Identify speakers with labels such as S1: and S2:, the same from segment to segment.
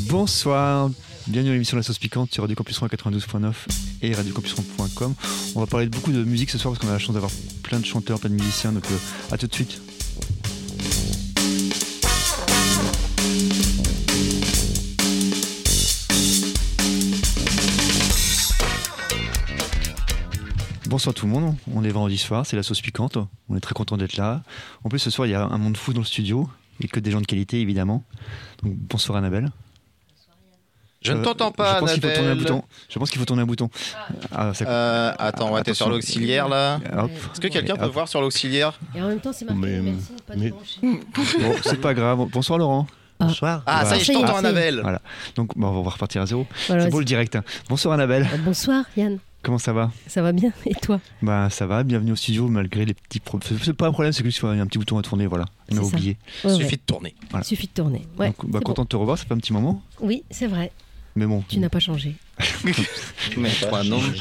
S1: Bonsoir, bienvenue à l'émission La Sauce Piquante sur Radio Campus 92.9 et radiocampusron.com. On va parler de beaucoup de musique ce soir parce qu'on a la chance d'avoir plein de chanteurs, plein de musiciens, donc euh, à tout de suite. Bonsoir tout le monde, on est vendredi soir, c'est la sauce piquante, on est très content d'être là. En plus ce soir il y a un monde fou dans le studio et que des gens de qualité évidemment. Donc bonsoir Annabelle.
S2: Je
S1: Euh,
S2: ne t'entends pas,
S1: je pense qu'il faut tourner un
S2: Annabelle.
S1: bouton. Je pense qu'il faut tourner un bouton. Ah, ça-
S2: Euh, attends, ouais, t'es
S1: Attention.
S2: sur l'auxiliaire là.
S1: Hop.
S2: Est-ce que quelqu'un peut
S1: Hop.
S2: voir sur l'auxiliaire
S3: Et en même temps, c'est marqué
S4: Mais,
S3: merci, pas de
S4: mais-
S3: brancher.
S1: Bon, c'est pas grave. Bonsoir Laurent.
S5: Bonsoir.
S2: Ah, ça y est, je
S3: Ah,
S2: t'entends,
S3: c'est-
S2: Annabelle.
S1: Donc bon, on va repartir à zéro.
S3: Voilà,
S1: c'est beau le direct. hein. Bonsoir Annabelle.
S3: c'est- Bonsoir Yann,
S1: Comment ça va
S3: ça va bien Et toi
S1: Bah ça va. Bienvenue au studio malgré les petits problèmes. C'est pas un problème, c'est juste qu'il y a un petit bouton à tourner. Voilà. On a
S3: C'est ça.
S1: oublié.
S3: Ouais, ouais.
S2: Suffit de tourner.
S1: Voilà.
S3: Suffit de tourner. Ouais,
S1: Donc, bah,
S3: c'est
S1: content de te revoir. Ça fait un petit moment.
S3: bon. Oui, c'est vrai,
S1: Mais bon.
S3: tu n'as pas changé.
S2: Mais toi non plus.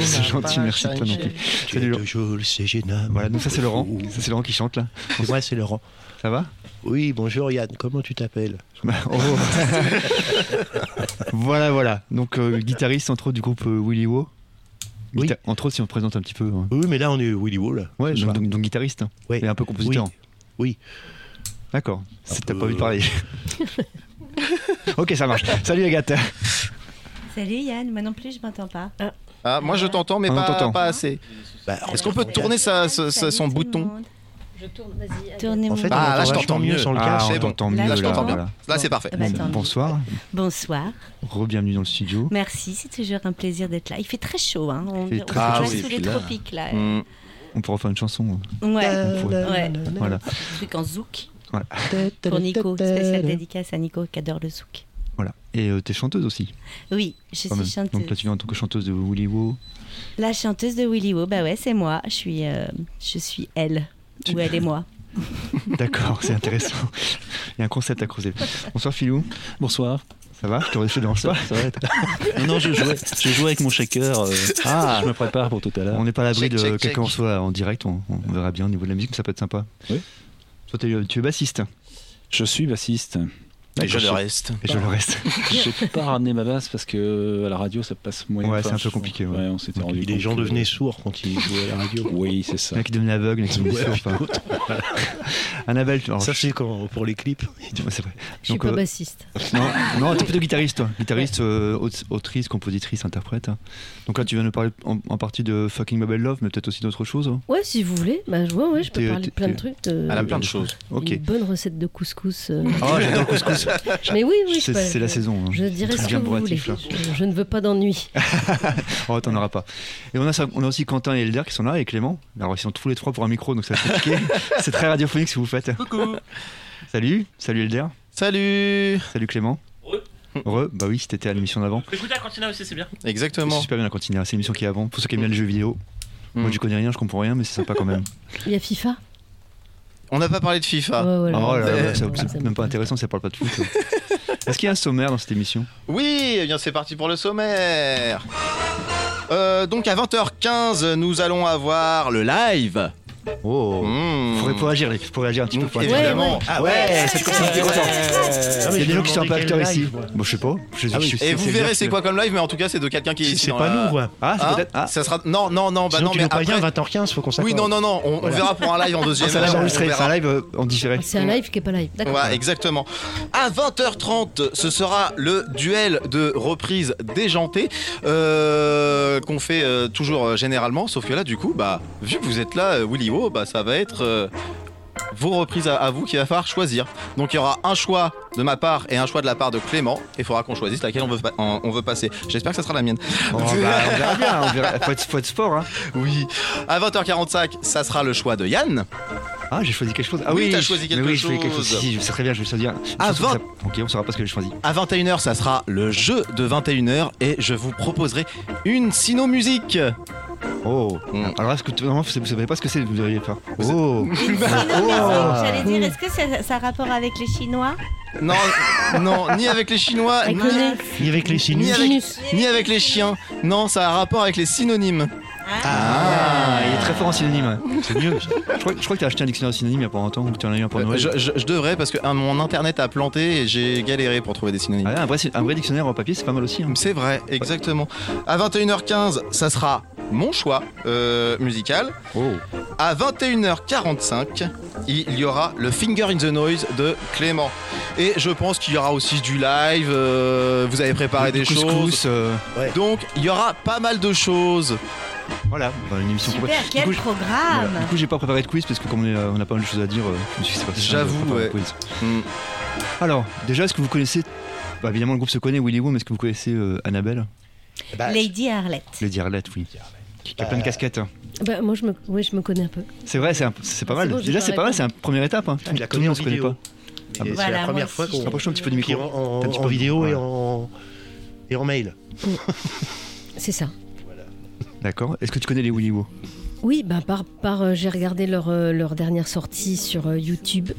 S4: C'est
S2: toi,
S1: gentil,
S2: pas
S1: merci, toi non plus.
S2: changé.
S4: Tu
S1: Salut,
S4: es
S1: Laurent.
S4: toujours ce jeune homme.
S1: Voilà. Donc ça c'est Laurent.
S4: Ouh.
S1: Ça c'est Laurent qui chante là.
S4: Et moi, c'est Laurent.
S1: Ça va
S4: Oui, bonjour Yann, comment tu t'appelles
S1: Bah, oh. Voilà voilà. Donc euh, guitariste entre autres du groupe euh, Willy Wo.
S4: Oui.
S1: Guita- Entre autres si on présente un petit peu. hein.
S4: Oui, mais là, on est Willy Wall.
S1: Ouais,
S4: ce
S1: donc,
S4: soir.
S1: donc- donc guitariste. hein.
S4: Ouais.
S1: Et un peu compositeur.
S4: Oui. Oui. Euh.
S1: D'accord. C'est- T'as
S4: peu-
S1: pas envie de parler. ok, ça marche. Salut Agathe.
S6: Salut Yann, moi non plus je m'entends pas.
S2: Ah, moi je t'entends, mais
S1: Ah, on
S2: pas,
S1: t'entend.
S2: pas assez.
S4: Bah,
S2: Est-ce qu'on peut tourner sa- sa- sa- son
S6: Salut tout le
S2: bouton
S6: monde.
S3: Je tourne, vas-y.
S6: Tournez
S4: En
S6: mon
S4: fait,
S2: Ah,
S4: on
S2: là, je
S4: entend
S2: t'entends
S4: vachement mieux
S2: mieux.
S4: sur le
S1: Ah,
S4: casque.
S2: c'est
S1: on
S2: bon.
S1: t'entend
S6: Là,
S1: mieux.
S2: je t'entends bien.
S1: voilà.
S2: Là, c'est parfait.
S6: Ah bah,
S1: Bon,
S6: tant mieux.
S1: bonsoir.
S6: Bonsoir,
S1: Re-bienvenue dans le studio.
S6: merci, c'est toujours un plaisir d'être là. Il fait très chaud, hein. on,
S1: Il fait
S6: on
S1: très
S2: chaud.
S6: est
S2: Ah oui,
S6: sous
S2: puis
S6: les
S2: là.
S6: tropiques là.
S2: Hmm.
S1: On pourra faire une chanson. hein.
S6: Ouais,
S1: on pourrait-
S6: ouais.
S1: Voilà.
S6: Un truc en zouk pour Nico, spéciale
S4: Nico.
S6: dédicace à Nico qui adore le zouk.
S1: voilà. Et euh, t'es chanteuse aussi.
S6: Oui, je
S1: quand même.
S6: suis chanteuse.
S1: Donc là, tu viens en tant que chanteuse de Willy Wo.
S6: La chanteuse de Willy Wo, bah ouais, c'est moi, je suis, euh, je suis elle,
S1: Tu-
S6: ou elle et moi.
S1: D'accord, c'est intéressant. Il y a un concept à creuser. Bonsoir Philou.
S7: Bonsoir.
S1: Ça va Je te refais dans le
S7: Ça,
S1: soir.
S7: ça va être- non, non, je jouais, je jouais avec mon shaker. euh,
S1: Ah.
S7: je me prépare pour tout à l'heure.
S1: On n'est pas à l'abri
S2: Check,
S1: de
S2: check,
S1: quelqu'un
S2: check.
S1: en soit en direct. On, on verra bien au niveau de la musique, mais ça peut être sympa.
S7: Oui.
S1: Toi, t'es- euh, tu es bassiste.
S7: Je suis bassiste.
S2: Et je le
S7: D'accord,
S2: reste.
S1: Et je le reste.
S7: J'ai pas ramené ma basse parce que euh, à la radio ça passe moyen.
S1: Ouais, c'est un peu compliqué, ouais.
S7: on s'était rendu
S4: Les
S7: compte
S4: gens
S7: que-
S4: devenaient sourds quand ils jouaient à la radio.
S7: Oui, c'est ça.
S1: Il y en a qui deviennent aveugles, il y en a qui deviennent sourds, enfin. Annabelle, tu- alors,
S4: Ça, c'est quand pour les clips.
S1: je- ouais, c'est vrai.
S3: Je suis
S1: Donc,
S3: pas
S1: euh,
S3: bassiste.
S1: Non, non t'es plutôt guitariste, toi. Guitariste, euh, aut- autrice, compositrice, interprète. hein. Donc là, tu viens nous parler en, en partie de Fucking Babel Love, mais peut-être aussi d'autres choses. hein.
S3: Ouais, si vous voulez, bah, je vois, ouais, je peux
S1: T'es-
S3: parler de
S1: t'es-
S3: plein de trucs. de-
S2: Elle a plein de choses.
S1: Ok.
S3: Une bonne recette de couscous. euh.
S1: Oh, j'adore le couscous.
S3: Mais oui, oui, je
S1: C'est
S3: peux-
S1: c'est la
S3: je-
S1: saison. hein.
S3: Je dirais ce que
S1: Bien
S3: vous voulez.
S1: bourratif,
S3: Je, je ne veux pas d'ennui.
S1: Oh, t'en auras pas. Et on a, ça- on a aussi Quentin et Elder qui sont là, et Clément. Alors, ils sont tous les trois pour un micro, donc ça va être compliqué. c'est très radiophonique ce que vous faites.
S2: Coucou.
S1: Salut, salut Elder,
S2: Salut.
S1: salut Clément.
S8: Re.
S1: Re, bah oui, c'était à l'émission d'avant.
S8: Écoutez la cantina aussi, c'est bien.
S1: C'est
S2: Exactement.
S1: super bien la cantina, c'est l'émission qui est avant. Pour ceux qui aiment bien les jeux vidéo, moi
S2: Mm.
S1: je connais rien, je comprends rien, mais c'est sympa quand même.
S3: Il y a FIFA
S2: On n'a pas parlé de FIFA.
S3: Ouais, voilà.
S1: Oh là là,
S2: Ouais,
S1: ça-
S3: Ouais, ça
S1: c'est
S3: me
S1: même pas
S3: plaît.
S1: intéressant, ça parle pas de foot. hein. Est-ce qu'il y a un sommaire dans cette émission
S2: Oui, eh bien c'est parti pour le sommaire. Euh, donc à 20h15, nous allons avoir le live.
S1: Oh
S2: Hmm.
S1: Faudrait pour agir, les- faut réagir un petit peu.
S2: Donc,
S1: faut agir.
S2: évidemment.
S4: Ah ouais, c'est
S1: comme ça, c'est content.
S4: Ah,
S1: Il
S4: mais
S1: y a des
S4: je
S1: gens
S4: me
S1: qui sont
S4: demandais
S1: pas
S4: quel
S1: acteurs
S4: live,
S1: ici.
S4: moi.
S1: Bon, je sais pas. je-
S4: Ah oui.
S1: je-
S2: Et
S1: c'est
S2: vous
S1: bien
S2: verrez
S1: que-
S2: c'est quoi comme live, mais en tout cas c'est de quelqu'un qui est
S4: C'est
S2: ici
S4: c'est
S2: dans
S4: pas
S2: la-
S4: nous, quoi.
S1: Ah, c'est
S2: Hein
S1: peut-être. Ah,
S2: ça sera... Non, non, non, bah
S4: Sinon,
S2: non,
S4: tu
S2: mais
S4: nous préviens,
S2: après...
S4: 20h15, faut qu'on s'appelle.
S2: Oui, non, non, non, on, on verra pour un live en deuxième.
S1: euh, Ah, ça va
S2: heure, on
S1: enregistré, c'est
S2: verra.
S1: un live euh, en différé.
S3: C'est un live qui est pas live. D'accord.
S2: Ouais, exactement. À 20h30, ce sera le duel de reprise déjanté euh, qu'on fait euh, toujours euh, généralement, sauf que là, du coup, bah, vu que vous êtes là, euh, Willy Wo, bah, ça va être euh, vos reprises à, à vous qu'il va falloir choisir. Donc il y aura un choix de ma part et un choix de la part de Clément, et il faudra qu'on choisisse laquelle on veut, pa- on- on veut passer. J'espère que ça sera la mienne.
S1: Bon, bah, on verra bien, on verra. Faut, être, faut être sport, hein.
S2: Oui. À 20h45, ça sera le choix de Yann.
S1: Ah, j'ai choisi quelque chose. Ah
S2: Oui,
S1: oui,
S2: t'as
S1: je-
S2: choisi
S1: mais
S2: quelque
S1: oui, je fais quelque chose.
S2: chose.
S1: Si, si, c'est très bien, je vais choisir.
S2: Ah,
S1: Surtout que ça- Ok, on saura pas ce que j'ai choisi.
S2: À 21h, ça sera le jeu de 21h et je vous proposerai une sino musique.
S1: Oh.
S2: Mm.
S1: Alors, est-ce que tu- normalement, vous savez pas ce que c'est, vous devriez faire.
S2: Vous-
S1: Oh.
S6: Une
S1: Oh.
S6: sinon, j'allais dire, est-ce que ça, ça a rapport avec les Chinois
S2: Non, non, ni avec les Chinois,
S3: Avec
S2: ni,
S3: le nez.
S4: Ni avec les
S2: ni
S4: sinus.
S2: avec,
S3: Sinus.
S2: ni avec les chiens. Non, ça a un rapport avec les synonymes.
S1: Ah, il est très fort en synonyme. C'est mieux. Je crois, je crois que tu as acheté un dictionnaire de synonyme il y a pas longtemps ou que tu en as eu un pour
S2: Euh,
S1: Noël.
S2: je, je- je devrais parce que hein, mon internet a planté et j'ai galéré pour trouver des synonymes.
S1: Ah ouais, un, vrai, un vrai dictionnaire en papier, c'est pas mal aussi. hein.
S2: C'est vrai, exactement. À 21h15, ça sera mon choix euh, musical. À 21h45, il y aura le Finger in the Noise de Clément. Et je pense qu'il y aura aussi du live. euh, vous avez préparé des
S1: couscous,
S2: choses.
S1: euh,
S2: Donc, il y aura pas mal de choses.
S1: voilà, Bah, une émission complète.
S6: Super, quel
S1: Du coup, je-
S6: programme
S1: voilà. Du coup, j'ai pas préparé de quiz parce que comme on est, euh, on a pas mal de choses à dire, euh, je me suis dit que c'est pas ça,
S2: J'avoue,
S1: de préparer
S2: ouais.
S1: le quiz.
S2: Hmm.
S1: Alors, déjà, est-ce que vous connaissez bah, évidemment, le groupe se connaît, Willy Woo, mais est-ce que vous connaissez euh, Annabelle
S4: Bah,
S6: Lady Arlette.
S1: Les Arlette, oui. Qui a plein de
S2: Euh.
S1: casquettes. hein.
S3: Bah, moi, je me, oui, je me connais un peu.
S1: C'est vrai, c'est un- c'est pas
S3: C'est
S1: mal.
S3: bon, j'ai
S1: déjà, c'est
S3: pas
S1: pas mal,
S3: répondu.
S1: c'est une première étape. Hein.
S4: je la
S1: Tout
S4: connais
S1: le
S4: en
S1: monde se connaît
S4: vidéo.
S1: pas.
S4: Et
S1: Ah bah,
S4: c'est
S6: voilà,
S4: la
S6: moi
S4: première
S6: aussi,
S4: fois
S6: je
S4: qu'on
S1: Rapproche-toi un petit peu du
S4: qui
S1: micro.
S4: en, en-
S1: T'as un petit
S4: en
S1: peu-
S4: vidéo et
S1: voilà.
S4: en et en mail.
S3: C'est ça.
S1: D'accord. Est-ce que tu connais les Willy Woo
S3: Oui, bah, par, par, euh, j'ai regardé leur, euh, leur dernière sortie sur euh, YouTube.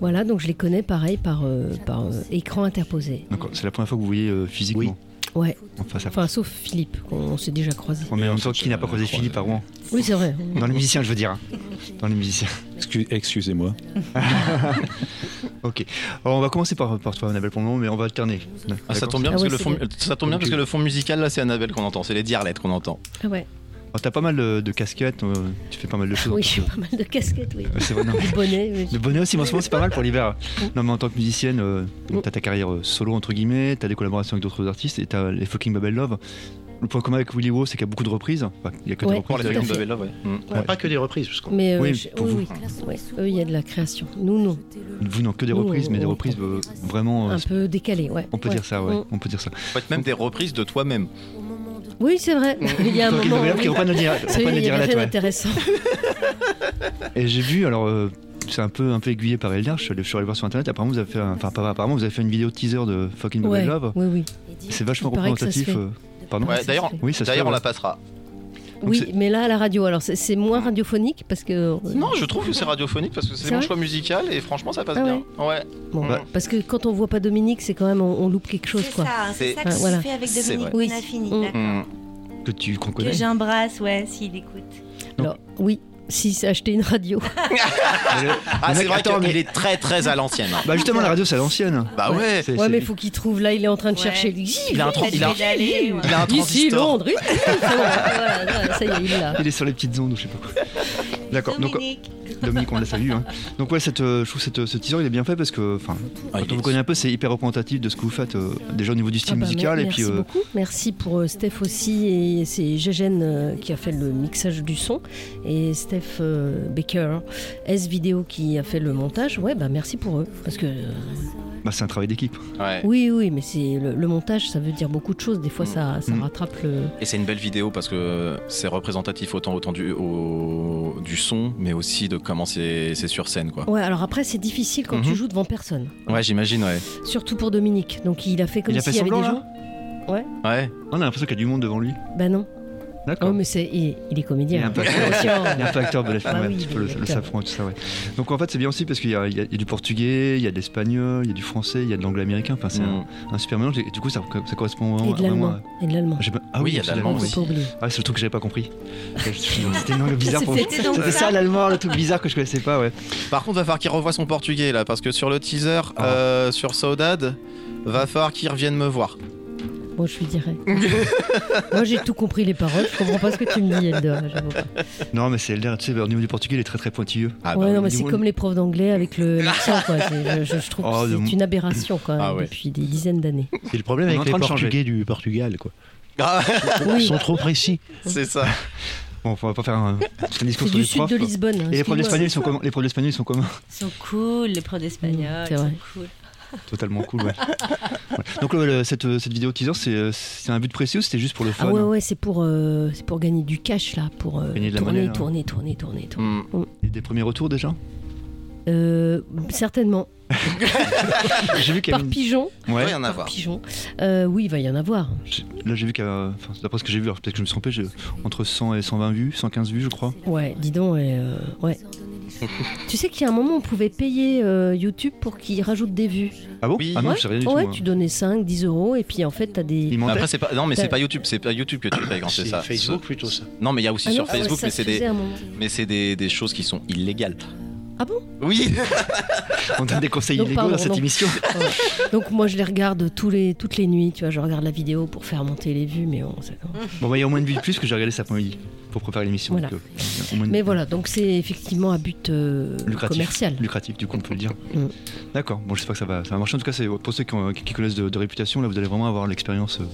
S3: Voilà, donc je les connais pareil par, euh, par euh, écran interposé.
S1: D'accord. C'est la première fois que vous voyez euh, physiquement.
S3: Ouais.
S1: Enfin, ça.
S3: Enfin, sauf Philippe, qu'on s'est déjà croisé.
S1: Mais en même temps, qui n'a pas
S2: euh,
S1: croisé Philippe à Rouen
S3: Oui, c'est vrai.
S1: Dans les musiciens, je veux dire. hein. Dans les musiciens.
S7: Excu- Excusez-moi.
S1: Ok. Alors, on va commencer par, par toi, Annabelle, pour le moment, mais on va alterner.
S2: Ah, ça
S1: D'accord
S2: tombe bien
S3: Ah
S2: parce
S3: ouais,
S2: que le
S3: c'est
S2: fond,
S3: bien.
S2: ça tombe bien parce que le fond musical là, c'est Annabelle qu'on entend, c'est les diarlettes qu'on entend.
S3: Ah ouais.
S1: Alors, T'as pas mal euh, de casquettes, euh, tu fais pas mal de choses.
S3: Ah Oui, j'ai pas mal de casquettes, oui.
S1: Euh, C'est vrai, non.
S3: Du bonnet, oui.
S1: Le bonnet aussi, mais en ce moment, c'est pas mal pour l'hiver. Non, mais en tant que musicienne, euh,
S3: Mm.
S1: donc, t'as ta carrière euh, solo, entre guillemets, t'as des collaborations avec d'autres artistes et t'as les fucking Babel Love. Le point commun avec Willy Woo, c'est qu'il y a beaucoup de reprises. Enfin, il y a que des
S3: Ouais.
S1: reprises. Mm.
S3: Tout à fait.
S4: On a Pas que des reprises, jusqu'en
S3: Mais euh,
S1: Oui,
S3: je-
S1: pour
S3: oui, oui.
S1: vous.
S3: Ouais, Eux, il y a de la création. Nous, non.
S1: Vous, non, que des
S3: Nous,
S1: reprises,
S3: on-
S1: mais des
S3: on-
S1: reprises euh, vraiment. euh,
S3: Un peu décalé, ouais.
S1: on peut
S3: Ouais.
S1: dire ça, ouais.
S3: Mm.
S1: On peut dire ça.
S2: Faites même des reprises de toi-même.
S3: Oui, c'est vrai.
S1: Mm.
S3: Il y a un
S1: Fucking
S3: moment.
S1: Babel Love qui
S3: oui.
S1: reprend nos dire- reprend
S3: Celui-là,
S1: nos
S3: il y avait
S1: dire-là,
S3: rien
S1: ouais.
S3: d'intéressant. Ah.
S1: Et j'ai vu, alors euh, c'est un peu, un peu aiguillé par Eldar, je suis allé je suis allé voir sur internet, apparemment vous avez fait, un- enfin pas apparemment vous avez fait une vidéo teaser de Fucking Bubble
S3: Ouais,
S1: Love,
S3: oui, oui.
S1: c'est vachement
S3: Il paraît que ça se
S1: représentatif.
S3: fait.
S1: euh, pardon
S2: Ouais, d'ailleurs,
S1: Oui, ça se
S2: d'ailleurs
S1: fait,
S2: on la
S1: ouais.
S2: passera.
S3: Oui,
S1: c'est-
S3: mais là, à la radio, alors c'est- c'est moins radiophonique parce que. euh,
S2: Non, je trouve que c'est radiophonique parce que c'est
S3: C'est
S2: mon
S3: vrai
S2: choix musical et franchement ça passe
S3: Ah
S2: bien. Ouais.
S3: Bon,
S2: Bah.
S3: parce que quand on voit pas Dominique, c'est quand même on, on loupe quelque chose,
S6: C'est
S3: quoi.
S6: ça, c'est ça
S2: C'est-
S6: que
S3: Voilà.
S6: tu fais avec
S2: C'est
S6: Dominique
S3: vrai.
S6: Bonafini,
S3: Oui.
S6: d'accord.
S2: Mm.
S1: que tu qu'on
S6: Que
S1: connais.
S6: j'embrasse, ouais, s'il écoute.
S3: Alors oui, si c'est acheter une radio.
S1: Mais le-
S2: Ah,
S1: le
S2: c'est
S1: mec-
S2: vrai
S1: attends,
S2: qu'il
S1: mais-
S2: est très très à l'ancienne. hein.
S1: Bah justement la radio c'est à l'ancienne.
S2: Bah ouais.
S1: C'est-
S3: Ouais,
S1: c'est-
S3: mais faut qu'il trouve là, il est en train de
S6: Ouais.
S3: chercher. J'y
S2: Il a un
S3: vais,
S2: tran-
S3: je
S2: il a-
S3: vais y aller.
S6: il a un
S3: Ici
S2: transistor.
S3: Londres. ici, c'est bon. Voilà, voilà, ça y est, il l'a.
S1: Il est sur les petites ondes ou je sais pas quoi. D'accord, donc
S6: Dominique.
S1: Dominique on la salue. Hein. Donc ouais, cette, euh, je trouve cette, ce teaser il est bien fait parce que enfin,
S7: Ah,
S1: quand on vous connaît un peu c'est hyper représentatif de ce que vous faites euh, déjà au niveau du
S3: Ah
S1: style
S3: bah,
S1: musical
S3: mer-
S1: et puis
S3: merci
S1: euh,
S3: beaucoup. Merci pour euh, Steph aussi et c'est Gégène euh, qui a fait le mixage du son et Steph euh, Baker S vidéo qui a fait le montage. Ouais bah merci pour eux parce que euh,
S1: bah, c'est un travail d'équipe.
S2: Ouais.
S3: oui oui mais c'est le, le montage ça veut dire beaucoup de choses. Des fois ça, ça
S1: Mm.
S3: rattrape le
S2: Et c'est une belle vidéo parce que c'est représentatif autant, autant du, au- du son, mais aussi de comment c'est c'est sur scène, quoi.
S3: ouais alors après c'est difficile quand
S2: Mhm.
S3: tu joues devant personne
S2: Ouais, j'imagine, ouais.
S3: surtout pour Dominique donc il a fait comme
S1: Il a fait
S3: s'il y avait
S1: semblant,
S3: des
S1: là
S3: gens.
S2: Ouais.
S1: On a l'impression qu'il y a du monde devant lui.
S3: Bah non.
S1: D'accord.
S3: Oh mais c'est il, il est comédien.
S1: Il est un peu
S3: Attention.
S1: Il y a un peu acteur de la film,
S3: Ah
S1: ouais, un
S3: oui,
S1: petit peu
S3: il
S1: le,
S3: est
S1: le
S3: acteur.
S1: safran et tout ça, ouais. Donc en fait, c'est bien aussi parce qu'il y, a- il y a il y a du portugais, il y a de l'espagnol, il y a du français, il y a de l'anglais américain. Enfin, c'est
S2: Mm.
S1: un, un super mélange. Et du coup, ça, ça correspond vraiment,
S3: Et de
S1: vraiment
S3: l'allemand.
S1: à-
S3: Et de l'allemand.
S1: J'ai pas- Ah
S2: Oui, il y a de
S1: c'est
S2: l'allemand
S1: l'allemand,
S2: aussi.
S3: Faut pas oublier.
S1: Ah, c'est le truc que j'avais pas compris. C'était une langue bizarre pour moi.
S6: C'était donc
S1: C'était ça
S6: ça.
S1: l'allemand, le truc bizarre que je connaissais pas, ouais.
S2: Par contre, va falloir qu'il revoie son portugais, là, parce que sur le teaser,
S1: Ah.
S2: euh, sur Saudade, va falloir qu'il revienne me voir.
S3: Bon, je lui dirais. Moi, j'ai tout compris les paroles. Je comprends pas ce que tu me dis, Eldor. j'avoue pas.
S1: Non, mais c'est Elder, tu sais, au niveau du portugais, il est très très pointilleux.
S2: Ah
S3: ouais, non, mais
S1: du
S3: c'est
S1: moins-
S3: comme les profs d'anglais avec le l'accent, quoi. C'est- Je, je- je trouve
S1: Oh,
S3: que
S1: le-
S3: c'est une aberration, quoi,
S2: Ah ouais.
S3: depuis des dizaines d'années.
S4: C'est le problème
S1: On est en
S4: avec les
S1: train de
S4: Portugais
S1: changer.
S4: du Portugal, quoi.
S2: Ah,
S4: Ils
S3: Oui,
S4: sont trop précis.
S2: c'est ça.
S1: Bon, on va pas faire un, tout un discours
S3: c'est
S1: sur
S3: du
S1: les
S3: sud
S1: profs.
S3: de Lisbonne. hein,
S1: Et les
S3: excuse-moi.
S1: profs d'espagnol, ils sont comment Les profs d'espagnol, ils sont comment
S6: Ils sont cool, les profs d'espagnol,
S3: C'est
S6: ils
S3: vrai.
S6: sont cool.
S1: Totalement cool, ouais. Ouais. Donc ouais, le- cette, euh, cette vidéo teaser, c'est c'est un but précis ou c'était juste pour le fun
S3: Ah ouais, ouais, c'est pour, euh, c'est pour gagner du cash, là, pour euh,
S1: Gagner de la
S3: tourner,
S1: monnaie, hein. là.
S3: tourner, tourner, tourner, tourner.
S2: Mm.
S1: Et des premiers retours déjà
S3: Euh, certainement.
S1: J'ai vu qu'il y
S3: Par
S1: avait une-
S3: pigeon.
S2: Il
S1: Ouais.
S2: va y en
S3: Par
S2: avoir.
S3: pigeon. Euh, oui, il va y en avoir.
S1: J'ai- Là, j'ai vu qu'à. Enfin, d'après ce que j'ai vu, alors peut-être que je me suis trompé, j'ai- entre 100 et 120 vues, 115 vues, je crois.
S3: Ouais, dis donc. et, euh, ouais. Tu sais qu'il y a un moment, on pouvait payer euh, YouTube pour qu'il rajoute des vues.
S1: Ah bon
S2: Oui.
S1: Ah non,
S3: ouais,
S1: je sais rien du tout.
S3: ouais
S1: moi.
S3: tu donnais 5, 10 euros, et puis en fait, t'as des.
S1: Il mentait.
S2: Après, c'est pas. Non, mais c'est
S3: T'as- Ah
S2: pas YouTube, c'est pas YouTube que tu payes quand c'est
S4: C'est
S2: ça.
S4: Facebook plutôt ça.
S2: Non, mais il y a aussi
S3: Ah
S2: sur
S3: non, ah ouais,
S2: Facebook,
S3: ça
S2: mais
S3: se
S2: c'est des,
S3: faisait à un moment.
S2: mais c'est des, des choses qui sont illégales.
S3: Ah bon
S2: Oui.
S1: On donne des conseils
S3: Non,
S1: illégaux
S3: pardon,
S1: dans cette
S3: non.
S1: émission.
S3: Donc moi, je les regarde tous les, toutes les nuits, tu vois, je regarde la vidéo pour faire monter les vues, mais on sait-
S1: Bon, bah, il y a au moins une vie de plus que j'ai regardé cet après-midi pour préparer l'émission.
S3: Voilà.
S1: donc, euh, au moins une-
S3: Mais voilà, donc c'est effectivement à but euh,
S1: Lucratif.
S3: commercial.
S1: Lucratif, du coup, on peut le dire.
S3: Mm.
S1: D'accord, bon, j'espère que ça va, ça va marcher. En tout cas, c'est pour ceux qui, ont- qui connaissent de, de réputation, là, vous allez vraiment avoir l'expérience euh,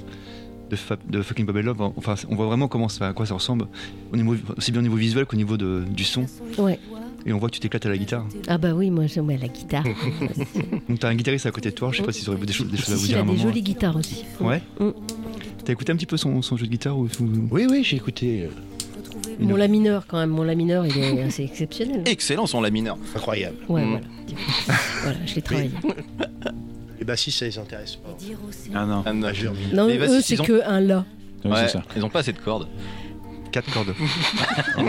S1: de, fa- de Fucking Babel Love. Enfin, on voit vraiment comment ça, à quoi ça ressemble, au niveau, aussi bien au niveau visuel qu'au niveau de- du son.
S3: Ouais.
S1: Et on voit que tu t'éclates à la guitare.
S3: Ah bah oui, moi j'aime la guitare.
S1: Donc, t'as un guitariste à côté de toi, je sais pas si aurait des choses, des choses à
S3: Si,
S1: vous
S3: si, il
S1: dire à
S3: a
S1: un
S3: des
S1: moment. hein.
S3: jolies guitares aussi.
S1: Ouais
S3: Mm.
S1: T'as écouté un petit peu son, son jeu de guitare ou, ou-
S4: Oui, oui, j'ai écouté. euh,
S1: Il
S3: Mon
S1: le-
S3: la mineur quand même, mon la mineur il est assez exceptionnel.
S2: Excellent, son lamineur.
S4: Incroyable.
S3: Ouais,
S2: Mm.
S3: voilà. voilà, je l'ai travaillé.
S4: Et bah si ça les intéresse pas.
S7: Ah non.
S2: Ah, non.
S4: Ah, je leur dis,
S3: Non,
S2: Mais vas-y,
S3: eux
S2: ils
S3: c'est
S2: ont-
S3: que un la.
S7: Oui,
S2: Ouais,
S7: c'est ça.
S2: Ils ont pas assez de cordes.
S1: Quatre cordes.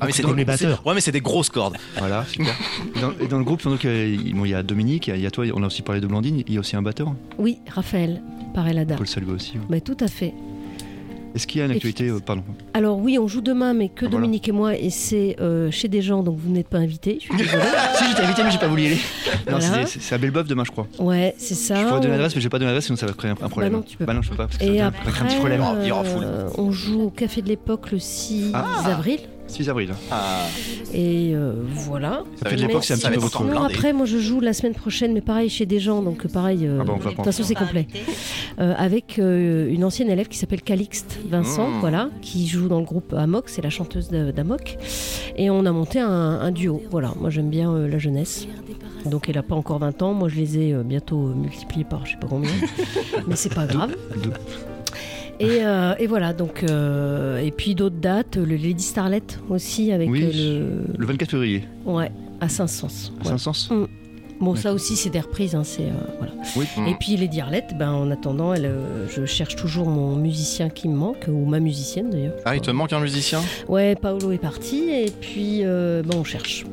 S2: Ah, mais c'est
S4: Dans
S2: des-
S4: les batteurs.
S2: c'est- Ouais, mais c'est des grosses cordes.
S1: Voilà, super. Et dans, et dans le groupe, donc, euh, il bon, il y a Dominique, il y a- il y a toi, on a aussi parlé de Blandine, il y a aussi un batteur,
S3: Oui, Raphaël, Parelada.
S1: on peut le saluer aussi. ouais.
S3: Mais tout à fait.
S1: Est-ce qu'il y a une
S3: Bah, Et
S1: actualité euh, Pardon.
S3: Alors oui, on joue demain, mais que
S1: Ah, voilà.
S3: Dominique et moi, et c'est euh, chez des gens, donc vous n'êtes pas invités. Je suis désolée.
S1: si, j'étais invité, mais j'ai pas voulu y aller. Non,
S3: Voilà.
S1: c'est- c'est c'est à Belbeuf demain, je crois.
S3: Ah Ouais, c'est ça.
S1: je pourrais donner
S3: On-
S1: l'adresse, mais j'ai pas donné l'adresse, sinon ça va créer un, un problème. Bah
S3: non, tu peux
S1: je peux pas. parce que ça
S3: Et
S1: va
S3: après,
S1: créer un petit problème.
S2: Oh, il y aura foule.
S3: euh, on joue au Café de l'Époque le 6
S1: Ah.
S3: avril.
S1: 6 avril.
S2: Ah,
S3: Et euh, voilà.
S1: Ça fait
S2: va
S1: de
S2: être-
S1: l'époque, c'est un
S2: ça
S1: petit peu
S2: va être
S1: votre.
S2: encore
S3: Sinon,
S2: blindé.
S3: après, moi, je joue la semaine prochaine, mais pareil, chez des gens, donc pareil. euh,
S1: Ah bah, on va
S3: de
S1: prendre.
S3: toute façon, c'est complet. Euh, avec euh, une ancienne élève qui s'appelle Calixte Vincent,
S2: Mmh.
S3: voilà, qui joue dans le groupe Amok, c'est la chanteuse de- d'Amok. Et on a monté un, un duo. Voilà, moi, j'aime bien euh, la jeunesse. Donc, elle n'a pas encore 20 ans. Moi, je les ai euh, bientôt euh, multipliés par je sais pas combien. mais c'est pas grave.
S1: Deux.
S3: Et, euh, et voilà, donc. euh, et puis d'autres dates, le Lady Starlet aussi, avec
S1: Oui,
S3: euh, le.
S1: Le 24 février,
S3: Ouais, à Saint-Sens.
S1: à
S3: Ouais. Mm.
S1: Saint-Sens.
S3: Bon, ça aussi, c'est des reprises. hein, c'est, euh, voilà.
S1: Oui.
S3: Et puis les diarlettes, ben, en attendant, elle, euh, je cherche toujours mon musicien qui me manque, ou ma musicienne d'ailleurs.
S2: Ah, il te manque un musicien
S3: Ouais, Paolo est parti, et puis euh, ben, on cherche.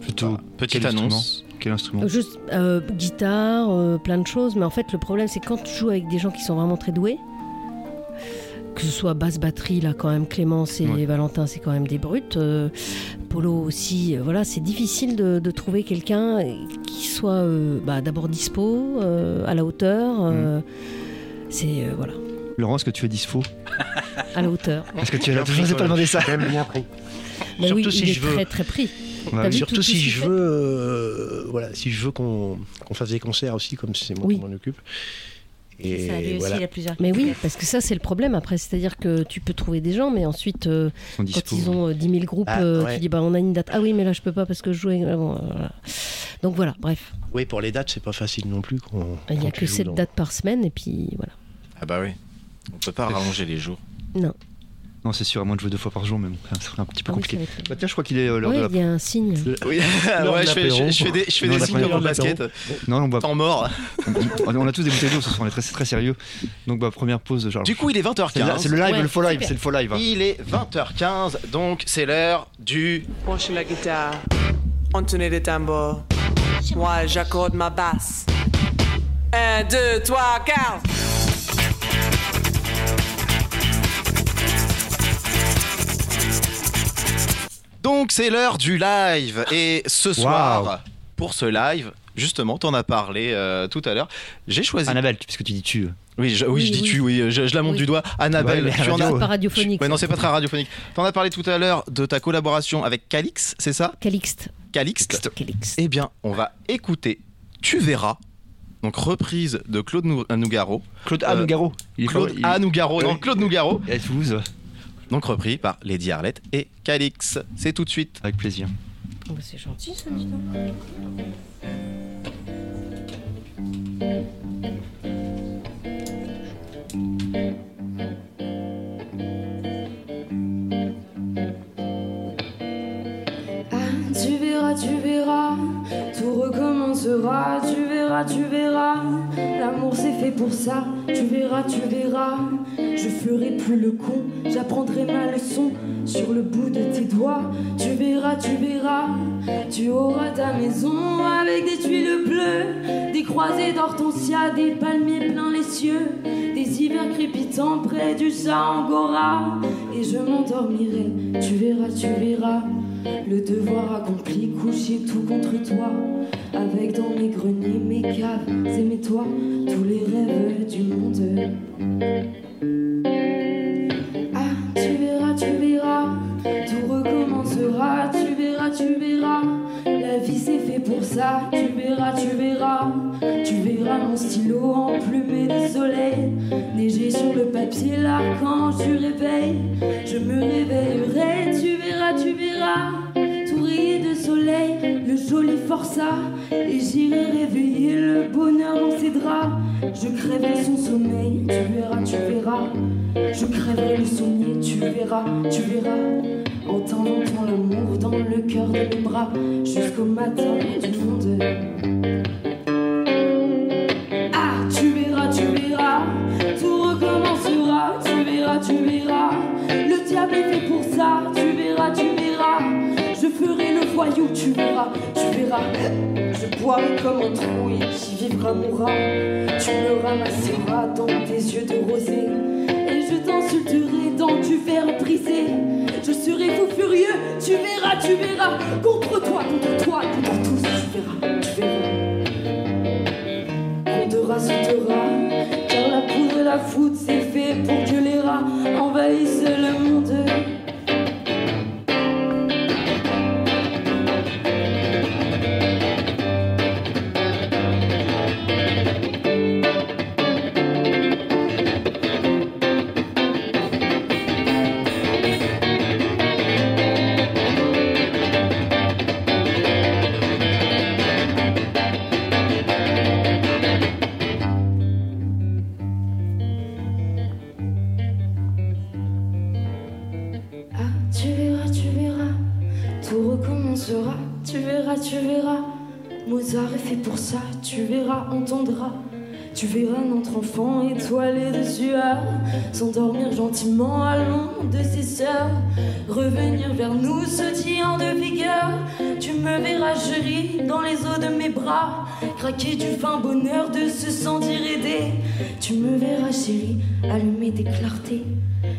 S1: Plutôt
S2: Ah, Petite
S1: Quel
S2: annonce.
S1: quel instrument
S3: Juste euh, guitare, euh, plein de choses, mais en fait, le problème, c'est quand tu joues avec des gens qui sont vraiment très doués, que ce soit basse batterie, là, quand même, Clémence et
S1: Ouais.
S3: Valentin, c'est quand même des brutes. euh, Polo aussi, euh, voilà, c'est difficile de, de trouver quelqu'un qui soit euh, bah, d'abord dispo, euh, à la hauteur.
S4: Mm.
S3: euh, C'est euh, voilà,
S1: Laurent, est-ce que tu es dispo
S3: à la hauteur.
S1: Est-ce que tu es là
S4: Bien
S1: Je
S4: pris,
S1: sais pas
S4: Colin.
S1: demander ça.
S4: Quand même bien pris.
S3: Mais
S4: Surtout
S3: oui,
S4: si
S3: il
S4: je
S3: est
S4: veux-
S3: très très pris.
S1: On a
S3: T'as
S1: vu.
S3: vu tout-
S4: Surtout
S3: tout
S4: si
S3: ce qu'il
S4: je
S3: fait.
S4: veux, euh, voilà, si je veux qu'on qu'on fasse des concerts aussi, comme c'est moi
S3: Oui.
S4: qui m'en occupe.
S6: C'est ça, lui
S4: Et
S6: aussi,
S4: voilà.
S6: il a plusieurs
S3: Mais oui,
S6: casquettes.
S3: parce que ça c'est le problème après, c'est-à-dire que tu peux trouver des gens, mais ensuite euh,
S1: Ils sont
S3: quand
S1: dispo.
S3: ils ont euh, 10 000 groupes,
S4: Ah,
S3: euh,
S4: ouais.
S3: tu dis bah on a une date. Ah oui, mais là je peux pas parce que je joue. avec- ah, bon, euh, voilà. Donc voilà, bref,
S4: Oui, pour les dates, c'est pas facile non plus. qu'on-
S3: Bah, il n'y
S4: quand
S3: a
S4: tu
S3: que
S4: joues
S3: 7
S4: dans-
S3: dates par semaine et puis voilà.
S2: Ah bah oui. On peut pas rallonger les jours.
S1: Non, c'est sûr, à moins de jouer deux fois par jour, mais bon, ça serait un petit peu
S3: Ah oui,
S1: compliqué.
S3: ça va être-
S1: Bah, tiens, je crois qu'il est euh, l'heure
S3: Ouais,
S1: de
S3: il y a un signe.
S2: Oui,
S4: Lors
S2: ouais,
S4: de
S2: je fais,
S4: l'apéro.
S2: je, je fais des, je fais
S1: Non,
S2: des
S1: la
S2: signes
S1: première
S2: comme au
S1: heure de
S2: basket.
S1: la. Non, on va
S2: Temps mort.
S1: On on a tous des bouteilles d'eau ce soir, on est très, c'est très sérieux. Donc, bah, première pause de Charles.
S2: Du coup, il est
S1: c'est le, c'est
S2: 20h15.
S1: le live,
S3: Ouais,
S1: le faux live,
S3: super.
S1: c'est le faux live. hein.
S2: Il est 20h15, donc c'est l'heure du.
S5: Branchez la guitare, entonnez les tambours. Moi, j'accorde ma basse. Un, deux, trois, quatre.
S2: Donc c'est l'heure du live et ce soir pour ce live justement t'en as parlé euh, tout à l'heure j'ai choisi
S1: Annabelle, puisque tu dis tu.
S2: oui je, oui,
S3: Oui,
S2: je dis
S3: oui.
S2: tu oui euh, je, je la monte
S3: Oui.
S2: du doigt Annabelle
S1: Ouais, mais
S2: tu en as
S1: radio.
S3: C'est pas radiophonique.
S2: Ouais, non c'est pas très radiophonique t'en as parlé tout à l'heure de ta collaboration avec Calix c'est ça
S3: Calixte.
S2: Calixte
S3: Calixte.
S2: eh bien on va écouter tu verras donc reprise de Claude Nou- Nougaro
S1: Claude Euh,
S2: Euh,
S1: A. Nougaro. Il est
S2: Claude
S1: pas- il-
S2: A Nougaro non
S1: Oui.
S2: Claude Nougaro
S1: il est à Toulouse.
S2: donc repris par Lady Arlette et Calix c'est tout de suite
S1: Avec plaisir.
S3: Oh, bah, C'est gentil ça, dis donc.
S8: Ah, tu verras, tu verras, tout recommencera, tu verras, verras, tu verras. L'amour c'est fait pour ça, tu verras, tu verras. Je ferai plus le con, j'apprendrai ma leçon sur le bout de tes doigts. Tu verras, tu verras. Tu auras ta maison avec des tuiles bleues, des croisées d'hortensia, des palmiers plein les cieux, des hivers crépitants près du Sahangora. Et je m'endormirai, tu verras, tu verras. Le devoir accompli, couché tout contre toi. Avec dans mes greniers, mes caves et mes toits, tous les rêves du monde. Ah, tu verras, tu verras, tout recommencera, tu verras, tu verras. La vie c'est fait pour ça, tu verras, tu verras. Tu verras mon stylo emplumé de soleil, neiger sur le papier là quand je réveille. Je me réveillerai, tu verras, tu verras. Tout rayé de soleil, le joli forçat. Et j'irai réveiller le bonheur dans ses draps. Je crèverai son sommeil, tu verras, tu verras. Je crèverai le sommier, tu verras, tu verras. En t'inventant l'amour dans le cœur de mes bras, jusqu'au matin du monde. Ah, tu verras, tu verras, tout recommencera, tu verras, tu verras. Le diable est fait pour ça, tu verras, tu verras. Je ferai le voyou, tu verras, tu verras. Je boirai comme un trouille, j'y vivra mon rat. Tu me ramasseras dans tes yeux de rosée. Et je t'insulterai dans du verre brisé. Je serai fou furieux, tu verras, tu verras. Contre toi, contre toi, contre tous, tu verras, tu verras. On te sautera, car la poudre et la foudre c'est fait pour que les rats envahissent le monde. Ah, tu verras, tu verras, tout recommencera, tu verras, tu verras. Mozart est fait pour ça, tu verras, entendras. Tu verras notre enfant étoilé de sueur s'endormir gentiment à l'ombre de ses sœurs, revenir vers nous sautillant de vigueur. Tu me verras, je ris dans les eaux de mes bras, craquer du fin bonheur de se sentir aidé. Tu me verras, chérie, allumer des clartés.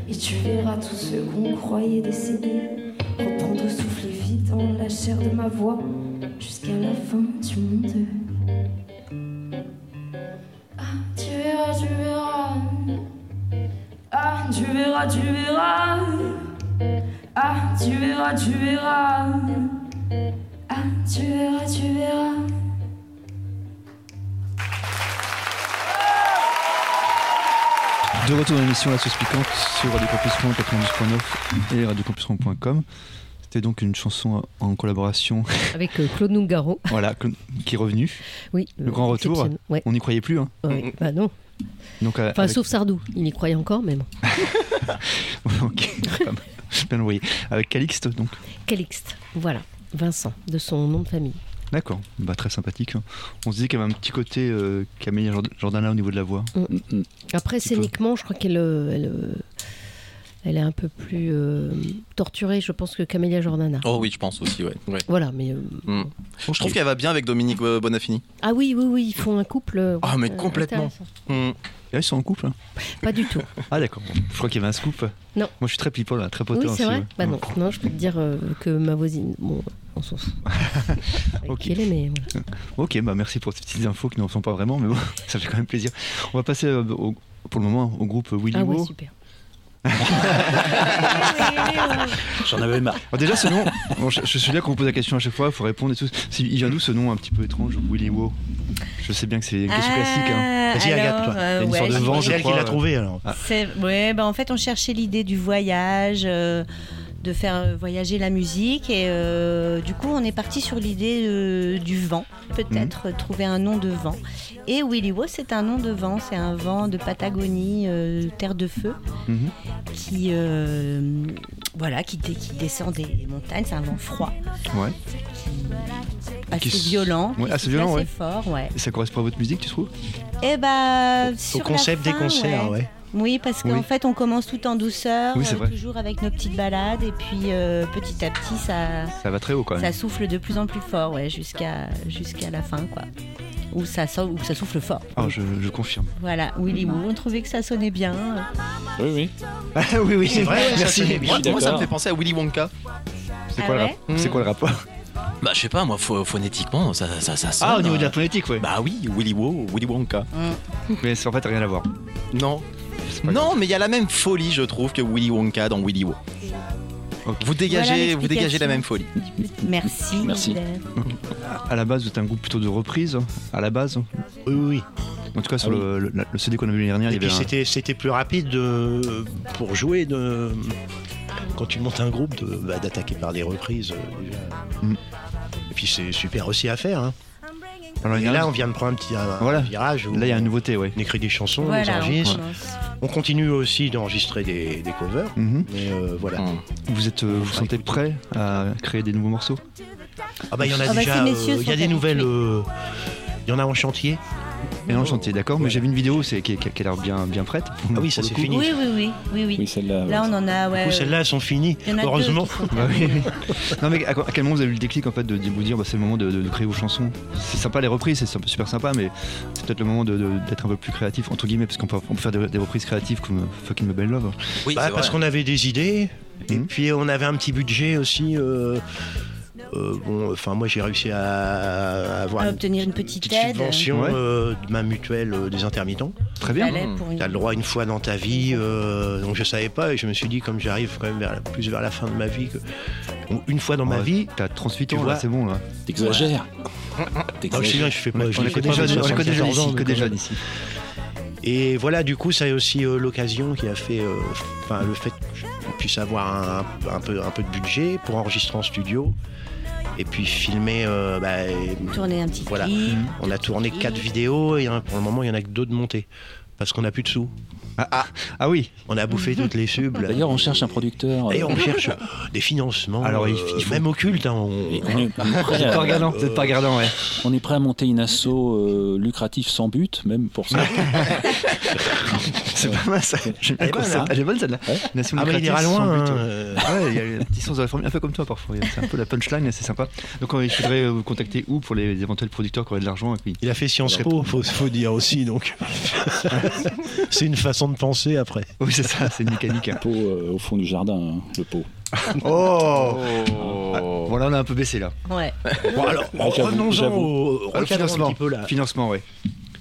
S8: Et tu verras tous ceux qu'on croyait décédés reprendre souffle et vie dans la chair de ma voix jusqu'à la fin du monde. Ah, tu verras, tu verras. Ah, tu verras, tu verras. Ah, tu verras, tu verras. Ah, tu verras, tu verras.
S1: De retour dans l'émission La Sauce Piquante sur Radio Campus Rouen 90.9 et radiocampusrouen.com. C'était donc une chanson en collaboration,
S3: Avec euh, Claude Nougaro.
S1: voilà, que- qui est revenue.
S3: Oui.
S1: Le
S3: euh,
S1: grand retour.
S3: exceptionnel. Ouais.
S1: On n'y croyait plus. Hein.
S3: ouais, Bah non.
S1: Donc, euh,
S3: Enfin,
S1: avec-
S3: sauf Sardou. Il y croyait encore, même.
S1: Ok, pas mal. bien envoyé. Avec Calixte, donc.
S3: Calixte. Voilà. Vincent, de son nom de famille.
S1: D'accord, bah, très sympathique. On se disait qu'il y avait un petit côté euh, Camille Jord- Jordana au niveau de la voix.
S7: Mm, mm.
S3: Après,
S1: Petit peu.
S3: scéniquement, je crois qu'elle euh, elle, euh, elle est un peu plus euh, torturée, je pense, que Camélia Jordana.
S2: Oh oui, je pense aussi, ouais. Ouais.
S3: Voilà, mais. euh,
S2: Hmm. Je trouve qu'elle va bien avec Dominique euh, Bonafini.
S3: Ah oui, oui, oui, ils font un couple. euh,
S2: Ah, mais complètement.
S3: intéressant.
S2: Mm.
S1: Et là, ils sont en couple. hein.
S3: Pas du tout.
S1: Ah, d'accord. Bon, Je crois qu'il y avait un scoop.
S3: Non.
S1: Moi, je suis très people, là, très poteur
S3: oui, c'est
S1: aussi,
S3: vrai
S1: ouais.
S3: Bah non. non, je peux te dire euh, que ma voisine. Bon, on s'en fout. Avec
S1: Ok.
S3: qui elle est, mais voilà.
S1: Ok, bah merci pour ces petites infos qui n'en sont pas vraiment, mais bon, ça fait quand même plaisir. On va passer euh, au- pour le moment au groupe Willy
S3: Ah
S1: Wo.
S3: ouais, super.
S7: J'en avais marre.
S1: Alors déjà, ce nom, bon, je, je suis là qu'on pose la question à chaque fois, il faut répondre et tout. Si- Il vient d'où ce nom un petit peu étrange, Willy Wo Je sais bien que c'est une question classique. hein.
S6: Ah,
S4: Vas-y, regarde,
S6: euh,
S4: toi.
S1: Il y a une sorte de
S4: C'est
S1: vent,
S4: elle
S1: je
S4: qui
S1: crois,
S4: l'a
S1: euh.
S4: trouvé alors.
S1: Ah.
S6: C'est- Ouais, bah en fait, on cherchait l'idée du voyage, euh, de faire voyager la musique. Et euh, du coup, on est parti sur l'idée euh, du vent,
S1: Mm.
S6: peut-être euh, trouver un nom de vent. Et Willy Wo, c'est un nom de vent, c'est un vent de Patagonie, euh, terre de feu,
S1: Mhm.
S6: qui, euh, voilà, qui, dé- qui descend des des montagnes. C'est un vent froid,
S1: Ouais.
S6: assez
S1: Qui s-
S6: violent,
S1: Ouais,
S6: qui
S1: assez
S6: souffle
S1: violent, ouais.
S6: fort, ouais.
S1: Et ça correspond à votre musique, tu trouves
S6: Et bah,
S4: Au
S6: sur la
S4: concept des
S6: fin,
S4: concerts, ouais.
S6: Oui, parce qu'en
S1: Oui.
S6: fait, on commence tout en douceur,
S1: Oui, c'est
S6: euh,
S1: vrai.
S6: toujours avec nos petites balades, et puis euh, petit à petit, ça,
S1: Ça va très haut quand
S6: ça
S1: même.
S6: souffle de plus en plus fort, ouais, jusqu'à jusqu'à la fin, quoi. Où ça, so- où ça souffle fort.
S1: Ah, je, je confirme.
S6: Voilà, Willy Woo, on trouvait que ça sonnait bien.
S7: Oui, oui.
S1: Ah,
S4: oui, oui, c'est vrai. Merci.
S2: Moi, moi, ça me
S7: d'accord.
S2: fait penser à Willy Wonka. Hmm.
S1: C'est
S6: Ah
S1: quoi, le
S6: ouais
S1: rap- c'est quoi le rapport
S2: Bah, je sais pas, moi, pho- phonétiquement, ça, ça, ça sonne.
S1: Ah, au niveau de la phonétique, ouais.
S2: Bah oui, Willy Wo, Willy Wonka.
S6: Mm.
S1: Mais c'est en fait rien à voir.
S2: Non.
S1: C'est pas
S2: Non, mais il y a la même folie, je trouve, que Willy Wonka dans Willy Wo.
S1: Ok.
S2: Vous dégagez,
S6: Voilà
S2: vous dégagez
S6: l'explication.
S2: la même folie.
S6: Merci.
S7: Merci.
S6: Hilbert.
S1: À la base, vous êtes un groupe plutôt de reprise, hein, à la base.
S4: Oui, oui.
S1: En tout cas, sur
S7: Ah oui.
S1: le, le- le CD qu'on a vu l'année dernière,
S4: Et
S1: il y
S4: puis
S1: avait un-
S4: Eh c'était, c'était plus rapide de- pour jouer de, quand tu montes un groupe de, bah, d'attaquer par des reprises. euh, déjà.
S1: Mm.
S4: Et puis c'est super aussi à faire. hein.
S1: Alors,
S4: Et
S1: il y en a-
S4: là, on vient de prendre un petit un
S1: Voilà.
S4: virage où
S1: là, il y a une nouveauté, ouais.
S4: on écrit des chansons, on les
S6: Voilà, on
S4: enregistre.
S6: commence.
S4: On continue aussi d'enregistrer des, des covers.
S1: Mhm.
S4: Mais euh, voilà.
S2: Mm.
S1: Vous êtes, euh, vous sentez prêt à créer des nouveaux morceaux
S4: Ah bah il y en a
S6: Ah bah, ces
S4: déjà. euh,
S6: messieurs
S4: Il
S6: sont
S4: y a des
S6: habitués.
S4: nouvelles. euh, Il y en a en chantier.
S1: Et non, chantier, d'accord. Mais
S4: Ouais.
S1: j'ai vu une vidéo c'est, qui, qui- qui a l'air bien, bien prête.
S4: Ah oui,
S1: Pour
S4: ça
S1: le
S4: c'est
S1: coup.
S4: fini.
S6: Oui, oui, oui, oui, oui.
S7: Oui, celle-là.
S6: Là, on en a,
S4: Du
S6: ouais.
S4: coup, celles-là elles sont finies.
S6: il y en a deux
S4: Heureusement.
S6: qui sont
S1: Bah oui.
S6: terminées.
S1: Non, mais à, quoi- à quel moment vous avez eu le déclic en fait de, de vous dire bah, c'est le moment de, de- de créer vos chansons C'est sympa les reprises, c'est sympa- super sympa, mais c'est peut-être le moment de- de- d'être un peu plus créatif, entre guillemets, parce qu'on peut, on peut faire des, des reprises créatives comme euh, Fucking Mobile Love.
S2: Oui,
S4: Bah,
S2: c'est
S4: parce
S2: vrai.
S4: qu'on avait des idées. Et
S1: Mhm.
S4: puis on avait un petit budget aussi. euh, euh, bon, enfin moi j'ai réussi à avoir
S6: À
S4: une
S6: obtenir une petite
S4: petite
S6: aide.
S4: subvention
S1: Ouais.
S4: euh, de ma mutuelle euh, des intermittents.
S1: Très
S6: Il
S1: bien.
S6: fallait pour une-
S4: T'as le droit une fois dans ta vie, euh, donc je savais pas et je me suis dit comme j'arrive quand même vers la- plus vers la fin de ma vie, que, donc, une fois dans ma
S1: Ouais.
S4: vie,
S1: T'as 38
S4: Tu
S1: ans,
S4: vois.
S1: là, c'est bon là.
S7: T'exagères.
S4: Ah, je sais bien, je fais pas.
S1: On
S4: je
S1: est
S4: fais
S1: que
S4: pas
S1: des jeunes, on est que des
S4: 74
S1: jeunes
S4: ans,
S1: ici,
S4: mais
S1: que des
S4: quand même.
S1: jeunes ici.
S4: Et voilà, du coup, c'est aussi euh, l'occasion qui a fait, euh, enfin, le fait qu'on puisse avoir un, un peu, un peu de budget pour enregistrer en studio et puis filmer. euh, bah, et-
S6: Tourner un petit
S4: Voilà. Mmh.
S6: clip.
S4: on a tourné quatre vidéos et hein, pour le moment, il y en a que deux de montées parce qu'on n'a plus de sous.
S1: Ah oui,
S4: On a bouffé toutes les subs. là.
S7: D'ailleurs, on cherche un producteur.
S1: euh,
S4: D'ailleurs, on cherche des financements,
S1: Alors,
S4: euh,
S1: il f- il faut-
S4: même occultes. hein, on-
S7: Et on est prêt
S1: pas
S7: à-
S1: regardant,
S4: euh,
S1: peut-être pas regardant, ouais.
S7: on est prêt à monter une asso euh, lucrative sans but, même pour ça.
S1: C'est pas mal ça. J'aime bien
S7: Elle est
S1: le
S7: bonne,
S1: concept.
S7: hein.
S1: Elle est bonne celle-là.
S7: Ouais.
S1: Nation
S4: Ah, mais il
S1: lucrative,
S4: ira
S1: sans
S4: loin.
S1: but,
S4: hein,
S1: ouais.
S4: euh,
S1: Ah ouais, il y a un petit sens de la formule, un peu comme toi parfois. C'est un peu la punchline, c'est sympa. Donc euh, il faudrait euh, vous contacter où pour les éventuels producteurs qui auraient de l'argent et puis.
S4: Il a fait Sciences Po, faut, faut dire aussi, donc. c'est une façon de penser après.
S1: Oui, c'est ça, c'est une mécanique. hein.
S7: pot euh, au fond du jardin, hein, le pot.
S4: Oh
S1: Bon, là, on a un peu baissé là.
S6: Ouais.
S4: Bon, alors,
S7: Ah, j'avoue,
S4: revenons-en
S7: j'avoue.
S4: au
S1: Ah, le
S4: recadrons un petit peu là.
S1: Financement, ouais.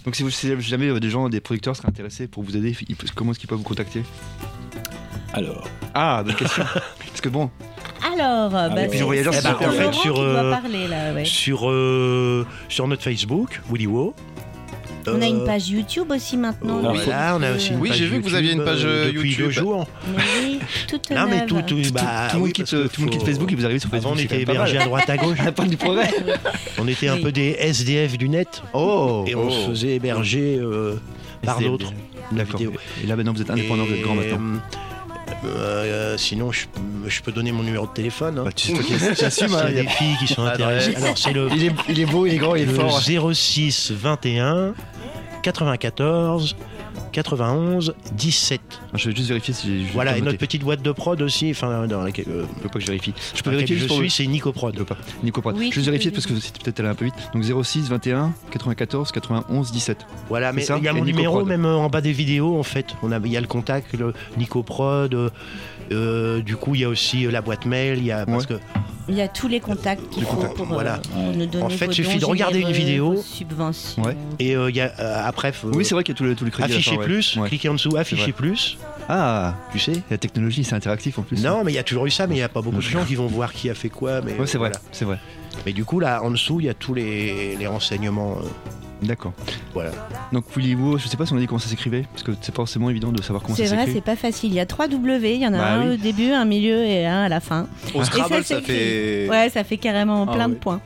S1: Donc si vous si jamais euh, des gens, des producteurs seraient intéressés pour vous aider, ils peuvent- comment est-ce qu'ils peuvent vous contacter
S7: Alors,
S1: Ah, bonne question. Parce que bon,
S6: Alors,
S4: Ah
S6: bah,
S7: Et puis,
S6: c'est-
S1: on voyageur,
S4: Eh
S6: c'est
S4: ben,
S1: c'est super.
S6: Laurent
S1: En fait,
S6: qui
S4: sur,
S6: doit
S4: euh,
S6: parler, là, ouais.
S4: Sur, euh, sur notre Facebook, Willy Wo.
S6: On a
S4: Euh,
S6: une page YouTube aussi maintenant.
S7: Alors,
S6: donc,
S4: voilà, on a aussi une
S2: Oui,
S4: page
S2: j'ai vu que vous
S4: YouTube,
S2: aviez une page,
S4: euh,
S2: euh,
S4: depuis
S2: YouTube.
S4: deux jours.
S6: Mais oui, toute
S4: Non, mais
S6: neuve.
S4: tout, tout,
S1: tout,
S4: bah,
S1: tout le monde
S4: oui,
S1: quitte,
S4: parce
S1: euh,
S4: que
S1: tout le monde quitte
S4: faut-
S1: Facebook et vous arrivez sur
S4: Avant,
S1: Facebook.
S4: on
S1: c'est
S4: était
S1: quand même pas mal.
S4: hébergé à droite à gauche.
S1: On a pas du progrès.
S4: On était un
S6: Oui.
S4: peu des SDF du net.
S1: Oh
S4: Et on se faisait héberger euh, par
S1: SDF,
S4: d'autres.
S1: La
S4: vidéo.
S1: vidéo. Et là maintenant vous êtes indépendant, vous êtes grand maintenant.
S4: Et, euh, euh, sinon, je, je peux donner mon numéro de téléphone. hein.
S1: Bah, tu hein, sais, toi qui-
S4: S'il
S2: hein.
S4: y a des filles euh, qui sont intéressées. Alors, c'est le,
S1: il, est, il est beau, Oh, il est grand, il est fort.
S4: le 06 21 94 91 17.
S1: Ah, Je vais juste vérifier si j'ai- je vais
S4: Voilà,
S1: pas
S4: et notre
S1: noter.
S4: petite boîte de prod aussi, enfin, dans laquelle, euh,
S1: Je peux pas que je vérifie. Je peux
S4: dans laquelle
S1: vérifier
S4: je
S1: juste pour
S4: suis, c'est Nico
S1: Je veux
S4: Prod.
S1: pas. Nico Pratt.
S6: Oui,
S1: je vais
S6: tu
S1: juste
S6: peux
S1: vérifier
S6: le
S1: parce que c'est peut-être allé un peu vite. Donc 06 21 94 91 17.
S4: Voilà, mais
S1: C'est ça,
S4: il y a
S1: et
S4: mon
S1: Nico
S4: numéro
S1: Prod.
S4: même euh, en bas des vidéos en fait. On a, il y a le contact, le Nico Prod. euh, euh, du coup, il y a aussi euh, la boîte mail. Il y a parce
S1: Ouais.
S4: que
S6: Il y a tous les contacts qu'il
S4: Les
S6: faut
S4: contacts,
S6: pour,
S4: voilà.
S6: euh, pour nous donner
S4: En fait,
S6: vos
S4: suffit
S6: dons
S4: de regarder une
S6: généreux,
S4: vidéo.
S6: vos subventions.
S1: Ouais.
S4: et euh, il y a euh, après faut-
S1: oui, c'est vrai qu'il y a tous les, tous les crédits. à la
S4: afficher
S1: fin, ouais.
S4: plus,
S1: Ouais.
S4: cliquez en dessous, afficher
S1: vrai.
S4: plus.
S1: Ah,
S4: Tu sais.
S1: la technologie, c'est interactif en plus.
S4: Non, mais il y a toujours eu ça, mais il n'y a pas beaucoup de gens qui vont voir qui a fait quoi. Mais
S1: Ouais, c'est vrai,
S4: voilà.
S1: c'est vrai.
S4: Mais du coup, là, en dessous, il y a tous les, les renseignements. euh,
S1: D'accord.
S4: Voilà.
S1: Donc Willy Woo, je sais pas si on a dit comment ça s'écrivait, parce que c'est pas forcément évident de savoir comment
S6: C'est
S1: ça
S6: vrai,
S1: s'écrit.
S6: c'est pas facile. Il y a trois W, il y en a
S1: Bah
S6: un
S1: oui.
S6: au début, un milieu et un à la fin.
S2: Au Scrabble,
S6: c'est
S2: ça
S6: écrit.
S2: fait.
S6: Ouais, ça fait carrément
S7: Ah
S6: plein de
S7: ouais.
S6: points.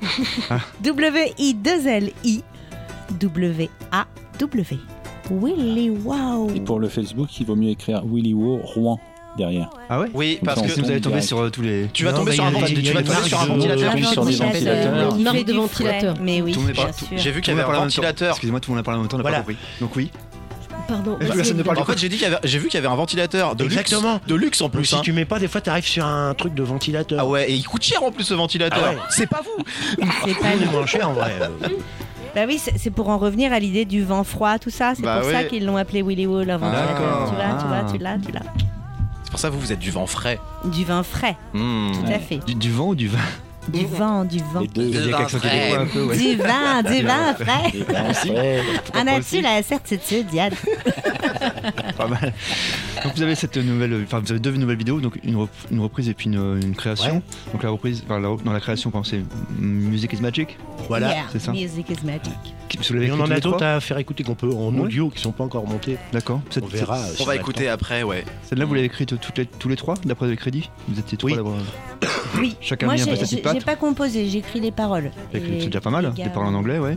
S4: Ah.
S6: W-I-2-L-I W-A-W. Willy, wow
S7: Et pour le Facebook, il vaut mieux écrire Willy Wo Rouen derrière.
S1: Ah ouais
S2: Oui, parce
S7: Ça, on
S2: que
S1: Si
S7: tombe
S1: vous allez tomber
S7: direct.
S1: sur euh, tous les.
S2: tu vas
S4: Non,
S2: tomber
S4: bah,
S2: sur un
S4: il y a-
S2: ventilateur.
S4: il y a
S2: Tu vas
S4: des
S2: tomber
S4: marques
S2: sur un
S4: de-
S2: ventilateur.
S7: Oui, sur des ventilateurs.
S3: Marque
S6: Marque
S3: de ventilateur.
S6: Mais oui,
S1: Tournez pas,
S6: bien sûr.
S2: J'ai vu qu'il
S1: Tout le
S2: y
S1: monde
S2: avait
S1: parle en même
S2: un
S1: temps.
S2: ventilateur. Bah,
S1: Excusez-moi, tout le monde a parlé en même temps, on n'a
S4: Voilà.
S1: pas compris. Donc oui.
S3: Pardon.
S1: Et personne ne parle
S2: En fait, j'ai dit qu'il y avait- j'ai vu qu'il y avait un ventilateur de
S4: Exactement.
S2: luxe. De luxe en
S4: Donc,
S2: plus.
S4: si
S2: hein.
S4: tu mets pas, des fois, t'arrives sur un truc de ventilateur.
S2: Ah ouais, et il coûte cher en plus ce ventilateur.
S4: Ah ouais.
S2: C'est pas vous.
S6: C'est pas
S4: C'est moins cher en vrai.
S6: Bah oui, c'est c'est pour en revenir à l'idée du vent froid, tout ça. C'est
S2: Bah
S6: pour
S2: ouais.
S6: ça qu'ils l'ont appelé Willy Wall, un ventilateur.
S2: D'accord.
S6: Tu vois, tu
S1: Ah.
S6: vois, tu l'as, tu l'as.
S2: C'est pour ça que vous, vous êtes du vent frais.
S6: Du vin frais,
S2: Hmm.
S6: tout à
S7: Ouais.
S6: fait.
S1: Du, du vent ou du vin
S6: Du vent, du vent.
S7: Les deux.
S1: Mmh. Il y a qu'accent
S2: vin frais.
S1: québécois un peu, ouais.
S6: Du vin, du vin frais.
S7: Et ben, c'est-
S6: On
S1: pas
S6: a
S1: aussi.
S6: tu la certitude, Diane.
S1: Pas mal. Donc vous avez cette nouvelle, enfin vous avez deux nouvelles vidéos, donc une, rep- une reprise et puis une, une création.
S4: Ouais.
S1: Donc la reprise, enfin la, dans la création, pardon, c'est Music is Magic.
S4: Voilà.
S6: Yeah,
S1: c'est ça.
S6: Music is magic.
S1: Qui- vous l'avez
S4: Et
S1: écrit
S4: on en
S1: tous
S4: a
S1: les
S4: d'autres
S1: trois
S4: à faire écouter qu'on peut en
S1: Ouais.
S4: audio qui sont pas encore montés.
S1: D'accord. Cette-
S4: On verra. euh, si
S2: On va
S4: a le
S2: écouter après, ouais.
S1: cette- Celle-là,
S6: Mm.
S1: vous l'avez écrite toutes les- tous les trois, d'après les crédits Vous étiez trois
S4: Oui.
S1: d'abord.
S6: Oui.
S1: Chacun
S6: Moi,
S1: a mis un peu
S6: j'ai
S1: sa petite
S6: j'ai-
S1: patte.
S6: j'ai pas composé, j'écris les paroles.
S1: Fait que
S6: Et
S1: C'est déjà pas
S6: les
S1: mal,
S6: gars-
S1: des paroles en anglais, ouais.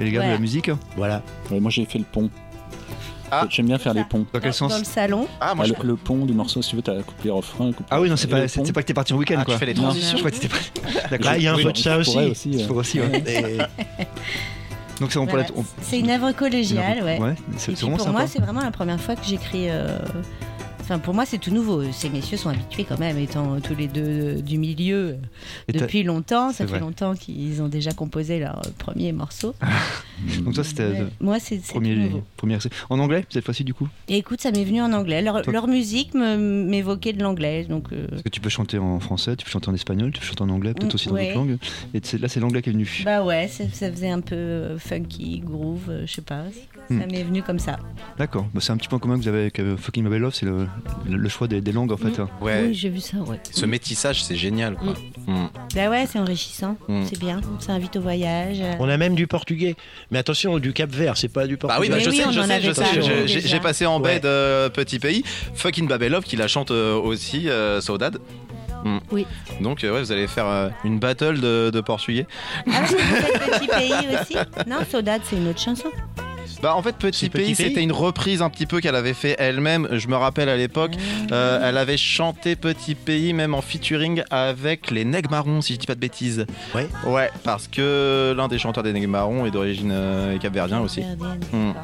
S1: Et les gars de
S6: Voilà.
S1: la euh, musique Dans
S4: temps. Voilà.
S7: Ouais, moi j'ai fait le pont.
S2: Ah.
S7: J'aime bien faire les ponts.
S1: quel
S6: Dans, dans
S1: sens
S6: le salon.
S2: Ah, moi
S7: Ah,
S2: je.
S7: le, le pont du morceau, si tu veux, t'as coupé les refrains. coupé-
S1: Ah oui, non, c'est
S7: Et
S1: pas,
S7: le
S1: c'est
S7: pont.
S1: c'est pas que t'es parti en week-end
S2: Ah,
S1: quoi.
S2: tu fais les
S1: Non, Je
S2: transitions.
S1: crois que t'étais pas. D'accord.
S4: Là, Ah, il y a un
S7: Oui,
S4: peu
S7: bah,
S4: de ça
S7: je pourrais
S4: aussi.
S7: euh.
S1: Faut aussi, ouais.
S4: Et-
S1: Donc c'est on peut
S6: Voilà.
S1: la- on-
S6: C'est une œuvre collégiale, ouais.
S1: Ouais,
S6: Et
S1: c'est
S6: puis
S1: c'est vraiment
S6: pour
S1: sympa.
S6: moi, c'est vraiment la première fois que j'écris. euh, Enfin, pour moi, c'est tout nouveau. Ces messieurs sont habitués quand même, étant tous les deux euh, du milieu
S1: Et t'as-
S6: depuis longtemps.
S1: c'est
S6: Ça fait
S1: vrai. Ah.
S6: longtemps qu'ils ont déjà composé leur euh, premier morceau.
S1: Donc ça, c'était
S6: Mais
S1: le
S6: Moi, c'est c'est tout
S1: premier,
S6: nouveau.
S1: premier essai. En anglais, cette fois-ci, du coup
S6: Et écoute, ça m'est venu en anglais. Leur,
S1: Toi-
S6: leur musique me- m'évoquait de l'anglais, donc euh,
S1: Parce que tu peux chanter en français, tu peux chanter en espagnol, tu peux chanter en anglais, peut-être
S6: Mm,
S1: aussi dans
S6: ouais.
S1: d'autres langues. Et c'est- là, c'est l'anglais qui est venu.
S6: bah ouais, ça, ça faisait un peu euh, funky, groove, euh, je sais pas. Ça
S1: Hmm.
S6: m'est venu comme ça.
S1: D'accord. Bah, c'est un petit point commun que vous avez avec euh, Fucking Mabel Love, c'est le, le- le choix des, des langues en
S6: Hmm.
S1: fait. hein.
S2: Mm. Ouais.
S3: Oui, j'ai vu ça, ouais.
S2: Ce métissage, c'est génial, quoi. Hmm.
S6: Bah ouais, c'est enrichissant,
S2: Hmm.
S6: c'est bien, ça invite au voyage.
S4: On a même du portugais. Mais attention, du Cap Vert, c'est pas du
S2: Bah
S4: portugais.
S2: oui, bah
S6: Mais
S2: je
S6: oui, on
S2: sais, je
S6: en
S2: sais,
S6: avait
S2: je sais.
S4: parlé
S2: je-
S6: déjà.
S2: J'ai j'ai passé en
S4: Ouais.
S2: bed euh, Petit Pays. Fucking Babelove qui la chante euh, aussi, euh, Saudade. Hmm.
S3: Oui.
S2: Donc, euh, ouais, vous allez faire euh, une battle de, de portugais.
S6: Ah, c'est un petit pays aussi Non, Saudade, c'est une autre chanson.
S2: Bah, en fait, Petit
S4: C'est Petit
S2: Pays,
S4: Pays
S2: c'était une reprise un petit peu qu'elle avait fait elle-même. Je me rappelle à l'époque, euh, elle avait chanté Petit Pays, même en featuring avec les Neg Marrons, si je dis pas de bêtises.
S4: Ouais.
S2: Ouais, parce que l'un des chanteurs des Neg Marrons est d'origine euh, capverdien aussi.
S6: Verdienne,
S2: Hmm.
S6: d'accord.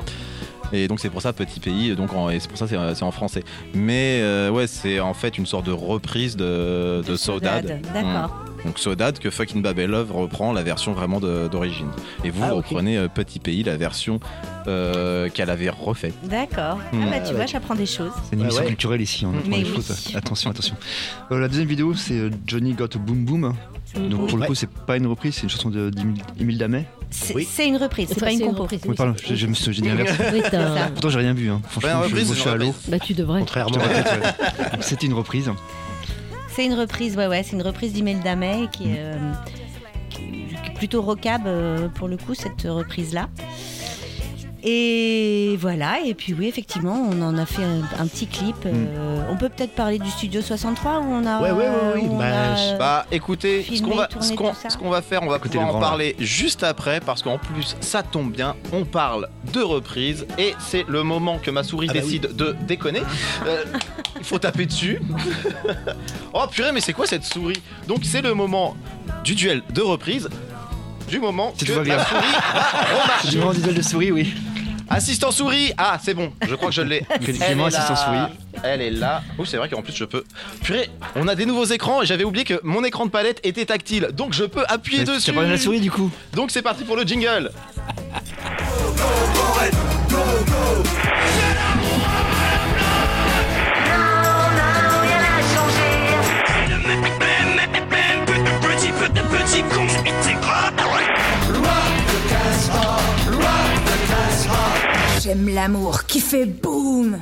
S2: Et donc c'est pour ça petit pays, donc en- et c'est pour ça c'est c'est en français. Mais euh, ouais, c'est en fait une sorte de reprise de, de Saudade. Mmh.
S6: D'accord.
S2: Donc Saudade que Fucking Babelove reprend la version vraiment de- d'origine. Et vous,
S4: Ah,
S2: vous
S4: ok.
S2: reprenez euh, Petit Pays, la version euh, qu'elle avait refaite.
S6: D'accord.
S2: Hmm.
S6: Ah bah tu vois, j'apprends des choses.
S1: C'est une
S4: Ouais,
S1: émission
S4: ouais.
S1: culturelle ici, hein, on apprend
S6: Mais
S1: des
S6: oui.
S1: choses. Attention, attention. Euh, la deuxième vidéo, c'est euh, Johnny Got a Boom Boom. Donc pour le
S4: Ouais.
S1: coup, c'est pas une reprise, c'est une chanson de- d'Emile Emile Damet.
S6: C'est
S4: Oui.
S6: c'est une reprise, c'est pas une compo.
S3: reprise,
S1: Oui, pardon, je, je me suis j'ai dit l'inverse.
S3: Oui, t'as-
S1: Pourtant, j'ai rien bu. Hein.
S2: Ouais,
S1: Franchement,
S2: une
S1: je-
S2: reprise,
S1: moi, je,
S2: une
S1: suis à l'eau.
S3: Bah, tu devrais.
S1: Je
S4: Contrairement
S1: te
S4: à
S1: répète, ouais. Donc, C'était une reprise.
S6: C'est une reprise, ouais, ouais, c'est une reprise d'Email Damet qui est euh, qui- qui est plutôt rockab euh, pour le coup, cette reprise-là. Et voilà, et puis oui, effectivement, on en a fait un, un petit clip. euh, On peut peut-être parler du studio 63 où on a.
S4: Ouais, ouais, ouais,
S6: euh,
S4: oui,
S6: où on
S4: bah,
S6: a,
S4: je-
S6: euh,
S2: Bah écoutez,
S6: Filmer,
S2: ce qu'on va,
S6: tourner,
S2: ce qu'on-
S6: tout ça.
S2: ce qu'on va faire, on va
S1: Écoutez
S2: pouvoir
S1: le
S2: en
S1: grand
S2: parler juste après, parce qu'en plus ça tombe bien, on parle de reprise, et c'est le moment que ma souris
S4: Ah bah oui.
S2: décide de déconner. Euh, Il faut taper dessus. oh purée, mais c'est quoi cette souris Donc c'est le moment du duel de reprise. Du moment
S1: Si
S2: que
S1: tout va bien.
S2: la souris va
S1: J'ai
S2: remarcher.
S1: vraiment des ailes de souris, oui.
S2: Assistant souris Ah, c'est bon, je crois que je l'ai.
S1: Clé-
S2: Elle
S1: Clément,
S2: est
S1: assistant
S2: là.
S1: souris.
S2: Elle est là. Oh, c'est vrai qu'en plus je peux. Purée, on a des nouveaux écrans et j'avais oublié que mon écran de palette était tactile. Donc je peux appuyer
S1: Mais
S2: dessus.
S1: T'as pas la souris du coup
S2: Donc c'est parti pour le jingle.
S9: J'aime l'amour qui fait boum.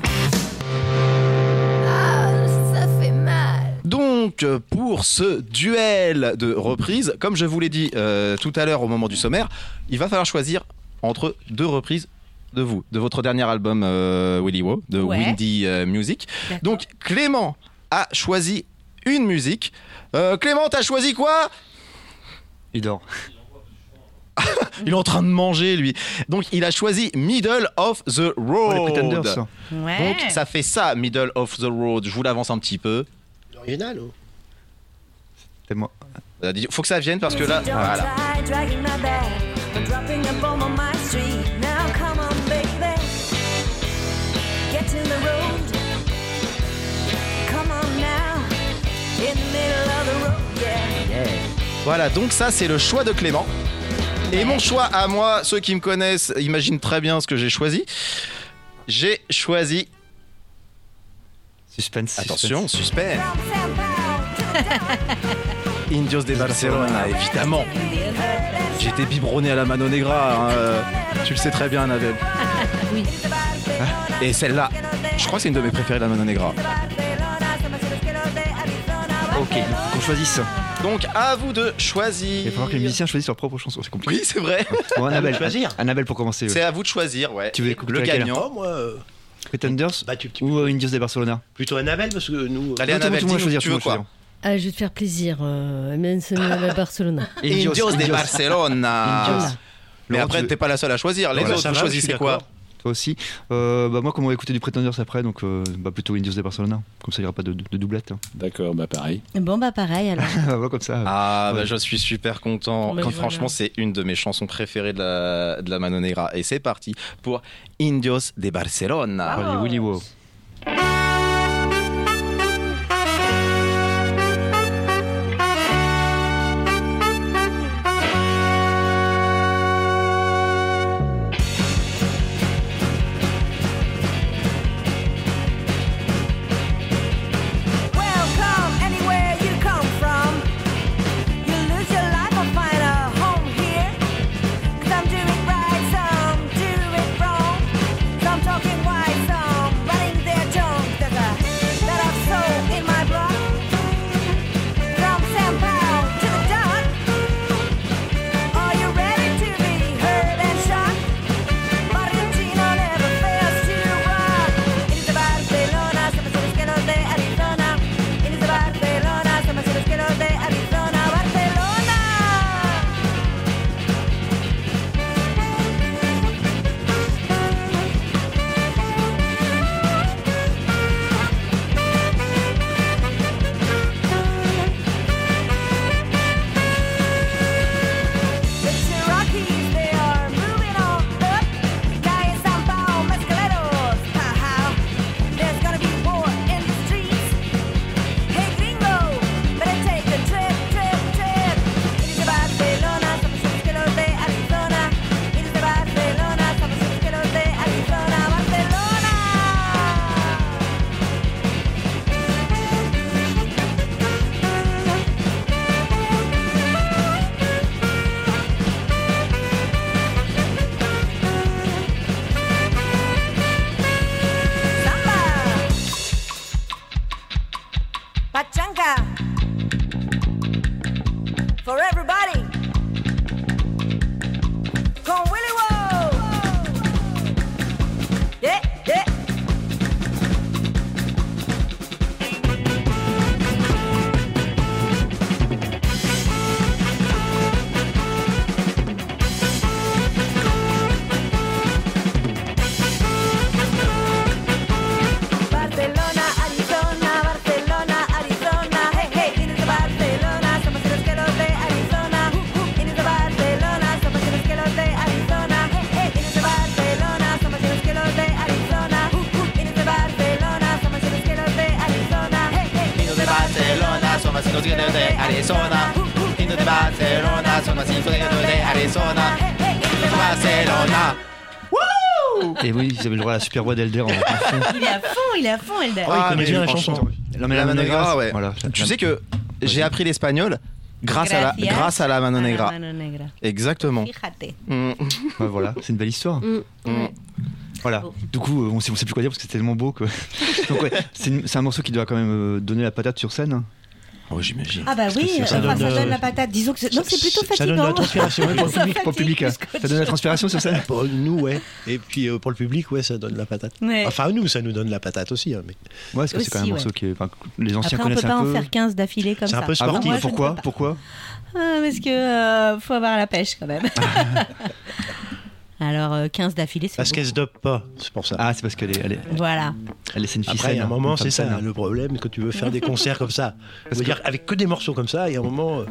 S9: Ah, ça fait mal.
S2: Donc euh, pour ce duel de reprise, comme je vous l'ai dit euh, tout à l'heure au moment du sommaire, il va falloir choisir entre deux reprises de vous, de votre dernier album euh, Willy Wo, de
S6: Ouais.
S2: Windy euh, Music. Donc Clément a choisi une musique. Euh, Clément, t'as choisi quoi
S1: Il dort.
S2: Il est en train de manger lui. Donc il a choisi Middle of the
S1: Oh, les
S2: Road.
S1: Pretenders, ça.
S6: Ouais.
S2: Donc ça fait ça, Middle of the Road. Je vous l'avance un petit peu.
S4: L'original, oh.
S1: Tellement-
S2: Euh, dis- Faut que ça vienne parce que là, voilà. Voilà, donc ça c'est le choix de Clément. Et mon choix à moi, ceux qui me connaissent imaginent très bien ce que j'ai choisi. J'ai choisi,
S1: Suspense. suspense.
S2: attention, suspense, Indios de Barcelona, évidemment. J'étais biberonné à la Mano Negra, hein, euh, tu le sais très bien, Annabelle.
S6: Oui.
S2: Et celle-là, je crois que c'est une de mes préférées, la Mano Negra.
S1: Ok, donc qu'on choisisse.
S2: Donc à vous de choisir.
S1: Il va falloir que les musiciens choisissent leur propre chanson, c'est compliqué.
S2: Oui, c'est vrai.
S1: Bon, Annabelle,
S4: choisir.
S1: Annabelle pour commencer. ouais.
S2: C'est à vous de choisir, ouais.
S1: Tu veux écouter
S2: le
S1: laquelle
S2: gagnant
S4: Oh, moi, euh,
S1: Pretenders
S4: bah, tu, tu-
S1: ou euh, Indios de Barcelona
S4: plutôt Annabelle, parce que nous.
S2: Allez,
S1: Non, tout le monde,
S2: Annabelle,
S1: tout le monde
S2: dis-nous,
S1: choisir,
S2: tu
S1: tout le
S2: veux
S1: monde
S2: quoi
S3: Ah, je vais te faire plaisir, euh, même si à Barcelona.
S1: choisir.
S2: Indios de Barcelona.
S3: Voilà.
S2: Mais
S1: Laurent,
S2: après,
S1: tu-
S2: t'es pas la seule à choisir. Les
S4: Voilà,
S2: autres,
S4: ça
S2: vous
S4: va, je
S2: choisissez
S4: suis
S2: quoi
S4: d'accord.
S1: Toi aussi. Euh, bah moi, comme on va écouter du Pretenders après, donc euh, bah, plutôt Indios de Barcelona. Comme ça, il n'y aura pas de, de- de doublette. hein.
S7: D'accord, bah pareil.
S6: Bon, bah pareil alors.
S1: Voilà, comme ça.
S2: Ah, bah,
S1: Ouais.
S2: je suis super content.
S3: Bah, voilà.
S2: Quand, franchement, c'est une de mes chansons préférées de la, de la Mano Negra. Et c'est parti pour Indios de Barcelona.
S1: Allez, Willy Wow.
S9: Welcome anywhere you come from. You lose your life or find a home here. Cause I'm doing right, some do it wrong. Some talking wise, some running their tongues. There's a lot of soul in my blood. From San Paolo to the dark. Are you ready to be heard and shot? Martino never fails to rock. It is the Barcelona, somos los que los de Arizona. It is the Barcelona, somos los que los de Arizona. Barcelona. The Cherokees, they are moving on up. Guy in São Paulo, mescaleros, ha There's gonna be war in the streets. Hey gringo, better take a trip, trip, trip. It is Barcelona, somos los que los de Arizona. It is Barcelona, somos los que los de Arizona. Barcelona. Samba, pachanga, for everybody. Con Willy Woo. Yeah, yeah. Barcelona, Arizona, Barcelona, Arizona. Hey, hey, it is the Barcelona, somos los que los de Arizona. Uh, uh, it is the Barcelona, somos los que los de Arizona. Hey, hey, it is the Barcelona, somos los que los de Arizona. Uh, uh, it is the Barcelona, somos los que los de Arizona. Hey, hey, it is the Barcelona, somos los que los de Arizona. Uh, uh, it is the Barcelona, somos los que los de Arizona. Hey, hey, it is the Barcelona.
S1: Et Eh oui, vous avez le droit à la super voix d'Elder. en- en fond.
S6: Il est à fond, il est à fond, Elder.
S2: Ah, mais
S1: franchement,
S2: franchement,
S1: Non, mais
S2: La
S1: la
S2: Mano
S1: Manogra,
S2: Negra,
S1: c'est-
S2: ouais.
S1: Voilà,
S2: Tu
S1: la-
S2: sais que j'ai appris l'espagnol grâce à la
S6: Gracias
S2: grâce à la Mano
S6: Ah, la
S2: Negra.
S6: Mano Negra.
S2: Exactement.
S6: Fíjate.
S2: Mm.
S1: bah, voilà, c'est une belle histoire.
S3: Mm.
S2: Mm.
S1: Voilà. Du coup, euh, on sait, on sait plus quoi dire parce que c'est tellement beau que. Donc ouais, c'est une- c'est un morceau qui doit quand même euh, donner la patate sur scène. hein.
S2: Oh, j'imagine.
S6: Ah bah oui,
S1: que
S6: enfin,
S1: c'est-
S6: ça,
S1: ça
S6: donne,
S4: donne, euh,
S6: la patate. Disons que c'est- non, c'est plutôt
S4: Ça donne
S6: fatigant.
S4: la transpiration.
S1: Pour le
S6: Ça
S1: public, pour le public, hein.
S6: fatigue plus
S1: ça donne la transpiration sur scène
S4: Pour nous, ouais. Et puis euh, pour le public, ouais, ça donne la patate.
S6: Ouais.
S4: Enfin, nous, ça nous donne la patate aussi. hein, mais
S1: Ouais, parce que c'est quand
S6: Aussi,
S1: même un morceau qui est. enfin, Les anciens
S6: Après, on peut
S1: connaissent
S6: pas
S1: un
S6: en
S1: peu.
S6: faire 15 d'affilée comme
S4: C'est
S6: ça.
S4: un peu
S1: Ah bon
S4: sportif.
S6: Moi, je ne
S1: Pourquoi
S6: peux pas.
S1: Pourquoi
S6: Ah, Parce que euh, faut avoir la pêche quand même. Alors, euh, 15 d'affilée, c'est
S4: Parce qu'elle se dope pas, c'est pour ça.
S1: Ah, c'est parce qu'elle est, elle est,
S6: beau. Voilà.
S1: elle est une fille
S4: Après, il
S1: saine,
S4: y a un
S1: hein,
S4: moment,
S1: une femme
S4: c'est ça.
S1: saine, hein.
S4: Le problème, quand tu veux faire des concerts comme ça,
S1: Parce
S4: je veux dire avec que des morceaux comme ça, il y a un moment. euh,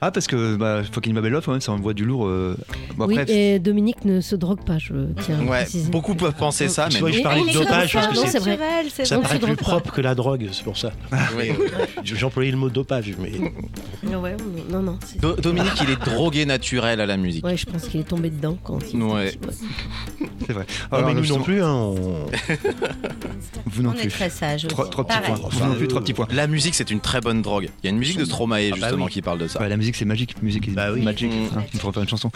S1: Ah, parce que bah, Fucking Babel Love, quand même, ça envoie du lourd. euh, Bon,
S3: oui,
S1: après,
S3: et Dominique ne se drogue pas, je tiens
S6: euh,
S3: à
S2: Ouais,
S3: préciser.
S2: beaucoup peuvent penser ça, mais
S4: Soit
S2: non.
S4: je parlais
S6: Et
S4: de
S6: elle est
S4: dopage
S6: comme ça,
S4: parce que
S3: non,
S4: c'est.
S3: c'est vrai.
S6: naturel, c'est
S3: on
S4: Ça
S6: bon.
S3: ne
S4: paraît
S3: se
S4: plus
S3: drogue pas.
S4: propre que la drogue, c'est pour ça.
S2: Ah Oui.
S4: J'ai employé le mot dopage, mais
S3: Ouais, non, non. c'est-
S2: Do- Dominique, il est drogué naturel à la musique.
S3: Ouais, je pense qu'il est tombé dedans quand il était
S2: Ouais.
S3: petit, ouais.
S1: c'est vrai.
S4: Non,
S1: Alors,
S4: mais nous
S1: justement,
S4: non plus. hein, on-
S1: Vous non
S6: On est
S1: plus.
S6: très sage.
S1: Trois, trois petits
S6: Pareil.
S1: points. Vous non plus, trois petits points.
S2: La musique, c'est une très bonne drogue. Il y a une musique de Stromae,
S4: bah
S2: justement,
S4: oui.
S2: qui parle de ça.
S1: Ouais, la musique, c'est magique. Musique
S4: Bah oui.
S1: magique.
S2: Mmh.
S1: hein, il faudrait faire une chanson.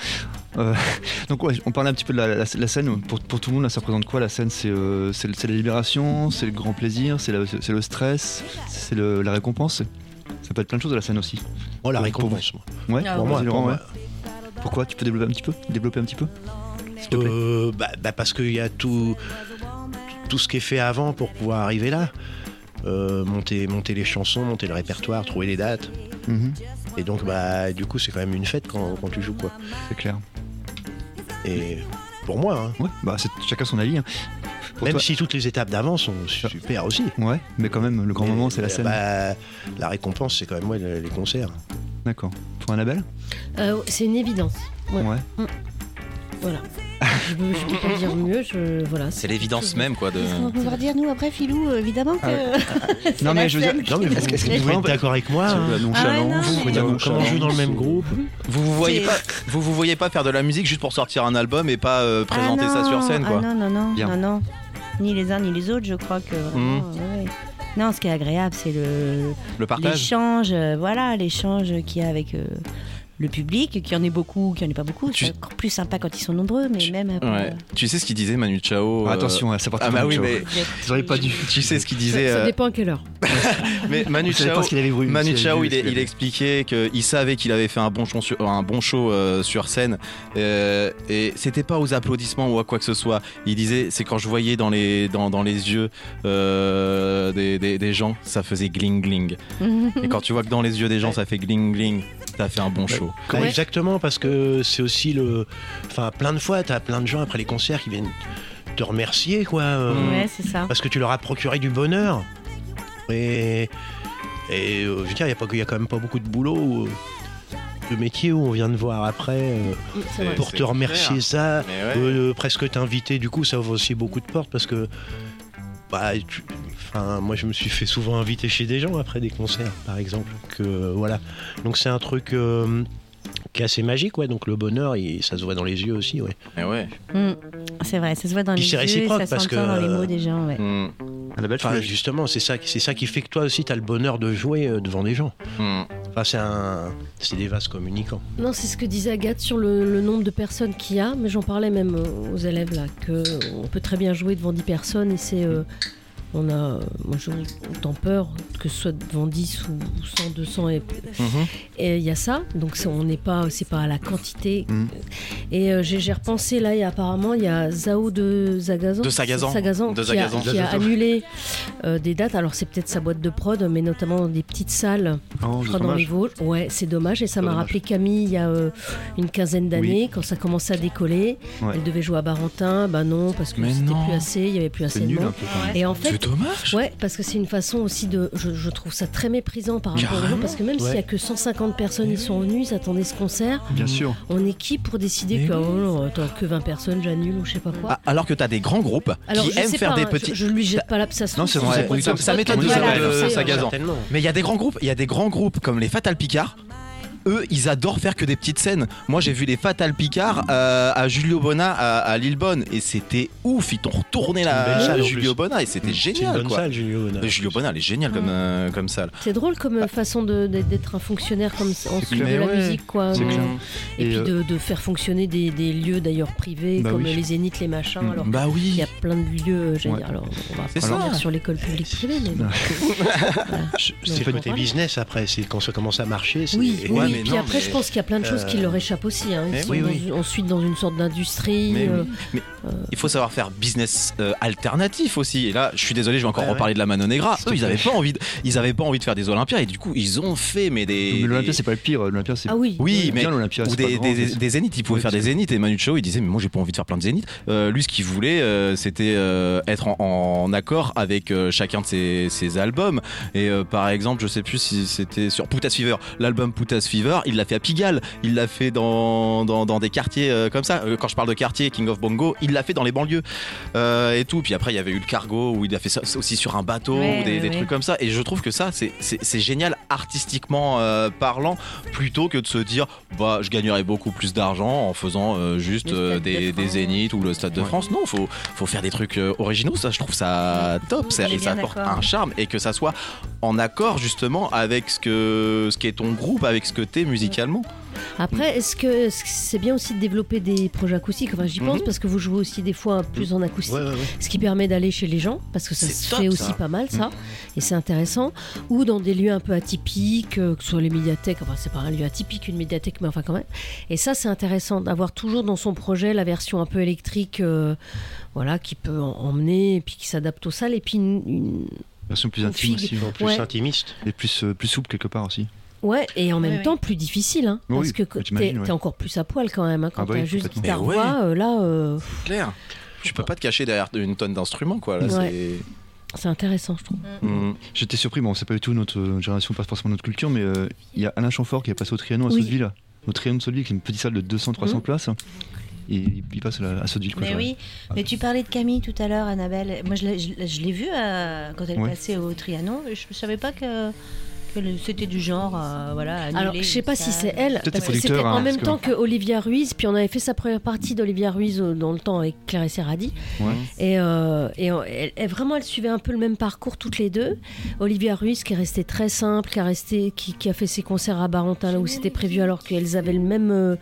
S1: Euh, donc, ouais, on parlait un petit peu de la, la- la scène. Pour, pour tout le monde, là, ça représente quoi La scène, c'est euh, c'est le- c'est la libération, c'est le grand plaisir, c'est la- c'est le stress, c'est le- la récompense. Ça peut être plein de choses de la scène aussi.
S4: Oh, la
S1: Pour- pour
S4: récompense. moi.
S1: Ouais,
S6: Ah
S1: pour
S4: Pour moi,
S1: vas-y,
S4: pour
S1: Laurent,
S4: moi.
S1: ouais. Pourquoi Tu peux développer un petit peu Développer un petit peu S'il te plaît.
S4: Euh, bah, bah, parce qu'il y a tout, tout ce qui est fait avant pour pouvoir arriver là. Euh, monter, monter les chansons, monter le répertoire, trouver les dates.
S1: Mhm,
S4: Et donc, bah, du coup, c'est quand même une fête quand, quand tu joues. Quoi.
S1: c'est clair.
S4: Et pour moi, hein,
S1: Ouais, bah, c'est chacun son avis. hein. Pour
S4: même
S1: toi-
S4: si toutes les étapes d'avant sont super aussi.
S1: Ouais, mais quand même, le grand
S4: Mais,
S1: moment, c'est la
S4: euh,
S1: scène.
S4: bah, la récompense, c'est quand même ouais, les les concerts.
S1: D'accord. Pour un label
S3: Euh, c'est une évidence. Ouais. Mm.
S1: Ouais.
S3: Voilà. je ne peux pas dire mieux. Je, voilà,
S2: C'est l'évidence même, quoi. De...
S6: Qu'est-ce qu'on va pouvoir dire, nous, après, Filou euh, Évidemment que. c'est
S1: Ah Non, mais
S6: la
S1: je veux dire-
S6: scène qui
S4: Non, mais
S6: nous
S4: vous,
S1: Est-ce que- est-ce que
S4: vous
S1: vous
S4: pouvez
S1: voyez-
S4: être d'accord avec moi. hein.
S1: C'est
S6: Ah ouais, non,
S1: Faut
S6: mais-
S1: dire
S4: Comment
S1: nonchalant,
S4: on joue dans le même
S1: c'est-
S4: groupe
S2: Vous vous voyez
S6: C'est-
S2: pas, vous vous voyez pas faire de la musique juste pour sortir un album et pas euh, présenter
S6: Ah
S2: ça sur
S6: non,
S2: scène, quoi.
S6: Ah non, non, non,
S1: Bien.
S6: non, non. Ni les uns ni les autres, je crois que. vraiment, ouais, ouais. Non, ce qui est agréable, c'est le
S2: Mmh. Le partage.
S6: l'échange, euh, voilà, l'échange qu'il y a avec euh, le public, qu'il y en ait beaucoup, qu'il n'y en ait pas beaucoup.
S2: Tu-
S6: C'est encore plus sympa quand ils sont nombreux, mais même. après,
S2: Ouais. Tu sais ce qu'il disait Manu Chao
S1: Ah,
S2: euh,
S1: Attention, ça part
S2: Ah bah oui, mais
S6: euh,
S1: J'aurais pas dû.
S2: tu sais ce qu'il
S3: Ça,
S2: disait.
S3: ça
S2: euh,
S3: dépend à quelle heure.
S2: Mais Manu
S1: Je savais
S2: Chao.
S1: pas ce qu'il avait voulu.
S2: Manu
S1: s'il avait
S2: Chao,
S1: vu,
S2: il,
S1: s'il
S2: est- il
S1: avait-
S2: expliquait qu'il savait qu'il avait fait un bon show sur, un bon show, euh, sur scène euh, et c'était pas aux applaudissements ou à quoi que ce soit. Il disait c'est quand je voyais dans les dans, dans les yeux euh, des, des- des gens ça faisait gling gling et quand tu vois que dans les yeux des gens ça fait gling gling t'as fait un bon show.
S4: Bah,
S3: Ouais.
S4: Exactement, parce que c'est aussi le. Enfin, plein de fois, t'as plein de gens après les concerts qui viennent te remercier, quoi. euh,
S2: Mm.
S6: Ouais, c'est ça.
S4: Parce que tu leur as procuré du bonheur. Et. Et euh, je veux dire, il y a, pas- y a quand même pas beaucoup de boulot, ou, de métier où on vient de voir après. euh,
S3: C'est vrai.
S4: pour
S2: c'est
S4: te remercier,
S2: clair.
S4: ça.
S2: Mais ouais.
S4: euh, presque t'inviter, du coup, ça ouvre aussi beaucoup de portes parce que. Bah, tu- enfin, moi, je me suis fait souvent inviter chez des gens après des concerts, par exemple. Que, euh, voilà. Donc, c'est un truc euh, qui est assez magique, ouais. Donc, le bonheur, il- ça se voit dans les yeux aussi, Eh ouais.
S2: Mais ouais.
S6: Mm. C'est vrai, ça se voit dans
S4: Puis
S6: les
S4: c'est
S6: yeux,
S4: réciproque,
S6: ça
S4: parce
S6: s'entend
S4: que,
S6: dans les
S4: euh,
S6: mots des gens. Ouais.
S2: Mm.
S1: Un label, je
S4: Enfin,
S1: voulais-
S4: justement, c'est ça, qui- c'est ça qui fait que toi aussi, t'as le bonheur de jouer euh, devant des gens.
S2: Mm.
S4: Enfin, c'est un. C'est des vases communicants.
S3: Non, c'est ce que disait Agathe sur le, le nombre de personnes qu'il y a, mais j'en parlais même euh, aux élèves là, que on peut très bien jouer devant 10 personnes et c'est. euh, on a, euh, moi je joue autant peur que ce soit devant 10 ou 100, 200 et
S2: Mhm.
S3: et il y a ça, donc c'est- on n'est pas, c'est pas à la quantité.
S1: Mm.
S3: Et euh, j'ai j'ai repensé là, et apparemment il y a Zao de Zagazan,
S2: De Sagazan. De
S3: qui, a,
S2: Sagazan.
S3: qui a annulé euh, des dates. Alors c'est peut-être sa boîte de prod, mais notamment dans des petites salles
S1: Oh, c'est
S3: Prends dans les
S1: dommage.
S3: Vosges. Ouais, c'est dommage. Et ça m'a
S1: dommage.
S3: rappelé Camille il y a euh, une quinzaine d'années, quand ça commençait à décoller.
S1: Ouais.
S3: Elle devait jouer à Barentin. Bah non, parce que
S2: Mais
S3: c'était
S2: non.
S3: plus assez, il n'y avait plus assez
S1: C'est
S3: de
S1: nul un
S3: monde.
S1: peu quand même.
S3: Et en
S2: C'est
S3: fait,
S2: dommage.
S3: ouais, parce que c'est une façon aussi de. Je, je trouve ça très méprisant par rapport aux gens,
S2: Carrément.
S3: parce que même s'il n'y
S4: Ouais.
S3: a que 150 personnes, ils sont venus, ils attendaient ce concert.
S1: Bien sûr.
S3: On est qui pour décider
S2: Mais
S3: que, oh non, attends, que 20 personnes, j'annule ou je sais pas quoi
S2: Ah, Alors que t'as des grands groupes
S3: Alors,
S2: qui
S3: je
S2: aiment
S3: sais
S2: faire
S3: pas,
S2: des
S3: hein,
S2: petits.
S3: Je, je lui jette pas la ça se
S1: Non,
S3: trouve,
S1: c'est vrai,
S3: son-
S1: c'est
S3: son-
S1: producteur.
S3: son
S2: Ça m'étonne
S3: pote,
S2: du
S3: voilà,
S2: Sagazan,
S3: je sais,
S2: Sagazan.
S4: Certainement.
S2: Mais il y a des grands groupes, il y a des grands groupes comme les Fatal Picard eux, ils adorent faire que des petites scènes. Moi, j'ai vu les Fatal Picard euh, à Julio Bona à, à Lillebonne et c'était ouf. Ils t'ont retourné
S4: C'est une belle
S2: la
S4: salle, en
S2: Julio
S4: plus.
S2: Bona et c'était
S4: C'est une
S2: génial.
S4: bonne
S2: Quoi.
S4: salle, Julio Bonal.
S2: Mais Julio Bona, elle est géniale comme, euh, comme salle.
S3: C'est drôle comme euh, façon de- d'être d'être un fonctionnaire comme ça, en dessous de
S1: clair.
S3: la
S1: Mais ouais,
S3: musique, quoi.
S1: c'est
S3: Mais-
S1: clair.
S3: Et,
S1: Et,
S3: puis
S1: euh,
S3: de, de faire fonctionner des, des lieux d'ailleurs privés,
S1: Bah
S3: comme
S1: oui.
S3: les zéniths, les machins.
S1: Mm.
S3: Alors
S2: Bah
S3: il y
S2: oui.
S3: a plein de lieux, euh, j'allais
S1: Ouais.
S3: dire, Alors on va
S2: C'est
S3: pas revenir
S2: ça.
S3: sur l'école publique privée, mais.
S1: Non.
S4: Je-
S3: Mais
S4: C'est le côté
S3: voilà.
S4: business après, c'est quand ça commence à marcher. c'est-
S3: Oui,
S4: et-
S3: oui.
S2: mais
S3: puis
S2: non,
S3: après,
S2: mais-
S3: je pense qu'il y a plein de choses qui
S4: Euh,
S3: leur échappent aussi. hein. Ils
S2: mais
S3: sont
S4: oui,
S3: dans
S4: oui.
S3: une- ensuite dans une sorte d'industrie.
S2: Mais
S3: euh,
S2: oui. Mais il faut savoir faire business euh, alternatif aussi. Et là, je suis désolé, je vais encore
S4: Ouais,
S2: reparler de la Mano Negra.
S4: S'il te
S2: Eux, ils
S4: plaît.
S2: avaient pas envie, de, ils avaient pas envie de faire des Olympiades. Et du coup, ils ont fait mais des.
S1: Mais l'Olympia,
S2: des-
S1: c'est pas le pire. L'Olympia, c'est
S3: Ah oui.
S2: Oui,
S1: c'est
S2: mais-
S1: bien l'Olympia.
S2: ou
S1: c'est pas
S2: des,
S1: grand,
S2: des,
S1: mais-
S2: des zéniths, il pouvait
S1: Ouais,
S2: faire des
S1: c'est-
S2: zéniths et Manu Chao il disait mais moi j'ai pas envie de faire plein de zéniths. Euh, lui ce qu'il voulait euh, c'était euh, être en, en accord avec euh, chacun de ses, ses albums et euh, par exemple je sais plus si c'était sur Putas Fever l'album Putas Fever il l'a fait à Pigalle il l'a fait dans, dans, dans des quartiers euh, comme ça Euh, quand je parle de quartier King of Bongo il l'a fait dans les banlieues euh, et tout puis après il y avait eu le cargo où il a fait ça aussi sur un bateau
S6: Ouais,
S2: ou des,
S6: ouais,
S2: des
S6: ouais.
S2: trucs comme ça et je trouve que ça c'est- c'est c'est génial artistiquement euh, parlant plutôt que de se dire bah je gagnerais beaucoup plus d'argent en faisant euh, juste
S6: Le
S2: euh,
S6: Stade de
S2: des, des
S6: France.
S2: zéniths ou le Stade de
S6: Ouais.
S2: France. Non, faut faut faire des trucs euh, originaux. Ça, je trouve ça top. Ça,
S6: On est
S2: et ça
S6: bien
S2: apporte
S6: d'accord.
S2: un charme et que ça soit en accord justement avec ce que ce qu'est ton groupe, avec ce que t'es musicalement.
S3: Après, est-ce que est-ce que c'est bien aussi de développer des projets acoustiques Enfin, j'y pense
S2: Mhm.
S3: parce que vous jouez aussi des fois plus en acoustique.
S4: Ouais, ouais, ouais.
S3: ce qui permet d'aller chez les gens parce que ça
S2: C'est
S3: se
S2: top,
S3: fait
S2: ça. Mhm.
S3: aussi pas mal ça et c'est intéressant ou dans des lieux un peu atypiques euh, que ce soit les médiathèques enfin c'est pas un lieu atypique une médiathèque mais enfin quand même et ça c'est intéressant d'avoir toujours dans son projet la version un peu électrique euh, voilà qui peut en- emmener et puis qui s'adapte aux salles et puis une- une-
S1: Version plus
S3: Aux
S1: intime
S3: figues.
S1: aussi.
S4: Ils sont plus
S3: Ouais.
S4: intimistes.
S1: Et plus, euh, plus souple quelque part aussi.
S3: ouais et en même
S6: oui.
S3: temps plus difficile hein,
S1: Oui,
S3: parce que
S1: bah,
S3: t'es
S1: t'imagines, ouais.
S3: t'es encore plus à poil quand même hein, quand
S1: Ah bah
S3: t'as
S1: oui,
S3: juste
S1: complètement.
S3: ta
S2: Mais ouais.
S3: voix euh, là euh,
S2: Clair. Tu peux pas te cacher derrière une tonne d'instruments quoi. Là,
S3: Ouais. c'est intéressant je trouve
S2: c'est- Mm.
S1: J'étais surpris, bon, c'est pas du tout notre euh, génération, pas forcément notre culture, mais euh, il y a Alain Chamfort qui est passé au Trianon à
S3: Oui.
S1: Sotteville. Au Trianon de Sotteville, qui est une petite salle de 200-300
S3: Mhm.
S1: places. Et il il passe à, la- à Sotteville. Quoi,
S6: Mais
S1: genre.
S6: oui, mais tu parlais de Camille tout à l'heure, Annabelle. Moi, je l'ai- je l'ai je l'ai vue euh, quand elle
S1: Ouais.
S6: passait au Trianon. Je ne savais pas que, que le- c'était du genre. euh, voilà,
S3: Alors, je sais pas si c'est elle,
S1: Peut-être
S3: parce
S1: les
S3: que c'était
S1: producteurs,
S3: en
S1: hein,
S3: même
S1: parce que-
S3: temps que Olivia Ruiz, puis on avait fait sa première partie d'Olivia Ruiz euh, dans le temps avec Claire Serradi.
S1: Ouais.
S3: Et, euh, et euh, elle, elle- vraiment, elle suivait un peu le même parcours toutes les deux. Olivia Ruiz, qui est restée très simple, qui a, resté, qui, qui a fait ses concerts à Barentin, là où c'était prévu, alors qu'elles avaient le même, euh,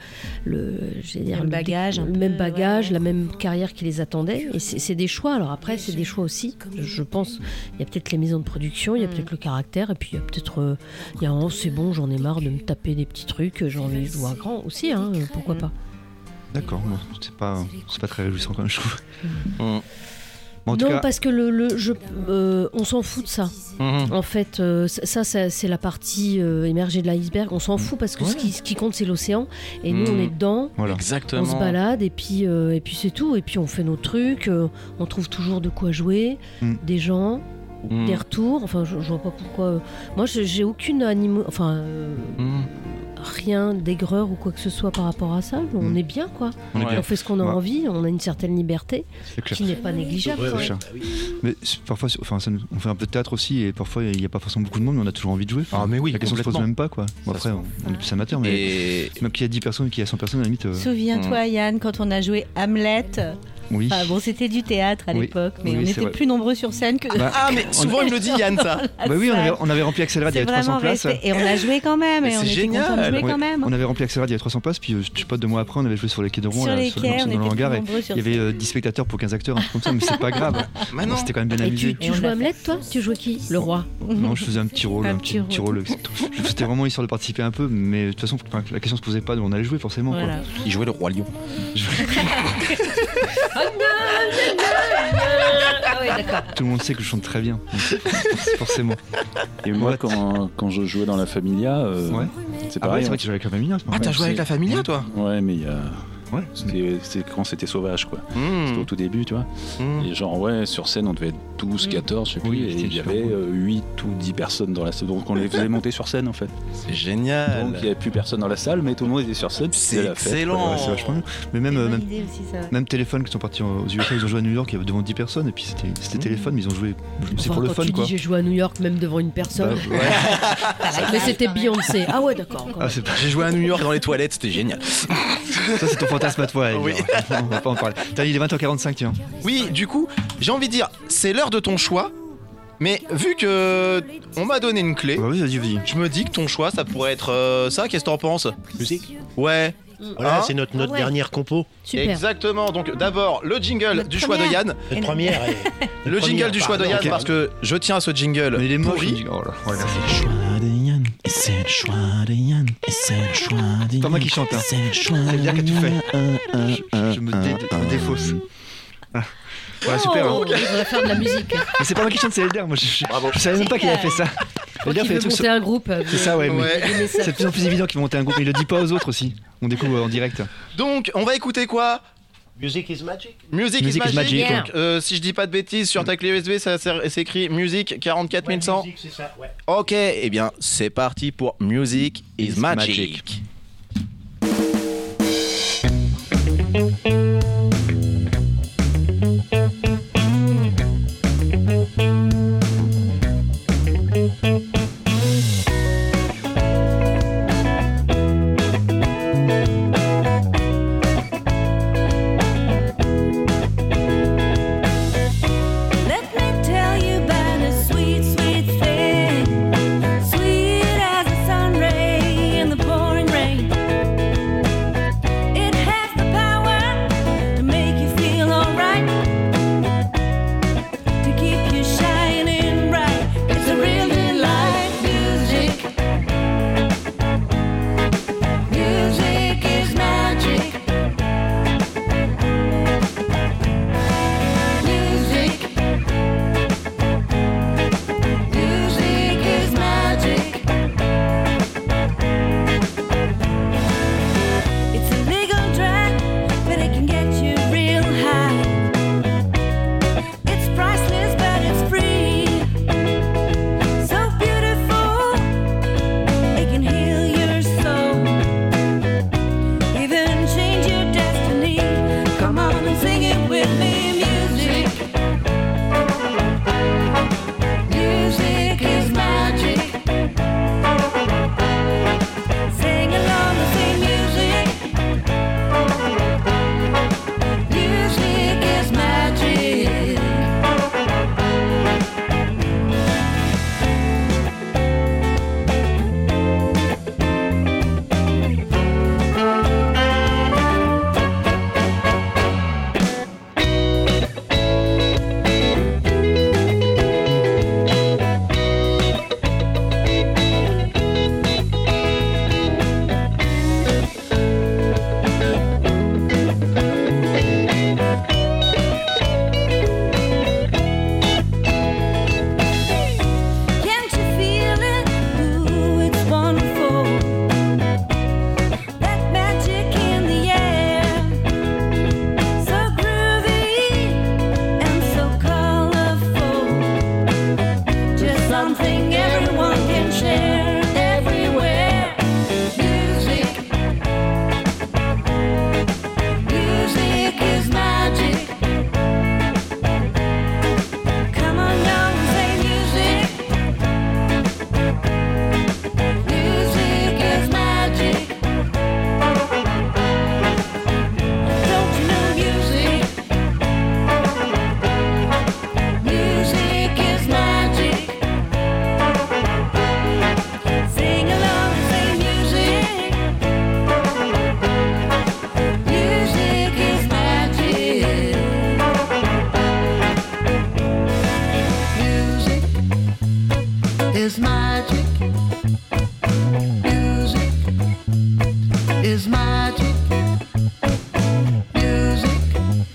S3: le, je vais dire,
S6: Le bagage, un
S3: le
S6: peu,
S3: même
S6: ouais,
S3: bagage,
S6: ouais.
S3: la même carrière qui les attendait. Et c'est c'est des choix. Alors après, c'est des choix aussi, je pense. Il y a peut-être les maisons de production, il y a
S6: Mm.
S3: peut-être le caractère, et puis il y a peut-être. euh, il y a un oh, c'est bon, j'en ai marre de me taper des petits trucs, j'ai envie de jouer à grand aussi, hein, euh, pourquoi pas.
S1: D'accord, bon, c'est pas, c'est pas très réjouissant quand même, je trouve.
S2: Mm.
S1: Bon, en tout
S3: non,
S1: cas,
S3: parce que le, le- je, euh, on s'en fout de ça.
S1: Mm.
S2: Mhm.
S3: En fait, euh, ça, ça, ça, c'est la partie euh, émergée de l'iceberg. On
S1: Mm.
S3: s'en fout parce que ce, qui, ce qui compte, c'est l'océan. Et nous, on
S2: Mm.
S3: est dedans.
S1: voilà.
S2: Exactement.
S3: On se balade et puis, euh, et puis c'est tout. Et puis on fait nos trucs, euh, on trouve toujours de quoi jouer,
S1: Mm.
S3: des gens,
S2: Mm.
S3: des retours. Enfin, je, je vois pas pourquoi. euh, Moi, je- j'ai aucune animo... enfin, euh,
S2: Mm.
S3: rien d'aigreur ou quoi que ce soit par rapport à ça. On
S1: Mm.
S3: est bien, quoi.
S1: On est
S2: Ouais.
S1: bien,
S3: On fait ce qu'on a
S1: Ouais.
S3: envie, on a une certaine liberté
S1: c'est clair.
S3: qui n'est pas négligeable.
S4: Ouais,
S3: quand
S4: ouais.
S3: même.
S4: Ah oui.
S1: Mais c'est- parfois, c'est- enfin, ça nous- on fait un peu de théâtre aussi, et parfois, il n'y a pas forcément beaucoup de monde, mais on a toujours envie de jouer. Enfin,
S2: Ah mais oui,
S1: la question se pose
S2: complètement.
S1: même pas, quoi. Bon,
S2: Ça
S1: après, on, on est plus amateur, mais
S2: Et Mmh.
S1: même qu'il y a 10 personnes, qu'il y a 100 personnes, à la limite. euh,
S6: Souviens-toi, Yann, quand on a joué Hamlet.
S1: oui.
S6: Enfin, bon, c'était du théâtre à
S1: Oui.
S6: l'époque, mais
S1: Oui,
S6: on
S1: c'est
S6: était
S1: vrai.
S6: plus nombreux sur scène que.
S1: Bah,
S2: ah mais souvent il me le dit Yann ça.
S1: bah oui, on avait, on avait rempli Accélérate, il y
S6: C'est
S1: avait 300
S6: vraiment
S1: places.
S6: resté. Et on a joué quand même,
S2: Mais
S6: et on
S2: c'est
S6: était
S2: génial.
S6: contents de jouer
S1: Ouais,
S6: quand même. hein.
S1: On avait rempli Accélérate, il y avait 300 places, puis euh, je sais pas, deux mois après, on avait joué sur les quais d'Oron,
S6: sur
S1: là,
S6: les
S1: sur-
S6: quais,
S1: dans
S6: on
S1: le
S6: était plus
S1: hangar, et
S6: nombreux sur
S1: il y avait euh, 10 spectateurs pour 15 acteurs, un truc comme ça, mais c'est pas grave.
S2: Maintenant.
S1: C'était quand même bien
S3: Et tu,
S1: amusé.
S3: tu
S6: Et on
S3: jouais
S6: a
S3: Hamlet,
S6: fait
S3: toi Tu jouais qui Le roi.
S1: Non, je faisais un petit rôle,
S6: Un
S1: un
S6: petit
S1: petit, petit
S6: rôle.
S1: rôle. c'est tout. C'était vraiment histoire de participer un peu, mais de toute façon, enfin, la question se posait pas, on allait jouer forcément. quoi.
S6: Voilà.
S2: Il jouait le roi lion.
S3: Ah oui, d'accord.
S1: Tout le monde sait que je chante très bien, forcément.
S7: Et moi, quand, quand je jouais dans la Familia, euh,
S1: Ouais.
S7: c'est
S1: Ah ouais,
S7: pareil.
S1: c'est vrai que tu jouais avec la famille. hein, c'est
S2: Ah
S1: marrant.
S2: t'as joué avec la famille toi
S7: on- Ouais, mais il y a
S1: Ouais.
S7: C'était c'était quand c'était sauvage, quoi.
S2: Mmh.
S7: C'était au tout début, tu vois.
S2: Mmh.
S7: Et genre, ouais, sur scène, on devait être 12, 14, je sais plus,
S1: Oui,
S7: et
S1: c'était
S7: il y avait
S1: différent.
S7: euh, 8 ou 10 personnes dans la salle. Donc on les faisait monter sur scène, en fait. Donc
S2: C'est
S7: il n'y
S2: génial.
S7: avait plus personne dans la salle, mais tout le monde était sur scène. puis
S2: C'est
S7: c'était la fête.
S2: excellent.
S1: Ouais, c'est vachement bien. Mais même, euh,
S6: bonne
S1: même,
S6: idée aussi, ça.
S1: même téléphone qui sont partis en- aux USA, ils ont joué à New York, il y avait devant 10 personnes, et puis c'était c'était téléphone, mais ils ont joué. C'est
S3: Enfin,
S1: pour
S3: Mmh.
S1: le
S3: quand
S1: fun,
S3: tu
S1: quoi.
S3: dis j'ai joué à New York même devant une
S1: Bah,
S3: personne,
S1: ouais.
S3: mais c'était Beyoncé. Ah ouais, d'accord. quand
S1: Ah,
S3: même.
S1: c'est pas-
S2: J'ai joué à New York dans les toilettes, c'était génial.
S1: Ça, c'est ton fantasme à toi, Elvire.
S2: Oui.
S1: Non, on va pas en parler. T'as dit, il est 20h45, tiens.
S2: Oui, du coup, j'ai envie de dire, c'est l'heure de ton choix. Mais vu que on m'a donné une clé,
S1: Bah, vas-y, vas-y, vas-y.
S2: je me dis que ton choix, ça pourrait être euh, ça. Qu'est-ce que t'en penses
S4: Musique
S2: Ouais,
S4: Voilà,
S2: Hein
S4: c'est notre, notre
S3: Ah ouais.
S4: dernière compo.
S3: Super.
S2: exactement. Donc d'abord le jingle
S6: Notre
S2: du choix de
S6: première.
S2: Yann.
S4: Notre
S6: Et-
S4: première. est-
S2: Le
S4: notre
S2: jingle
S4: première,
S2: du choix de
S4: pardon.
S2: Yann
S4: Ok.
S2: parce que je tiens à ce jingle.
S1: Mais il est mort.
S2: pourri.
S1: je dis, Oh là, oh là, merci.
S7: C'est le choix de Yann, et c'est le choix de Yann, et c'est le choix de Yann.
S1: pas moi qui chante, hein.
S7: C'est le choix
S1: C'est bien
S7: de
S1: que tu fais.
S7: Yann, un, un,
S1: Je, je me, dé-
S7: un,
S1: je me
S7: un.
S1: défausse. Ah. Ouais, super. hein.
S3: Oh, je voudrais faire de la musique.
S1: Mais c'est pas moi qui chante, c'est Elder. Moi, je, je- je savais même pas qu'il avait fait ça.
S3: Quand
S1: Elder
S3: il
S1: fait
S3: veut
S1: des trucs.
S3: monter un groupe, euh,
S1: C'est ça, ouais. mais
S2: Ouais.
S1: C'est de plus en plus évident qu'ils vont monter un groupe, mais il le dit pas aux autres aussi. On découvre en direct.
S2: Donc on va écouter quoi
S4: Music is magic.
S2: Music,
S1: Music
S2: is
S1: is
S2: Magic.
S1: Magic.
S2: Donc, euh, si je dis pas de bêtises, sur ta clé USB, ça s'est- c'est écrit Music 44100.
S4: Music, c'est ça, ouais.
S2: Ok, eh bien, c'est parti pour Music is
S1: Is
S2: Magic.
S1: Magic.
S9: Let me tell you about a sweet, sweet thing, sweet as a sun ray in the pouring rain.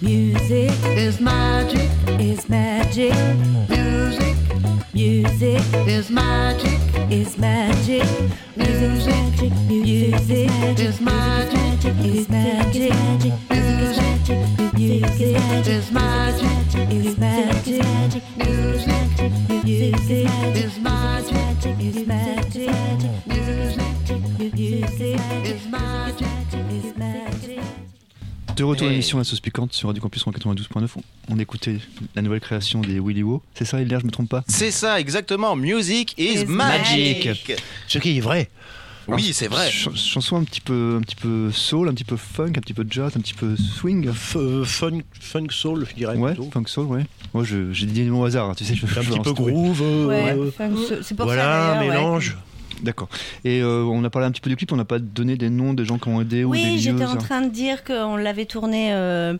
S9: Music is magic, is magic. Music, music is magic, is magic. Music, magic, music is magic, is magic. Music is magic, is magic. Music is magic, is magic. Music is magic, is magic.
S1: De retour à l'émission La Sauce Piquante sur Radio Campus 92.9. On écoutait la nouvelle création des Willy Wo. C'est ça, Hilaire, je me trompe pas
S2: C'est ça, exactement. Music is,
S6: Is
S2: magic.
S4: Ce qui est vrai.
S2: Oui, c'est vrai.
S1: Ch- chanson un petit, peu, un petit peu soul, un petit peu funk, un petit peu jazz, un petit peu swing.
S4: F- euh, funk, funk soul, je dirais.
S1: Ouais,
S4: plutôt.
S1: funk soul, ouais. Moi, je- j'ai dit les mots au hasard, hein, tu sais, je
S4: Un
S1: je
S4: petit
S1: balance
S4: peu
S1: tout, ouais.
S4: groove. euh,
S6: Ouais,
S4: euh,
S6: enfin, ce- c'est pour
S4: voilà,
S6: ça,
S4: un
S6: d'ailleurs, ouais.
S4: mélange.
S1: D'accord. Et euh, on a parlé un petit peu du clip, on n'a pas donné des noms des gens qui ont aidé ou des
S6: Oui, j'étais
S1: lieux,
S6: en
S1: ça.
S6: train de dire qu'on l'avait tourné euh,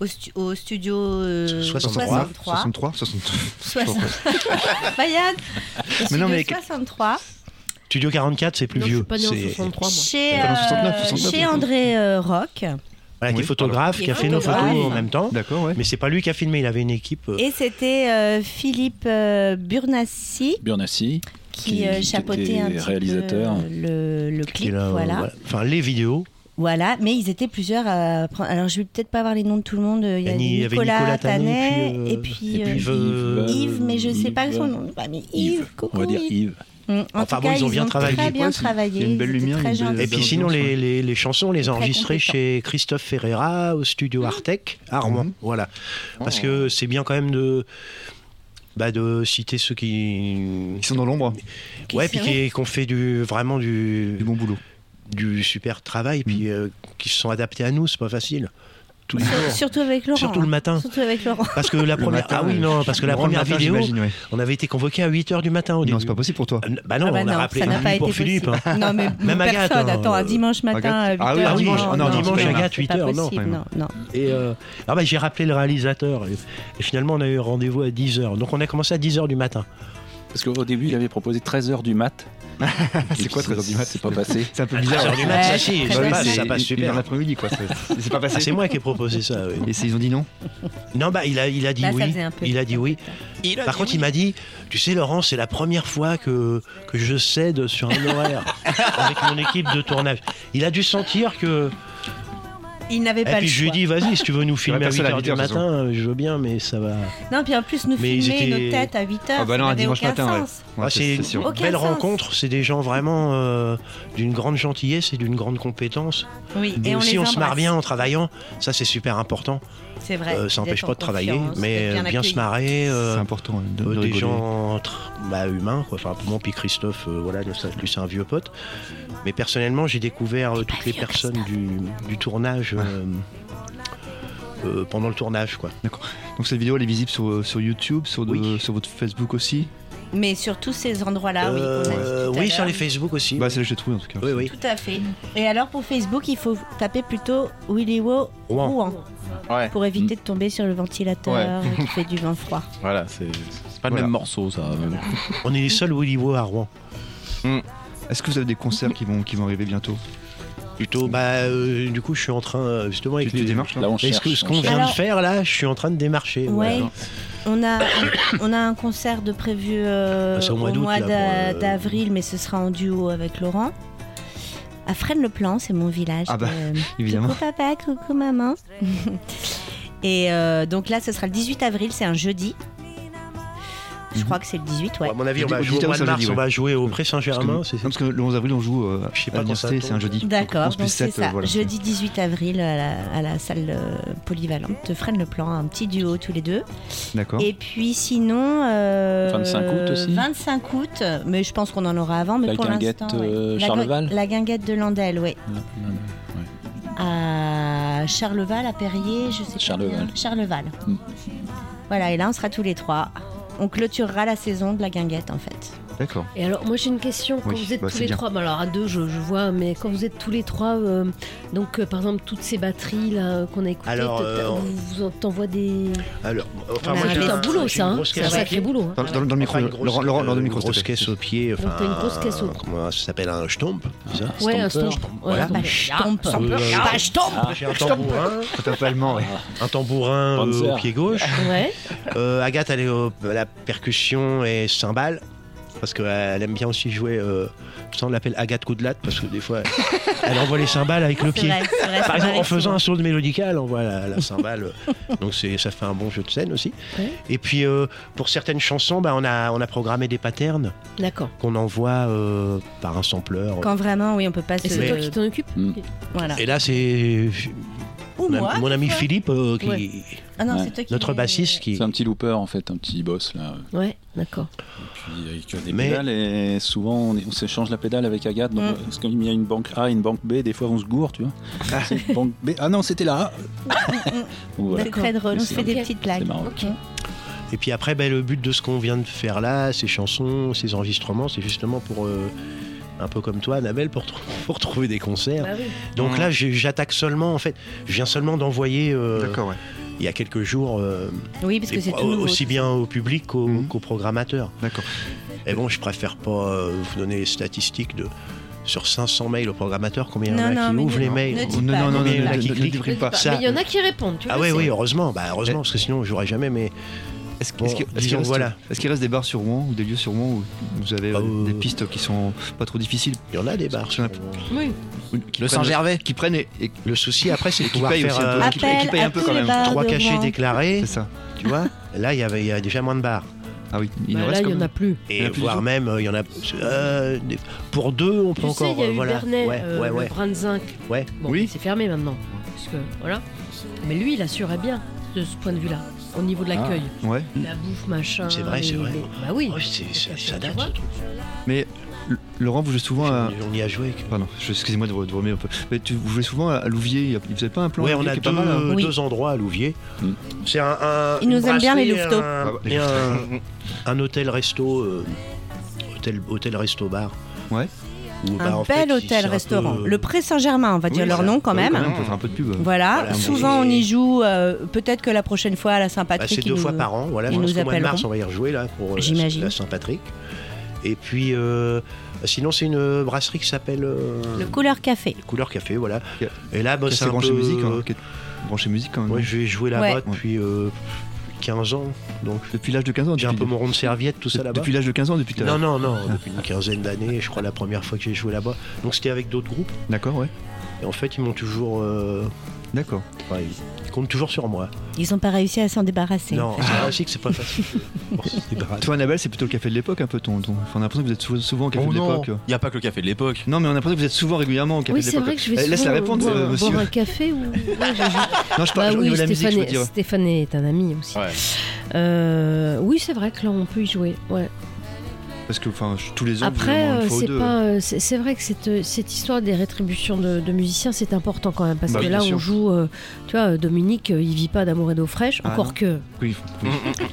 S6: au, stu- au studio euh,
S4: 63.
S6: 63.
S1: 63, 63.
S6: Soixante- Bayad, au
S1: Mais non,
S6: studio
S1: mais-
S6: 63.
S4: Studio 44, c'est plus
S3: Non, je suis
S4: vieux.
S3: pas né en
S4: C'est-
S3: 63, moi.
S6: Chez,
S1: Pardon, 69,
S6: euh,
S1: 69,
S6: chez
S1: oui.
S6: André euh, Rock.
S4: Voilà, qui
S1: Oui,
S4: est photographe,
S6: pardon.
S4: qui a
S6: Qui est
S4: fait nos photos
S6: photographe.
S4: en même temps.
S1: D'accord, ouais.
S4: Mais c'est pas lui qui a filmé, il avait une équipe. euh,
S6: Et c'était euh, Philippe euh, Burnassi
S7: Burnassi.
S6: qui,
S7: Qui-
S6: euh,
S7: qui était
S6: chapeautait un petit peu,
S7: réalisateur.
S6: euh, le, le
S4: qui est
S6: clip.
S4: là, euh,
S6: voilà.
S4: voilà. Enfin, les vidéos.
S6: Voilà, mais ils étaient plusieurs à prendre- Alors, je vais peut-être pas avoir les noms de tout le monde. euh, Il y a
S4: Annie- il y avait
S6: Nicolas,
S4: Nicolas
S6: Tanet,
S4: Tanet, puis, euh,
S6: et puis,
S7: et
S6: euh,
S7: puis,
S4: Yves, euh,
S6: Yves, mais je sais pas
S7: Yves.
S6: son nom. Bah, mais Yves,
S7: Yves.
S6: coucou.
S7: On va dire Yves.
S6: Mm. En
S4: Enfin
S6: tout
S4: bon,
S6: cas,
S4: ils ont bien travaillé.
S6: Très bien
S1: Ouais, c'est-
S6: travaillé.
S1: il y a une belle
S6: ils étaient
S1: lumière,
S6: très
S1: une belle-
S6: gentils.
S4: Et puis sinon,
S1: ambiance,
S4: les, les, les chansons, on les a
S6: Très Mm.
S4: enregistrées
S6: compétent.
S4: chez Christophe Ferreira au studio Artec, à Rouen.
S1: Mhm.
S4: Voilà. Parce
S6: Oh.
S4: que c'est bien quand même de, bah, de citer ceux qui.
S1: Ils sont dans l'ombre,
S6: Qui
S4: Ouais,
S6: sont-
S4: puis qui, qui ont fait du, vraiment
S1: du
S4: du,
S1: bon boulot. Mm.
S4: du super travail, puis euh, qui se sont adaptés à nous, c'est pas facile. Tous les jours.
S6: Surtout avec Laurent. hein.
S4: Surtout le matin.
S6: Surtout avec Laurent.
S4: Parce que la
S1: Le
S4: première,
S1: matin,
S4: ah oui,
S1: euh,
S4: non, parce que la
S1: Laurent, le
S4: première
S1: matin,
S4: vidéo,
S1: j'imagine, ouais.
S4: on avait été convoqué à 8h du matin au
S1: Non,
S4: début.
S1: c'est pas possible pour toi.
S4: Euh, Bah non,
S6: Ah bah
S4: on a
S6: non,
S4: rappelé
S6: ça n'a
S4: Lily
S6: pas été
S4: pour
S6: possible.
S4: Philippe. hein.
S6: Non, mais
S4: Même Agathe,
S6: personne.
S4: hein,
S6: Attends, un
S4: euh,
S6: dimanche matin à
S1: Agathe.
S6: 8h.
S1: Ah oui,
S4: un dimanche-
S1: ah non, un dimanche,
S4: Agathe, 8h, non,
S1: quand même.
S6: Non, non.
S4: Et euh, ah bah, j'ai rappelé le réalisateur. Et, et finalement, on a eu rendez-vous à 10h. Donc, on a commencé à 10h du matin.
S7: Parce qu'au début, il avait proposé 13h du mat.
S1: C'est quoi 13 heures du mat
S7: C'est pas passé.
S1: C'est un peu bizarre.
S4: 10h Ah, du matin, ça, si,
S6: très
S4: ça
S6: bien.
S4: passe, Bah
S1: c'est-
S4: ça passe
S1: il- il est
S4: super.
S1: Dans l'après-midi, quoi. C'est- C'est pas
S4: Ah,
S1: passé.
S4: C'est moi qui ai proposé ça. oui.
S1: Et c'est- ils ont dit non
S4: Non, bah, il a, il a dit
S6: Là, ça
S4: oui.
S6: faisait un peu-
S4: Il a dit oui. Par contre, il m'a dit Tu sais, Laurent, c'est la première fois que, que je cède sur un horaire avec mon équipe de tournage. Il a dû sentir que.
S6: Il n'avait
S4: Et
S6: pas
S4: puis,
S6: le
S4: je
S6: choix.
S4: lui ai dit Vas-y, si tu veux nous filmer à
S1: personne à
S4: 8h du
S1: 8h, de toute
S4: matin, euh, je veux bien, mais ça va.
S6: Non, puis en plus, nous
S4: Mais ils
S6: filmer
S4: étaient-
S6: nos têtes à 8h,
S1: Ah bah non,
S6: ça
S1: un
S6: n'avait
S1: dimanche
S6: aucun
S1: matin, ouais.
S6: sens.
S1: Ouais,
S4: Ah, c'est
S1: c'est
S4: une
S1: sûr.
S6: Aucun
S4: belle
S6: sens.
S4: rencontre. C'est des gens vraiment euh, d'une grande gentillesse et d'une grande compétence.
S6: Oui,
S4: Mais
S6: et
S4: aussi,
S6: les
S4: on se marre
S6: embrasse.
S4: bien en travaillant. Ça, c'est super important.
S6: C'est vrai.
S4: Euh, ça n'empêche
S6: d'être
S4: pas
S6: en
S4: de travailler,
S6: confiance,
S4: mais
S6: d'être
S4: euh, bien se
S6: accueilli.
S4: marrer. euh,
S1: C'est important hein, de,
S4: euh,
S1: de
S4: des
S1: rigoler.
S4: gens tr- bah, humains, quoi. Enfin, bon, puis Christophe, euh, voilà, nous, ça, lui, c'est un vieux pote. Mais personnellement, j'ai découvert euh, toutes les personnes du, du tournage euh, euh, pendant le tournage, quoi.
S1: Donc cette vidéo elle est visible sur, euh, sur YouTube, sur, de-
S4: Oui.
S1: sur votre Facebook aussi.
S6: Mais sur tous ces endroits-là, Ah oui. qu'on a dit
S4: Euh,
S6: tout à
S4: oui, sur
S6: l'heure.
S4: les Facebook aussi.
S1: Bah c'est là que je l'ai trouvé en tout cas.
S4: oui, oui.
S6: Tout à fait. Et alors, pour Facebook, il faut taper plutôt Willy Wo
S4: Rouen.
S6: Rouen
S2: Ouais,
S6: pour
S4: Mm.
S6: éviter de tomber sur le ventilateur qui fait du vent froid.
S2: voilà, c'est c'est pas le
S1: Voilà.
S2: même morceau, ça.
S4: On est les seuls Willy Wo à Rouen. Hmm.
S1: Est-ce que vous avez des concerts qui vont, qui vont arriver bientôt
S4: Plutôt, bah, euh, du coup, je suis en train, euh, justement,
S1: tu,
S4: avec
S1: tu
S4: les-
S1: démarches là
S7: Là, on
S4: Mais
S7: cherche.
S4: ce que- ce
S7: on
S4: qu'on
S7: cherche.
S4: vient
S6: Alors-
S4: de faire là, je suis en train de démarcher.
S6: Ouais.
S4: voilà.
S6: On a, on a un concert de prévu euh,
S4: Bah, c'est
S6: au
S4: au mois
S6: mois,
S4: d'août, là,
S6: d'a-
S4: pour, euh,
S6: d'avril, mais ce sera en duo avec Laurent. À Fresnes-le-Plan, c'est mon village.
S1: Ah bah,
S6: Euh,
S1: Évidemment.
S6: Coucou papa, coucou maman. Et euh, donc là, ce sera le 18 avril, c'est un jeudi. Je
S1: Mhm.
S6: crois que c'est le 18,
S4: Bon,
S6: ouais.
S4: À mon avis, on
S1: Au
S4: va
S1: dix- au
S4: jouer au
S1: dix-huit
S4: mois de
S1: avril,
S4: mars,
S1: jeudi,
S4: on
S1: ouais.
S4: va jouer au Pré-Saint-Germain.
S1: parce que,
S4: c'est-
S1: non, parce que le 11 avril on joue euh,
S4: Je sais
S1: à
S4: pas quand ça
S1: l'université, c'est un
S4: tombe.
S1: jeudi.
S6: D'accord,
S1: 11 plus
S6: donc c'est
S1: 7,
S6: ça.
S1: euh, voilà.
S6: Jeudi 18 avril à la, à la salle euh, polyvalente de Fresnes-le-Plan, un petit duo tous les deux.
S1: D'accord.
S6: Et puis sinon. euh,
S7: 25 août aussi
S6: 25 août, mais je pense qu'on en aura avant, mais
S7: La
S6: pour
S7: guinguette,
S6: l'instant.
S7: euh,
S6: La
S7: Charleval
S6: guin- La guinguette de Landel, oui.
S7: Non, non.
S6: À Charleval, à Perrier, je sais pas.
S7: Charleval.
S6: bien. Charleval.
S7: Mm.
S6: Voilà, et là on sera tous les trois. On clôturera la saison de la guinguette en fait.
S1: D'accord.
S3: Et alors, moi j'ai une question. Quand
S1: Oui,
S3: vous êtes
S1: bah,
S3: tous
S1: c'est
S3: les
S1: bien.
S3: trois, bah, alors à deux, je, je vois, mais quand vous êtes tous les trois, euh, donc euh, par exemple toutes ces batteries là qu'on a écoutées,
S4: Alors,
S3: t'as-
S4: euh,
S3: vous, vous en- t'envoies des.
S4: Alors, enfin,
S3: On
S4: moi,
S3: a
S4: j'ai
S3: fait un boulot,
S4: j'ai
S3: ça,
S4: une
S3: hein.
S4: grosse
S3: C'est
S4: caisse
S3: un
S4: au
S3: sacré
S4: pied.
S3: boulot. hein.
S1: Dans, dans- dans le micro,
S4: Enfin, une grosse-
S1: Laurent, Laurent, dans le
S4: une
S1: micro, s'il te
S4: grosse
S1: plaît.
S4: caisse au pied. Enfin,
S3: t'as une grosse caisse au-
S4: Comment ça s'appelle un stomp c'est ça
S3: Ouais, un
S4: Stomper.
S3: stomp.
S4: Voilà.
S3: Ouais, un stomp.
S4: Euh,
S3: Ah, je tombe
S4: J'ai un tambourin,
S1: Quand t'es un peu allemand, ouais.
S4: un tambourin euh,
S7: Panzer.
S4: au pied gauche.
S3: Ouais,
S4: Euh, Agathe, elle est au- à la percussion et cymbale. Parce qu'elle aime bien aussi jouer. Euh, ça, on l'appelle Agathe Coudelate, parce que des fois, elle envoie les cymbales avec le
S6: C'est
S4: pied.
S6: vrai, c'est vrai, ça
S4: Par exemple, en
S6: m'arrive
S4: faisant
S6: souvent.
S4: un saut de mélodical, on voit la, la cymbale. euh, Donc c'est, ça fait un bon jeu de scène aussi.
S3: Ouais.
S4: Et puis euh, pour certaines chansons, bah, on, a, on a programmé des patterns
S3: d'accord.
S4: qu'on envoie euh, par un sampleur.
S6: Quand vraiment, oui, on peut pas
S3: Et
S6: se.
S3: c'est toi qui t'en occupes
S6: Voilà.
S4: Oh. Mm. Et là, c'est
S6: Ou
S4: mon, ami-
S6: Oh, moi.
S4: mon ami Philippe, euh, qui,
S6: Ouais. Ah non,
S7: Ouais.
S6: c'est toi qui. euh,
S4: notre bassiste, qui.
S7: C'est un petit looper en fait, un petit boss là.
S3: Ouais, d'accord.
S7: Et puis avec euh, des
S4: Mais-
S7: pédales et souvent on, est- on s'échange la pédale avec Agathe. Donc,
S6: Mm.
S7: euh, Parce qu'il y a une banque A et une banque B, des fois on se gourre, tu vois. C'est une banque B. Ah non, c'était là. Donc,
S6: Mm,
S7: voilà.
S6: C'est très drôle, on se fait des petites blagues.
S7: C'est marrant.
S4: Et puis après, ben, le but de ce qu'on vient de faire là, ces chansons, ces enregistrements, c'est justement pour, euh, un peu comme toi, Annabelle, pour, tr- pour trouver des concerts.
S3: Bah oui.
S4: Donc
S1: Mhm.
S4: là, j'ai- j'attaque seulement, en fait, je viens seulement d'envoyer, euh,
S1: D'accord, ouais.
S4: il y a quelques jours, euh,
S6: Oui, parce que
S4: des-
S6: c'est tout.
S4: au-
S6: nouveau.
S4: aussi bien au public qu'au
S1: Mhm.
S4: qu'au programmateur.
S1: D'accord.
S4: Et bon, je préfère pas euh, vous donner les statistiques de sur 500 mails au programmateur, combien
S6: Non,
S4: il y en a
S6: non,
S4: qui
S6: mais
S4: ouvrent
S6: ne-
S4: les mails.
S6: ne dis
S1: Non, non, non, non,
S4: Mais il y en a
S1: ne-
S4: qui
S1: ne- ne
S4: cliquent.
S1: débrime
S3: Mais
S1: pas.
S4: Ça-
S3: il y en a qui répondent, tu vois.
S4: Ah oui,
S3: c'est-
S4: oui, heureusement, bah, heureusement, parce que sinon, j'aurais jamais, mais
S1: Est-ce
S4: Bon,
S1: est-ce qu'il- est-ce qu'il
S4: disons,
S1: reste,
S4: voilà.
S1: est-ce qu'il reste des bars sur Rouen ou des lieux sur Rouen où vous avez euh,
S4: Euh,
S1: des pistes qui sont pas trop difficiles
S4: il y en a des bars.
S1: Sur la-
S3: Oui.
S1: ou qui prennent-
S2: Le Saint-Gervais.
S1: Qui prennent et, et-
S4: Le souci, après, c'est
S1: et
S4: de
S1: qui
S4: pouvoir
S1: payent
S4: faire...
S1: aussi un peu.
S4: euh,
S1: qui- et qui
S6: Appel
S1: payent un
S6: à
S1: peu
S6: tous
S1: quand
S6: les
S1: même.
S6: bars
S4: trois
S6: de
S4: cachets
S6: Rouen.
S4: déclarés,
S1: C'est ça.
S4: tu vois. Là, il y avait il y a déjà moins de bars.
S1: Ah oui, il
S3: Bah
S1: en
S3: là,
S1: reste
S3: il
S1: quand
S3: n'y en a
S1: même.
S3: plus.
S1: Il y en
S4: Et
S1: a plus du
S4: voire
S1: tout
S4: même, euh, il y en a. euh, des- pour deux, on peut
S3: Tu
S4: encore.
S3: sais, il y a
S4: euh,
S3: eu
S4: voilà.
S3: Bernet,
S4: ouais,
S3: euh,
S4: ouais,
S3: le
S4: ouais.
S3: Brandzink.
S4: Ouais.
S3: Bon,
S1: Oui.
S3: c'est fermé maintenant. Parce que, voilà. Mais lui, il assurait bien de ce point de vue-là, au niveau de l'accueil.
S1: Ah, Ouais.
S3: La bouffe, machin.
S4: C'est vrai, c'est
S3: les-
S4: vrai.
S3: les- Bah oui.
S4: Oh, c'est- ça- ça
S3: Tu
S4: date,
S3: vois
S4: ce truc.
S1: Mais L- Laurent, vous jouez souvent à.
S4: On y a joué. que-
S1: Pardon, je- excusez-moi de, vous- de vous remettre un peu. Mais tu, vous jouez souvent à Louvier, il y a- vous avez pas un plan
S4: Ouais,
S1: à
S4: on
S1: Louvier
S4: a
S1: qui est
S4: deux,
S1: pas mal hein
S3: Oui.
S4: deux endroits à Louvier.
S7: Hmm.
S4: C'est un, un-
S6: Ils nous
S4: une
S6: aiment bien, les
S4: brasserie,
S6: louveteaux.
S4: un-
S1: Ah bah,
S4: et euh, un, hôtel-resto. hôtel, hôtel-resto-bar.
S1: Ouais.
S4: Où, bah,
S6: Un
S4: en
S6: bel
S4: fait, c'est- c'est un peu,
S6: hôtel-restaurant.
S4: euh,
S6: Le Pré Saint-Germain, on va dire
S1: Oui,
S6: leur
S1: ça-
S6: nom quand
S1: bah oui,
S6: même.
S1: on peut faire un peu de pub.
S6: Voilà,
S4: Voilà,
S6: souvent on
S4: mais-
S6: y joue, euh, peut-être que la prochaine fois à la
S4: Bah,
S6: Saint-Patrick.
S4: c'est
S6: ils
S4: deux
S6: nous-
S4: fois par an. Voilà,
S6: ils
S4: je pense
S6: nous
S4: qu'au mois de mars,
S6: appelleront.
S4: on va y rejouer là pour euh, la-
S6: J'imagine.
S4: la Saint-Patrick. Et puis, euh, sinon, c'est une brasserie qui s'appelle euh,
S6: Le Couleur Café.
S4: Couleur Café, voilà.
S1: Qui a-
S4: Et là, bah,
S1: Qui
S4: c'est
S1: s'est
S4: un
S1: branché
S4: peu...
S1: musique, hein, qui est branché musique quand même.
S4: Ouais, j'ai joué là-bas
S6: Ouais.
S4: depuis euh, 15 ans, donc
S1: Depuis l'âge de 15 ans.
S4: j'ai un peu
S1: depuis-
S4: mon rond de serviette, tout ça là-bas.
S1: Depuis l'âge de 15 ans, depuis ta- Ah.
S4: Non, non, non, depuis une quinzaine d'années, je crois, la première fois que j'ai joué là-bas. Donc c'était avec d'autres groupes,
S1: D'accord, ouais.
S4: et en fait, ils m'ont toujours... euh,
S1: D'accord.
S4: enfin, ils comptent toujours sur moi.
S6: Ils n'ont pas réussi à s'en débarrasser.
S4: Non, c'est aussi que c'est pas facile. Bon, c'est pas grave.
S1: Toi, Annabelle, c'est plutôt le café de l'époque, un peu ton. ton- Enfin, on a l'impression que vous êtes sou- souvent au café
S2: Oh
S1: de
S2: non,
S1: l'époque.
S2: il n'y a pas que le café de l'époque.
S1: Non, mais on a l'impression que vous êtes souvent régulièrement au café
S3: Oui,
S1: de
S3: c'est
S1: l'époque.
S3: vrai que je vais
S1: Eh, Laisse la
S3: souvent
S1: répondre,
S3: boire,
S1: euh,
S3: boire
S1: monsieur.
S3: un café ou. Ouais, je-
S1: Non, je
S3: Bah
S1: parle au niveau
S3: oui,
S1: de la musique,
S3: Stéphane,
S1: je veux
S3: est,
S1: dire.
S3: Stéphane est un ami aussi.
S2: Ouais.
S3: Euh, oui, c'est vrai que là, on peut y jouer. Ouais.
S1: Parce que, enfin, je- tous les ans, vous avez au
S3: Après,
S1: moins
S3: euh,
S1: une fois ou
S3: c'est
S1: deux.
S3: pas, euh, c'est c'est vrai que cette, euh, cette histoire des rétributions de, de musiciens, c'est important quand même parce
S1: Bah
S3: que
S1: oui,
S3: là,
S1: bien
S3: on
S1: sûr.
S3: joue. euh, tu vois, euh, Dominique, euh, il vit pas d'amour et d'eau fraîche.
S1: Ah
S3: encore
S1: non.
S3: que
S1: Oui, oui.
S4: Mm,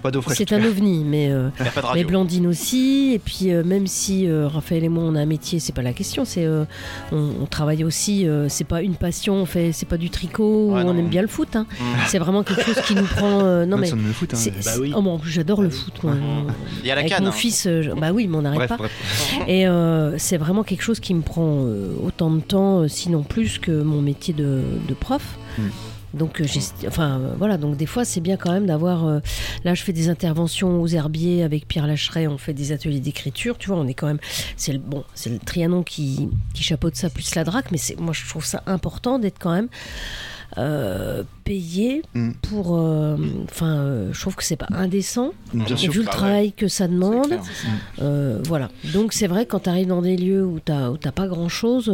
S1: Pas d'eau fraîche.
S3: c'est un ovni, mais euh,
S2: Il n'y a pas de
S3: mais
S2: radio.
S3: Blandine aussi. Et puis, euh, même si euh, Raphaël et moi, on a un métier, c'est pas la question. C'est euh, on, on travaille aussi. euh, c'est pas une passion. On fait, c'est pas du tricot.
S2: Ouais,
S3: on
S2: non.
S3: aime bien le foot. hein.
S2: Mm.
S3: C'est vraiment quelque chose qui nous prend. euh, non
S1: Même
S3: mais
S1: si on aime le foot, hein,
S3: C'est-
S1: mais-
S4: Bah
S3: c'est-
S4: oui.
S3: oh, mon- j'adore le
S4: Bah oui.
S3: foot. Moi.
S2: Mm. Il y a la
S3: Avec
S2: canne.
S3: mon
S2: hein.
S3: fils, euh, je- bah oui, mais on n'arrête
S1: Bref,
S3: pas.
S1: bref.
S3: Et euh, c'est vraiment quelque chose qui me prend euh, autant de temps, euh, sinon plus, que mon métier de, de prof.
S1: Mm.
S10: Mhm.
S3: Donc, euh, j'ai- enfin, euh, voilà, donc des fois, c'est bien quand même d'avoir. euh, là, je fais des interventions aux herbiers avec Pierre Lacheret, on fait des ateliers d'écriture, tu vois, on est quand même. C'est le, bon, c'est le Trianon qui, qui chapeaute ça plus la DRAC, mais c'est, moi, je trouve ça important d'être quand même euh, payé
S1: Mm.
S3: pour. euh, Enfin, euh, je trouve que c'est pas indécent,
S1: Bien sûr.
S3: vu le
S2: bah ouais.
S3: travail que ça demande.
S2: clair.
S3: Euh, voilà. Donc c'est vrai, quand tu arrives dans des lieux où t'as où t'as pas grand chose,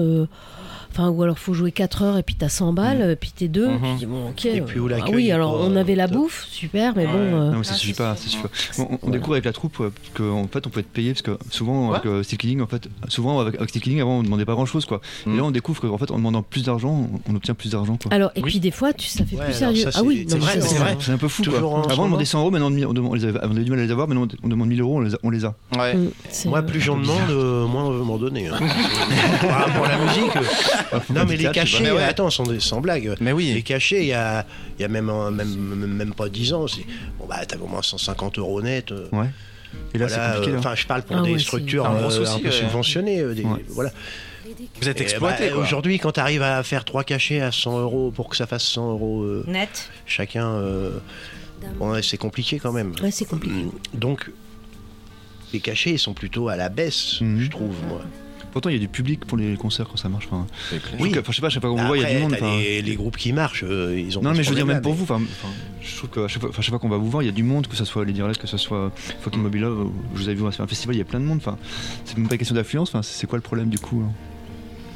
S3: Enfin, ou alors faut jouer 4 heures et puis t'as 100 balles, et puis t'es deux.
S2: Mhm.
S3: puis tu dis, bon, ok,
S4: Mm. Mm-hmm. Et
S3: euh,
S4: puis où
S3: ah
S4: l'accueil
S3: oui,
S4: est
S3: alors
S4: pas,
S3: on avait la
S4: top.
S3: bouffe, super, mais bon. euh,
S1: Non, mais ça suffit pas, ça suffit pas. Bon, on, on découvre avec la troupe euh, que en fait on peut être payé parce que souvent avec euh, Steel Killing, en fait, souvent avec, avec Steel Killing, avant on demandait pas grand chose quoi.
S2: Mm.
S1: Et là on découvre qu'en fait en demandant plus d'argent, on, on obtient plus d'argent quoi.
S3: Alors, et
S4: Oui.
S3: puis des fois, tu, ça fait
S4: Ouais,
S3: plus
S4: alors
S3: sérieux.
S4: ça,
S3: ah
S4: c'est-
S3: oui,
S4: c'est
S3: non, mais
S4: vrai,
S3: ça,
S4: c'est vrai.
S1: C'est un peu fou
S4: Toujours en
S1: quoi.
S4: ce
S1: Avant on
S4: moment.
S1: demandait 100 euros, maintenant on, demande- on demande- on les avait- on avait du mal à les avoir, maintenant on, on demande 1000 euros, on les a. on les a.
S2: Ouais.
S3: Mm, c'est-
S4: Moi, plus j'en demande, euh, moins on veut m'en donner. hein. Ah, pour la musique. euh,
S1: Ah, faut
S4: Non,
S1: pas
S4: mais
S1: du
S4: les
S1: théâtre, je sais
S4: cachets, euh,
S1: pas.
S2: Mais ouais.
S4: attends, sans, sans blague.
S2: Mais oui.
S4: Les cachets, il y a, il y a même, un- même, même, même pas 10 ans. c'est- Bon, bah, t'avais au moins 150 euros net. euh,
S1: Ouais. Et là
S4: voilà,
S1: c'est compliqué
S4: euh,
S1: là.
S4: Enfin, je parle pour
S3: Ah
S4: des
S3: ouais, c'est-
S4: structures
S2: C'est un
S4: euh,
S2: gros
S4: un,
S2: souci,
S4: peu
S2: ouais.
S4: subventionnées. euh, des-
S1: Ouais.
S4: voilà.
S2: Vous êtes
S4: Et,
S2: exploité
S4: bah,
S2: quoi.
S4: Aujourd'hui, quand t'arrives à faire trois cachets à 100 euros pour que ça fasse 100 euros euh,
S6: Net.
S4: chacun, euh, bon, ouais, c'est compliqué quand même. Mm.
S3: Ouais, c'est compliqué.
S4: Donc, les cachets, ils sont plutôt à la baisse,
S1: Mhm.
S4: je trouve, moi.
S1: Pourtant il y a du public pour les concerts quand ça marche. enfin, je
S4: Oui.
S1: trouve que- enfin, je sais pas, à chaque fois qu'on
S4: Bah
S1: voit, il y a
S4: après,
S1: du monde.
S4: t'as
S1: enfin. hein.
S4: les, les groupes qui marchent, euh, ils ont.
S1: Non,
S4: pas
S1: mais
S4: ce
S1: je veux dire, même pour vous,
S4: problème-là,
S1: enfin, enfin, je trouve que à chaque fois, enfin, à chaque fois qu'on va vous voir, il y a du monde, que ce soit les Direct, que ce soit
S2: Mm.
S1: Fucking Mobile Love, ou je vous avais vu à un festival, il y a plein de monde, enfin, c'est même pas une question d'affluence, enfin, c'est quoi le problème du coup hein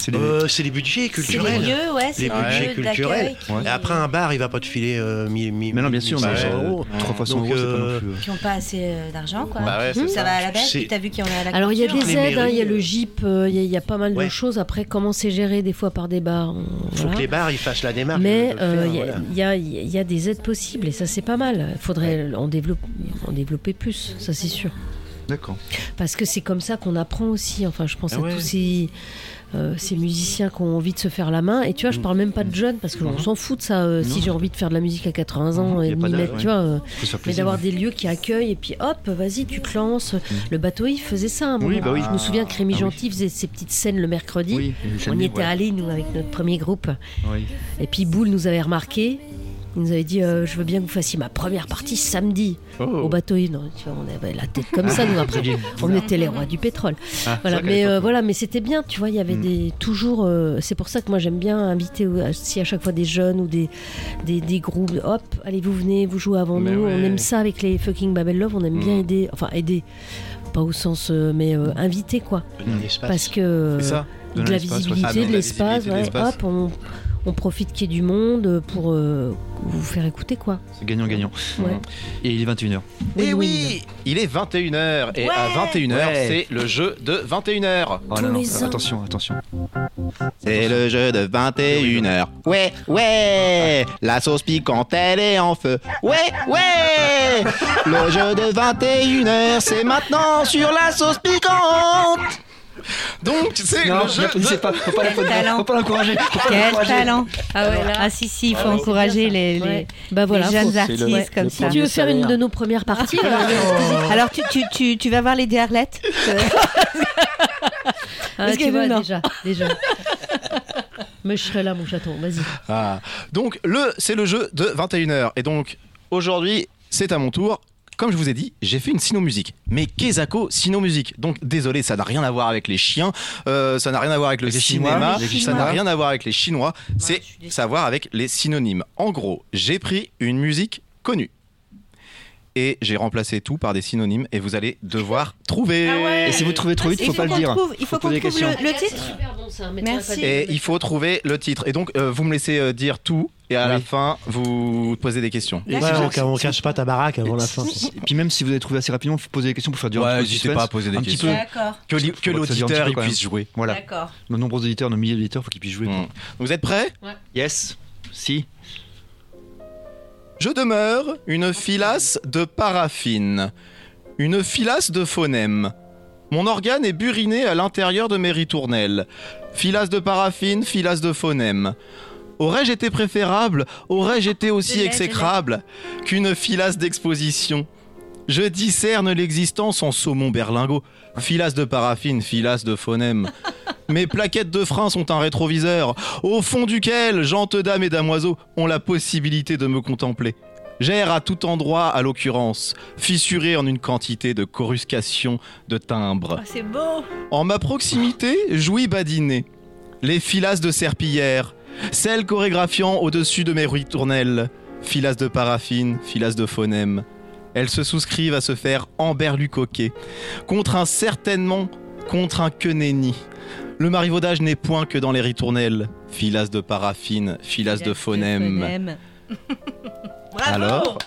S1: C'est les.
S4: Euh, c'est les budgets
S6: C'est les
S4: culturels.
S6: lieux, ouais, c'est
S4: Les budgets
S6: les lieux d'accueil
S4: culturels.
S6: qui-
S1: Ouais.
S4: Et après, un bar, il va pas te filer euh, mille- mille-
S1: mais non, bien sûr, mais
S4: 1500
S1: euh,
S4: euros.
S1: trois fois 100
S4: Donc,
S1: euros, c'est pas
S4: euh,
S1: non plus. euh,
S6: qui n'ont pas assez euh, d'argent, quoi.
S2: Bah ouais, c'est
S6: ça
S2: ça.
S6: va à la baisse,
S4: C'est-
S6: puis t'as vu qu'il y en a à la
S3: Alors il y a
S6: culture.
S3: des
S4: les
S3: aides, hein, il y a
S4: mairies,
S3: le
S4: euh,
S3: GIP, euh, il y, a- il y a pas mal de
S4: Ouais.
S3: choses. Après, comment c'est géré des fois par des bars euh,
S4: Faut
S3: voilà.
S4: que les bars, ils fassent la démarche.
S3: Mais
S4: de le
S3: euh,
S4: faire,
S3: il y a-
S4: voilà.
S3: il y, a, il y a des aides possibles et ça c'est pas mal. Il faudrait en, développer, en développer plus, ça c'est sûr.
S1: D'accord.
S3: Parce que c'est comme ça qu'on apprend aussi. Enfin, je pense
S2: Ah
S3: à
S2: ouais.
S3: tous ces, euh, ces musiciens qui ont envie de se faire la main. Et tu vois, je parle même pas de jeunes parce qu'on s'en fout de ça. euh, si
S1: Mm. Non.
S3: j'ai envie de faire de la musique à 80 ans
S1: Mhm.
S3: et
S1: Y a
S3: de
S1: pas
S3: m'y
S1: d'âge,
S3: mettre,
S1: ouais.
S3: tu vois. euh,
S1: Faut se faire
S3: mais
S1: plaisir. Mm.
S3: d'avoir des lieux qui accueillent et puis hop, vas-y, tu te lances. Le bateau, il faisait ça. à un
S1: Oui,
S3: moment.
S1: bah oui.
S3: Je me souviens que Rémi
S1: Ah oui.
S3: Gentil faisait ses petites scènes le mercredi.
S1: Oui,
S3: On y était allés, nous, avec notre premier groupe.
S1: Oui.
S3: Et puis Boule nous avait remarqué. Il nous avait dit euh, Je veux bien que vous fassiez ma première partie samedi au bateau. Non, tu vois, on avait la tête comme ça, nous, après. on était les rois du pétrole. voilà, mais, euh, voilà, mais c'était bien, tu vois. Il y avait
S1: Mm.
S3: des. Toujours. euh, c'est pour ça que moi, j'aime bien inviter aussi à chaque fois des jeunes ou des, des, des groupes. Hop, allez, vous venez, vous jouez avant
S2: Mais
S3: nous.
S2: ouais.
S3: On aime ça avec les fucking Babel Love. On aime bien
S2: Mm.
S3: aider. Enfin, aider. Pas au sens. euh, mais
S1: Mm.
S3: euh, inviter, quoi.
S4: Donner un espace.
S3: Parce que. euh,
S2: C'est ça.
S1: Donner
S3: de la
S1: l'espace, ouais.
S3: visibilité,
S2: Ah, mais
S3: de
S2: la
S3: l'espace,
S2: visibilité, de
S3: ouais.
S2: l'espace.
S3: hop, on, on profite qu'il y ait du monde pour euh, vous faire écouter quoi.
S1: C'est gagnant-gagnant.
S3: Ouais.
S1: Et il est 21h.
S2: Et
S3: Win-win.
S2: Eh oui, il est 21h et à
S6: Ouais.
S2: 21h,
S1: Ouais.
S2: c'est le jeu de 21h.
S1: Oh là là, attention, attention.
S2: C'est Ah le jeu de 21h. Ouais, ouais, la sauce piquante, elle est en feu. Ouais, ouais, le jeu de 21h, c'est maintenant sur la sauce piquante. Donc, c'est le jeu de...
S1: pas, faut pas
S6: Quel talent
S1: pas l'encourager.
S6: Quel talent
S3: Ah ouais, là.
S6: Ah si, si, il faut
S3: Ah ouais,
S6: encourager
S3: c'est bien ça.
S6: les, les-
S3: Ouais. Bah voilà.
S6: les jeunes
S3: faut-
S6: artistes
S7: le-
S6: comme
S7: le
S6: ça.
S3: Tu veux faire une
S7: salaire.
S3: de nos premières parties là
S6: Alors tu, tu, tu, tu vas voir les Déharlettes
S3: Ah, Tu
S6: que
S3: vois,
S6: nous, non.
S3: déjà, déjà. Mais je serai là, mon chaton, vas-y.
S2: Ah. Donc, le, c'est le jeu de 21h. Et donc, aujourd'hui, c'est à mon tour. Comme je vous ai dit, j'ai fait une sino-musique. Mais Kezako, sino-musique. Donc, désolé, ça n'a rien à voir avec les chiens, euh, ça n'a rien à voir avec le
S1: Les Chinois,
S2: cinéma,
S1: les
S2: ça n'a
S1: Chinois.
S2: rien à voir avec les Chinois. C'est
S6: je suis déçue.
S2: savoir avec les synonymes. En gros, j'ai pris une musique connue. Et j'ai remplacé tout par des synonymes. Et vous allez devoir trouver.
S1: Et si vous trouvez
S3: Ah,
S1: trop vite,
S6: Ah Il
S1: faut pas le
S6: qu'on
S1: dire.
S6: trouve- il faut qu'on
S1: poser
S6: trouve
S1: des
S6: le,
S1: questions.
S6: le titre.
S3: super bon ça.
S6: Merci.
S2: Et il faut trouver le titre. Et donc, euh, vous me laissez euh, dire tout. Et à la
S1: Oui.
S2: fin, vous posez des questions.
S4: Ouais,
S6: D'accord.
S4: on, ca- on casse pas ta baraque avant la fin.
S1: Et Puis même si vous avez trouvé assez rapidement, faut poser des questions pour faire du
S2: Ouais,
S1: un peu de
S2: n'hésitez
S1: suspense,
S2: pas à poser des
S1: un petit
S2: questions.
S1: peu.
S6: D'accord,
S2: Que l'i- que
S1: Faut que ça dure un petit
S2: l'auditeur
S1: peu
S2: il
S1: quand
S2: puisse jouer.
S1: Voilà.
S6: d'accord.
S1: Nos nombreux auditeurs, nos milliers d'auditeurs, faut qu'ils puissent jouer.
S2: Mm. Vous êtes prêts
S1: Yes. Si.
S2: Je demeure une filasse de paraffine, une filasse de phonème. Mon organe est buriné à l'intérieur de mes ritournelles. Filasse de paraffine, filasse de phonème. Aurais-je été préférable, aurais-je été
S6: Je
S2: aussi
S6: l'ai,
S2: exécrable qu'une filasse d'exposition Je discerne l'existence en saumon berlingot. Filasse de paraffine, filasse de phonème. Mes plaquettes de frein sont un rétroviseur, au fond duquel, gentes dames et damoiseaux, ont la possibilité de me contempler. J'erre à tout endroit, à l'occurrence, fissuré en une quantité de coruscations de timbres.
S6: Oh, c'est beau.
S2: En ma proximité, jouis badiner. Les filasses de serpillière, celles chorégraphiant au-dessus de mes ritournelles. Filasses de paraffine, filasses de phonème. Elles se souscrivent à se faire emberlucoquer. Contre un certainement, contre un quenéni. Le marivaudage n'est point que dans les ritournelles. Filasse de paraffine, filasse de phonème.
S6: Bravo
S2: Alors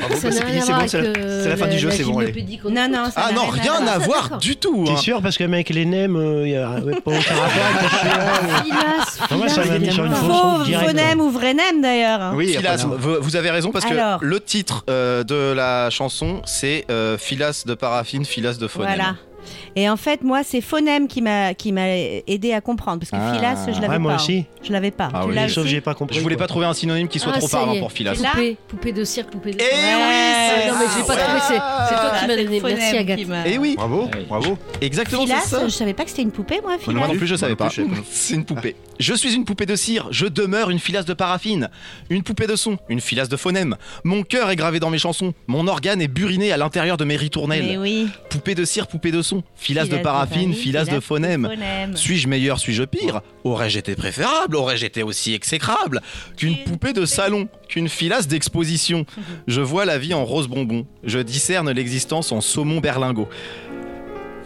S1: Bravo,
S3: Ça
S1: bah,
S3: n'a
S1: c'est fini,
S3: rien à
S1: c'est
S3: voir
S1: bon,
S3: avec
S1: c'est la,
S3: euh,
S1: c'est la fin du jeu,
S3: la
S1: c'est bon, allez.
S3: gymnopédie qu'on
S6: Non, non, ça
S2: Ah
S6: n'a
S2: non, rien à
S3: Ah,
S2: voir
S3: d'accord.
S2: du tout
S4: T'es
S2: hein.
S4: sûr Parce que mec, les nems, il n'y a ouais, pas aucun rapport. parce que là, euh,
S3: Filasse,
S4: Non, moi, ça
S3: filasse,
S4: m'a mis sur une
S3: filasse.
S4: fausse route
S6: Faux,
S4: directe.
S6: phonème ou vrai nem d'ailleurs. hein.
S1: Oui, après,
S2: Filasse,
S1: là,
S2: vous, vous avez raison parce
S6: Alors.
S2: que le titre euh, de la chanson c'est euh, Filasse de paraffine, filasse de phonème.
S6: Voilà. Et en fait, moi, c'est phonème qui m'a qui m'a aidé à comprendre parce que
S2: Ah.
S6: Philas, je l'avais
S4: Ouais,
S6: pas.
S4: moi
S6: hein.
S4: aussi.
S6: Je l'avais pas.
S2: Ah
S6: tu
S2: oui.
S6: l'as
S4: Sauf que
S6: aussi
S4: j'ai pas compris.
S2: Je voulais
S4: quoi.
S2: pas trouver un synonyme qui soit
S3: Ah,
S2: trop
S3: ça y
S2: parlant
S3: est.
S2: pour filasse.
S6: Là.
S3: Poupée, poupée de cirque, poupée de.
S2: Eh oui,
S6: Ouais.
S3: non, mais je l'ai pas
S2: ça.
S3: trouvé, c'est c'est toi qui
S6: Ah,
S3: m'as
S6: c'est
S3: donné.
S6: le
S3: Merci,
S6: phonème
S3: Agathe.
S6: qui m'a-
S2: Et Eh oui,
S1: Bravo, bravo.
S2: exactement c'est
S6: Philas,
S2: ça.
S6: je savais pas que c'était une poupée, moi. Philas.
S2: Moi non
S1: plus,
S2: plus, je
S1: moi
S2: savais
S1: non
S2: pas.
S1: plus, je savais pas.
S2: C'est une poupée. Je suis une poupée de cire, je demeure une filasse de paraffine, une poupée de son, une filasse de phonème. Mon cœur est gravé dans mes chansons, mon organe est buriné à l'intérieur de mes
S6: Mais
S2: ritournelles.
S6: oui.
S2: Poupée de cire, poupée de son, filasse de paraffine, filasse de phonème. Suis-je meilleur, suis-je pire Aurais-je été préférable Aurais-je été aussi exécrable qu'une
S6: Qu'une
S2: poupée de salon, qu'une filasse d'exposition Je vois la vie en rose bonbon, je discerne l'existence en saumon berlingot.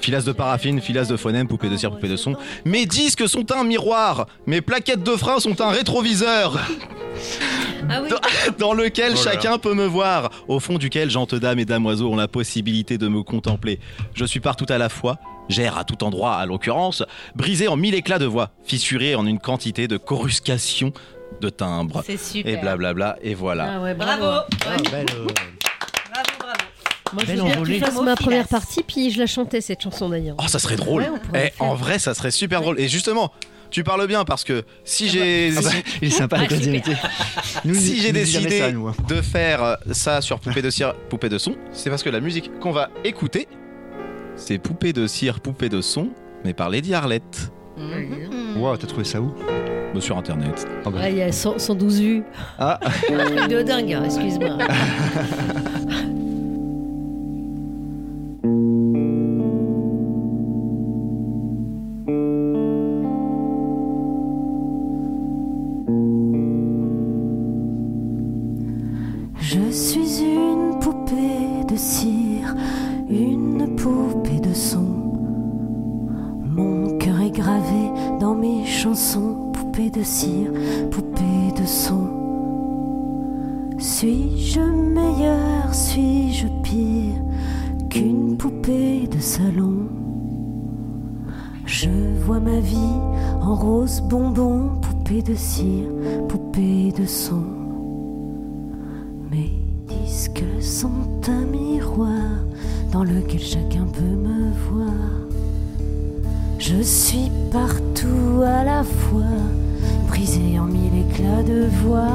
S2: Filasse de paraffine, filasse de phonème, poupée de cire, poupée de son. Mes disques sont un miroir, mes plaquettes de frein sont un rétroviseur
S3: Ah oui,
S2: dans lequel
S1: Oh là là.
S2: chacun peut me voir, au fond duquel gentes dames et damoiseaux ont la possibilité de me contempler. Je suis partout à la fois, j'erre à tout endroit à l'occurrence, brisé en mille éclats de voix, fissuré en une quantité de coruscations de timbres.
S6: C'est super.
S2: Et blablabla, et voilà.
S3: Ah ouais, bravo.
S6: Bravo.
S4: Ah, belle, euh,
S6: Bravo, bravo.
S3: Moi, je
S4: Belle
S3: veux bien que
S4: envolée.
S3: tu fasses ma
S6: Filasse.
S3: première partie, puis je la chantais cette chanson d'ailleurs.
S2: Oh, ça serait drôle.
S3: Ouais, on pourrait
S2: Eh,
S3: le faire.
S2: en vrai, ça serait super drôle. Et justement, tu parles bien parce que si j'ai
S1: Ah bah, il est sympa, la
S6: Ah, super.
S1: vérité. Nous,
S2: si
S1: nous
S2: j'ai
S1: dis jamais
S2: décidé
S1: ça, nous, hein.
S2: de faire euh, ça sur Poupée de cire, Poupée de son, c'est parce que la musique qu'on va écouter, c'est Poupée de cire, Poupée de son, mais par Lady Arlette,
S3: Mm-hmm. Hmm.
S1: Wow, t'as trouvé ça où
S2: Bah, sur internet.
S1: Ah bah.
S3: Ah, il y a 100 112 vues.
S1: Ah.
S3: Un truc de dingue, hein, excuse-moi.
S10: Je suis une poupée de cire, une poupée de son. Mon cœur est gravé dans mes chansons, poupée de cire, poupée de son. Suis-je meilleur, suis-je pire qu'une poupée de salon Je vois ma vie en rose bonbon, poupée de cire, poupée de son. Mes disques sont un miroir dans lequel chacun peut me voir. Je suis partout à la fois, brisé en mille éclats de voix.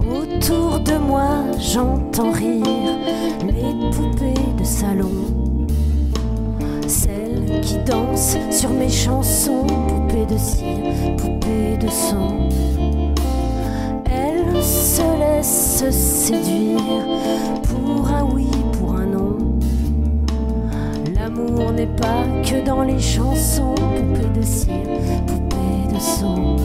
S10: Autour de moi, j'entends rire mes poupées de salon. Celles qui dansent sur mes chansons, poupées de cire, poupées de son. Elles se laissent séduire pour un oui, pour un non. L'amour n'est pas que dans les chansons, poupées de cire, poupées de son.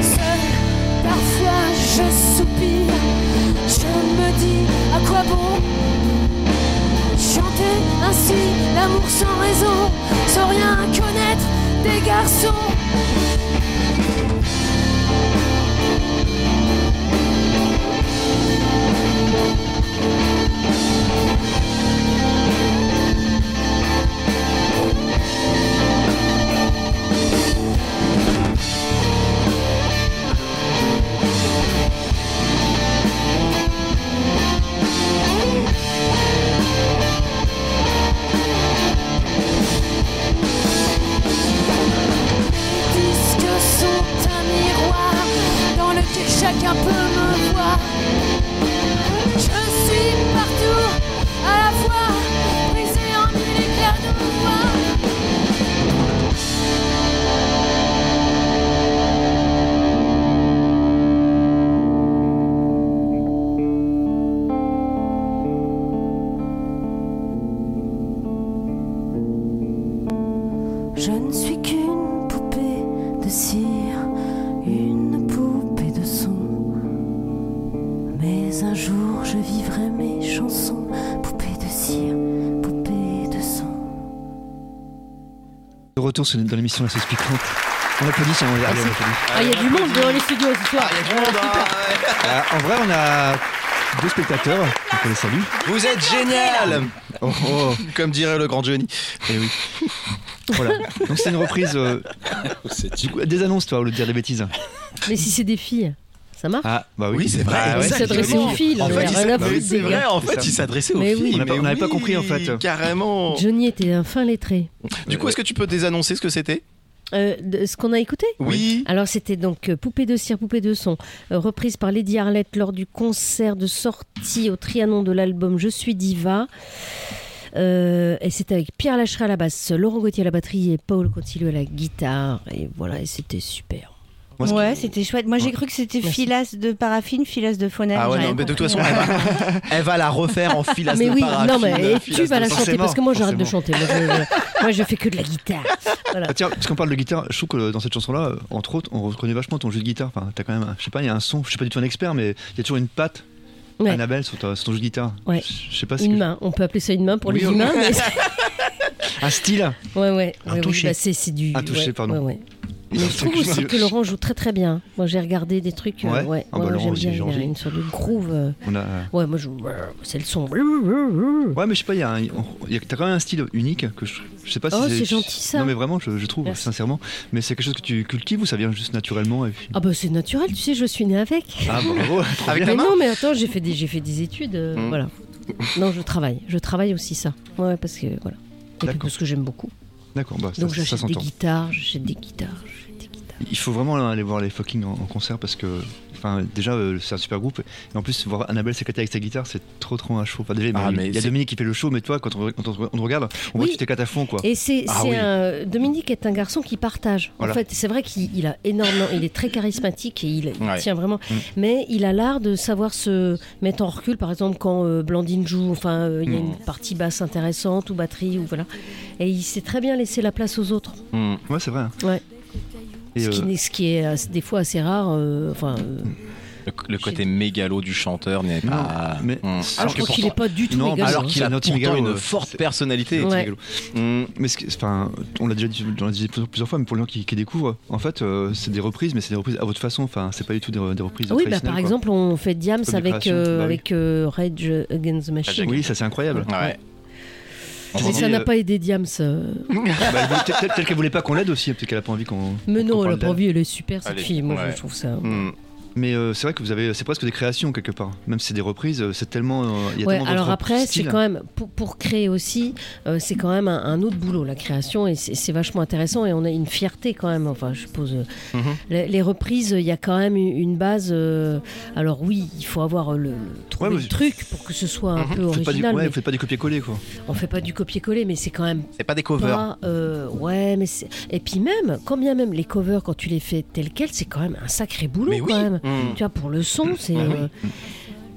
S10: Seule, parfois je soupire, je me dis à quoi bon Chanter ainsi l'amour sans raison, sans rien connaître des garçons.
S8: vivrai mes chansons, poupée de cire, poupée de sang.
S1: De retour sur- dans l'émission La Sauce Piquante. On applaudit, ça, on allez, on applaudit.
S3: Ah, il y a du monde dans les studios ce soir.
S1: Ah, en vrai, on a deux spectateurs. Donc on les salue.
S2: Vous êtes génial
S1: Oh, oh,
S2: Comme dirait le grand Johnny.
S1: eh oui. Voilà. Donc c'est une reprise. euh, du coup, des annonces, toi, au lieu de dire des bêtises.
S3: Mais si c'est des filles, ça marche.
S1: Ah, bah oui.
S2: Oui, c'est vrai.
S1: Bah
S3: Ils
S1: ouais,
S3: s'adressaient
S2: joli.
S3: aux filles, là,
S2: En
S3: on
S2: fait,
S3: a
S2: il
S3: rien à
S2: s'adressait-
S3: foutre
S2: c'est
S3: des
S2: vrai,
S3: gars.
S2: en
S1: C'est
S2: fait,
S1: ça.
S2: il s'adressait aux
S3: Mais
S2: filles.
S3: oui.
S1: On a pas-
S2: Mais
S1: on avait pas
S2: oui,
S1: compris, en fait. Euh,
S2: Carrément.
S3: Johnny était un fin lettré.
S2: Du coup, est-ce que tu peux désannoncer ce que c'était
S3: Euh, de- ce qu'on a écouté
S2: Oui.
S3: Alors c'était donc euh, Poupée de cire, poupée de son, euh, reprise par Lady Arlette lors du concert de sortie au Trianon de l'album Je suis diva. Euh, et c'était avec Pierre Lacheray à la basse, Laurent Gauthier à la batterie et Paul Contillo à la guitare. Et voilà, et c'était super.
S1: Moi, ce qui-
S6: ouais, c'était chouette. Moi, j'ai
S1: Ouais.
S6: cru que c'était
S3: Merci.
S6: filasse de paraffine, filasse de phonème.
S2: Ah ouais,
S6: j'ai
S2: non,
S6: rien
S2: mais de toute
S6: compris.
S2: façon, elle va, elle va la refaire en filasse
S3: Ah, mais
S2: de
S3: oui,
S2: paraffine.
S3: non mais et tu
S2: filasse
S3: vas
S2: de-
S3: la chanter
S1: forcément,
S3: Ah, parce que moi j'arrête de chanter.
S1: forcément.
S3: Moi je, je- moi, je fais que de la guitare. Voilà.
S1: Ah, tiens, parce qu'on parle de guitare, je trouve que dans cette chanson-là, euh, entre autres, on reconnaît vachement ton jeu de guitare. Enfin, t'as quand même, un- je sais pas, il y a un son, je suis pas du tout un expert, mais il y a toujours une patte,
S3: Ouais.
S1: Annabelle, sur, ta- sur ton jeu de guitare.
S3: Ouais.
S1: Je sais pas ce
S3: Une
S1: que-
S3: main, on peut appeler ça une main pour les
S1: Oui,
S3: humains. mais-
S1: Un style
S3: Ouais, ouais,
S4: Un
S3: ouais, oui,
S4: toucher.
S3: bah, c'est c'est du.
S1: Un toucher,
S3: ouais,
S1: pardon.
S3: ouais, ouais. Mais je trouve aussi que Laurent joue très très bien. Moi j'ai regardé des trucs. euh,
S1: Ouais
S3: ouais, ouais,
S1: Ah bah,
S3: ouais,
S1: Laurent,
S3: j'aime bien. Il
S1: il est
S3: y a
S1: gentil.
S3: une sorte de groove. euh,
S1: On a-
S3: Ouais, moi je. C'est le son.
S1: Ouais, mais je sais pas, il y a un- il y a- t'as quand même un style unique que je, je sais pas si
S3: Oh, c'est gentil, ça.
S1: Non, mais vraiment, je, je trouve,
S3: Merci.
S1: sincèrement. Mais c'est quelque chose que tu cultives ou ça vient juste naturellement et puis...
S3: Ah bah c'est naturel, tu sais, je suis née avec.
S1: Ah, bravo trop
S2: Avec
S1: bien.
S3: mais
S2: la main
S3: non, mais attends, j'ai fait des, j'ai fait des études, euh,
S1: Mm.
S2: Hmm.
S3: voilà. Non, je travaille, je travaille aussi ça. Ouais, parce que voilà. Et puis
S1: D'accord.
S3: parce que j'aime beaucoup.
S1: D'accord, bah, ça,
S3: Donc
S1: ça
S3: j'achète des
S1: s'entend.
S3: guitares, j'achète des guitares, j'achète des guitares.
S1: Il faut vraiment aller voir les fucking en, en concert parce que. Enfin, déjà, euh, c'est un super groupe. Et en plus, voir Annabelle s'éclater avec sa guitare, c'est trop trop un show. Enfin, déjà,
S2: Ah,
S1: il- il
S2: mais
S1: y a
S2: c'est-
S1: Dominique qui fait le show, mais toi, quand on, quand on- on te regarde, on voit
S3: Oui.
S1: que tu t'éclates à fond, quoi.
S3: Et c'est
S2: Ah
S3: c'est
S2: oui.
S3: un- Dominique est un garçon qui partage.
S1: Voilà.
S3: En fait, c'est vrai qu'il il a énormément, il est très charismatique et il, il
S2: Ouais.
S3: tient vraiment.
S1: Mm.
S3: Mais il a l'art de savoir se mettre en recul. Par exemple, quand euh, Blandine joue, enfin, euh, il
S1: Mm.
S3: y a une partie basse intéressante ou batterie ou voilà. Et il sait très bien laisser la place aux autres.
S2: Hmm.
S1: Mmh. Ouais, c'est vrai. hein.
S3: Ouais.
S1: Et,
S3: ce, qui,
S1: euh, Mm.
S3: n'est- ce qui est euh, des fois assez rare. euh, Enfin, euh,
S2: Le, le côté mégalo du chanteur n'est
S1: non,
S2: pas.
S1: mais
S2: Hmm.
S3: alors je
S1: que
S3: crois qu'il n'est
S1: pourtant-
S3: pas du tout
S1: Non,
S3: mégalo,
S2: Alors
S3: hein.
S2: qu'il a
S1: C'est un
S2: pourtant
S1: anti-mégalo,
S2: une
S1: euh,
S2: forte
S1: c'est-
S2: personnalité.
S3: Ouais.
S2: Hmm.
S1: Mais ce qui- enfin, on l'a déjà dit, on l'a dit plusieurs, plusieurs fois, mais pour les gens qui, qui découvrent, en fait, euh, c'est des reprises, mais c'est des reprises à votre façon. Enfin, c'est pas du tout des, des reprises.
S3: Ah oui, bah,
S1: traditionnelles,
S3: par
S1: quoi.
S3: exemple, on fait Diams
S1: Comme des
S3: avec,
S1: créations,
S3: euh,
S1: bah oui.
S3: avec euh, Rage Against the Machine.
S1: Oui, ça c'est incroyable.
S2: Ouais.
S1: On
S3: Mais
S1: dit,
S3: ça n'a
S1: euh,
S3: pas aidé Diams. euh,
S1: bah, elle voulait- peut-être peut-être qu'elle voulait pas qu'on l'aide aussi, hein, peut-être qu'elle a pas envie qu'on.
S3: Mais
S1: qu'on
S3: non, elle a
S1: parle
S3: pas envie, elle est super cette
S2: Allez,
S3: fille, moi
S2: ouais.
S3: je trouve ça.
S2: Hmm.
S1: d'elle. Mais euh, c'est vrai que vous avez, c'est presque des créations quelque part. Même si c'est des reprises, euh, c'est tellement. euh, il y a
S3: Ouais,
S1: tellement
S3: alors
S1: d'autres
S3: après, c'est
S1: styles.
S3: quand même, pour, pour créer aussi, euh, c'est quand même un, un autre boulot, la création, et c'est c'est vachement intéressant, et on a une fierté quand même, enfin, je suppose. euh,
S2: Mhm.
S3: les, les reprises, il y a quand même une une base. euh, alors oui, il faut avoir euh, le, le- trouver
S1: Ouais,
S3: le
S1: mais-
S3: truc pour que ce soit un
S2: Mhm.
S3: peu
S1: Faites pas du,
S3: original.
S1: ouais,
S3: mais
S1: faites pas du copier-coller quoi.
S3: On fait pas du copier-coller, mais c'est quand même
S2: C'est pas des covers.
S3: pas. euh, ouais, mais c'est. Et puis même, quand bien même les covers, quand tu les fais tels quels, c'est quand même un sacré boulot
S2: Mais oui.
S3: quand même.
S2: Hmm.
S1: Mmh.
S3: Tu vois, pour le son, c'est.
S2: Ah oui.
S3: euh,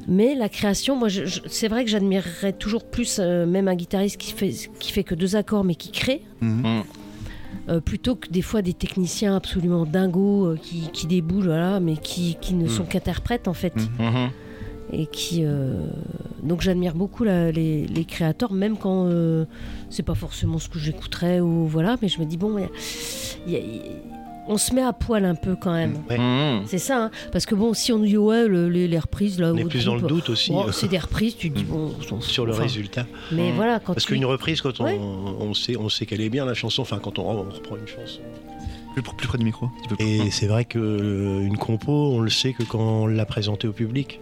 S3: Mais la création, moi, je- je- c'est vrai que j'admirerais toujours plus euh, même un guitariste qui fait qui fait que deux accords mais qui crée,
S2: Mhm.
S3: euh, plutôt que des fois des techniciens absolument dingos euh, qui, qui déboulent, voilà, mais qui, qui ne sont qu'interprètes en fait
S10: Hmm.
S1: Mhm.
S2: Mhm.
S3: et qui. euh, Donc j'admire beaucoup la- les, les créateurs, même quand euh, c'est pas forcément ce que j'écouterais ou voilà, mais je me dis bon, il y a- il y a- il- on se met à poil un peu quand même.
S2: Mhm.
S3: C'est ça, hein. parce que bon, si on dit ouais, le- les, les reprises là,
S4: Hmm. On est
S3: au
S4: plus dans le
S3: groupe,
S4: doute aussi
S3: oh,
S4: euh,
S3: c'est des reprises, tu te dis bon, on s'en fout.
S4: sur le
S3: Enfin,
S4: résultat.
S3: Mais
S2: Hmm.
S3: voilà, quand
S4: Parce
S3: tu-
S4: qu'une reprise, quand on,
S3: Ouais.
S4: on sait, on sait qu'elle est bien la chanson, enfin quand on, on reprend une chanson.
S1: Plus, pr- plus près du micro. un petit peu.
S4: Et c'est vrai que euh, une compo, on le sait que quand on l'a présentée au public.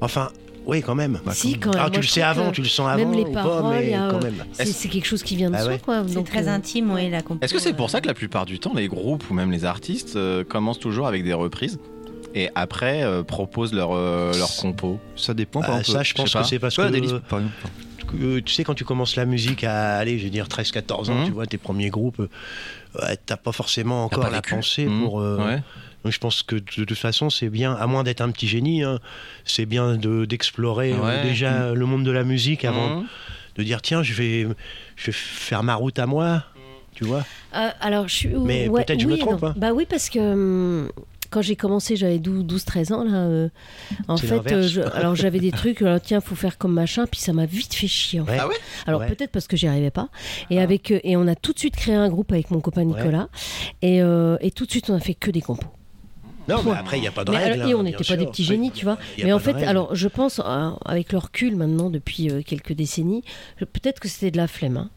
S4: Enfin, oui, quand même.
S3: Si, quand même.
S4: Ah,
S3: Moi,
S4: tu le
S3: je
S4: sais
S3: trouve
S4: avant,
S3: que
S4: tu le sens avant
S3: même
S2: Oh,
S3: les
S4: ou
S3: paroles,
S4: pas, mais
S3: il y a,
S4: quand
S3: euh,
S4: même.
S3: C'est c'est quelque chose qui vient de
S2: Ah
S4: Bah
S3: soi,
S4: ouais.
S3: quoi.
S6: C'est
S3: donc,
S6: très
S3: euh,
S6: intime, oui, la compo.
S2: Est-ce que c'est pour
S6: euh,
S2: ça que la plupart du temps, les groupes ou même les artistes euh, commencent toujours avec des reprises et après euh, proposent leur, euh, leur compo
S1: Ça dépend.
S4: Ah,
S1: par exemple,
S4: ça, je pense
S2: sais
S4: que
S2: pas.
S4: c'est parce
S1: Toi,
S4: que
S1: Adélie, par exemple.
S4: euh, tu sais quand tu commences la musique à aller, je vais dire 13-14 ans,
S2: Mhm.
S4: tu vois tes premiers groupes, euh, ouais, t'as pas forcément encore
S2: pas
S4: la
S2: vécu.
S4: pensée
S2: Mhm.
S4: pour. euh,
S2: Ouais.
S4: Donc je pense que de toute façon, c'est bien, à moins d'être un petit génie, hein, c'est bien de- d'explorer euh,
S2: Ouais.
S4: déjà euh, le monde de la musique avant
S2: Mhm.
S4: de dire tiens, je vais, je vais faire ma route à moi, tu vois.
S3: Euh, alors, je suis.
S4: Mais
S3: ouais,
S4: peut-être je me
S3: oui et
S4: trompe,
S3: non.
S4: hein.
S3: Bah oui, parce que. hum, quand j'ai commencé, j'avais 12-13 ans. Là, euh, en
S4: C'est
S3: fait,
S4: l'inverse.
S3: je- alors j'avais des trucs, alors, tiens, faut faire comme machin, puis ça m'a vite fait chier. en fait.
S4: Ouais.
S2: Ah ouais
S3: Alors
S4: Ouais. Ah.
S3: peut-être parce que j'y arrivais pas. Et, avec, euh, et on a tout de suite créé un groupe avec mon copain Nicolas. Et, euh, et tout de suite, on a fait que des compos.
S4: Non, mais après, il n'y a pas de
S3: Mais
S4: règle.
S3: alors, et
S4: hein,
S3: on
S4: bien
S3: n'était pas
S4: sûr.
S3: des petits
S4: Oui.
S3: génies, tu vois.
S4: Il y a
S3: Mais
S4: pas
S3: en
S4: de
S3: fait,
S4: règle.
S3: alors je pense, à- avec le recul maintenant, depuis euh, quelques décennies, je- peut-être que c'était de la flemme. hein.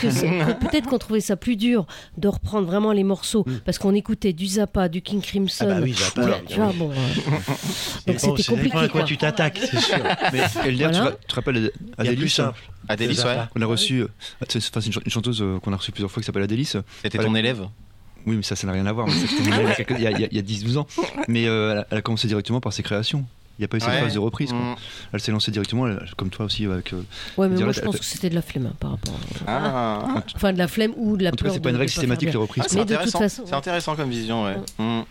S3: Que c'est- que peut-être qu'on trouvait ça plus dur de reprendre vraiment les morceaux parce qu'on écoutait du Zappa, du King Crimson.
S4: Mm. Ah bah oui, Zappa,
S3: tu vois-
S4: oui,
S3: tu vois,
S4: oui.
S3: bon, euh,
S4: Mais
S3: donc
S4: bon,
S3: c'était
S4: ça dépend
S3: compliqué.
S4: à quoi
S3: quoi.
S4: tu t'attaques, c'est sûr.
S1: Mais Elder,
S3: Voilà.
S1: tu, vas- tu te rappelles
S4: Il y a
S1: Adélis
S4: plus simple.
S2: Adélis, ouais.
S1: On a reçu, euh, c'est c'est- enfin, c'est une, ch- une chanteuse euh, qu'on a reçue plusieurs fois qui s'appelle Adélis.
S2: C'était ton élève Ah
S1: Oui, mais ça, ça n'a rien à voir. mais ça, c'était il y a quelques- il y a, il y a- il y a 10-12 ans. Mais euh, elle, a, elle a commencé directement par ses créations. Il n'y a pas eu cette
S2: Ouais.
S1: phase de reprise. quoi.
S2: Mm.
S1: Elle s'est lancée directement, elle- comme toi aussi, avec. euh,
S3: Ouais, mais
S1: Dire
S3: moi je
S1: la-
S3: pense que c'était de la flemme hein, par rapport. à-
S2: Ah.
S3: Enfin, de la flemme ou de la
S1: En tout
S3: peur.
S1: cas, c'est pas
S3: de-
S1: une
S3: de
S1: règle
S3: pas faire
S1: systématique
S3: bien.
S1: de reprise.
S2: Ah, c'est
S3: Mais de toute
S2: intéressant.
S3: façon,
S2: C'est
S3: ouais.
S2: intéressant comme vision, ouais. Mm.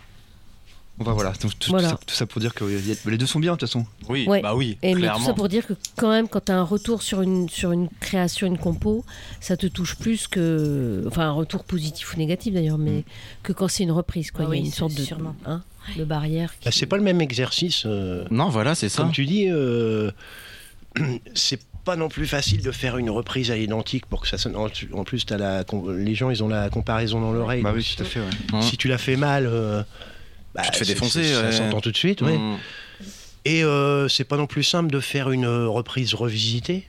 S1: Enfin, voilà. Donc, tout, tout
S3: Voilà.
S1: ça, tout ça pour dire que il y a- les deux sont bien, de toute façon.
S2: Oui,
S3: Ouais.
S2: bah oui,
S3: Et mais tout ça
S2: clairement.
S3: pour dire que quand même, quand tu as un retour sur une, sur une création, une compo, ça te touche plus que... Enfin, un retour positif ou négatif d'ailleurs, mais que quand c'est une reprise. Quoi.
S6: Ah
S3: Il y
S6: oui,
S3: a une sorte de,
S6: sûrement.
S3: hein, de barrière. qui-
S4: Bah, c'est pas le même exercice. euh,
S2: Non, voilà, c'est ça.
S4: Comme tu dis, euh, c'est pas non plus facile de faire une reprise à l'identique pour que ça sonne. En en plus, as la, com- les gens, ils ont la comparaison dans l'oreille.
S1: Bah
S4: donc
S1: oui,
S4: si-
S1: tout à fait. ouais.
S4: Si tu la fais mal, euh, bah,
S2: Hein. Tu te fais
S4: c'est-
S2: défoncer,
S4: c'est-
S2: ouais.
S4: Ça s'entend tout de suite, ouais.
S2: Mm.
S4: Et euh, c'est pas non plus simple de faire une euh, reprise revisitée.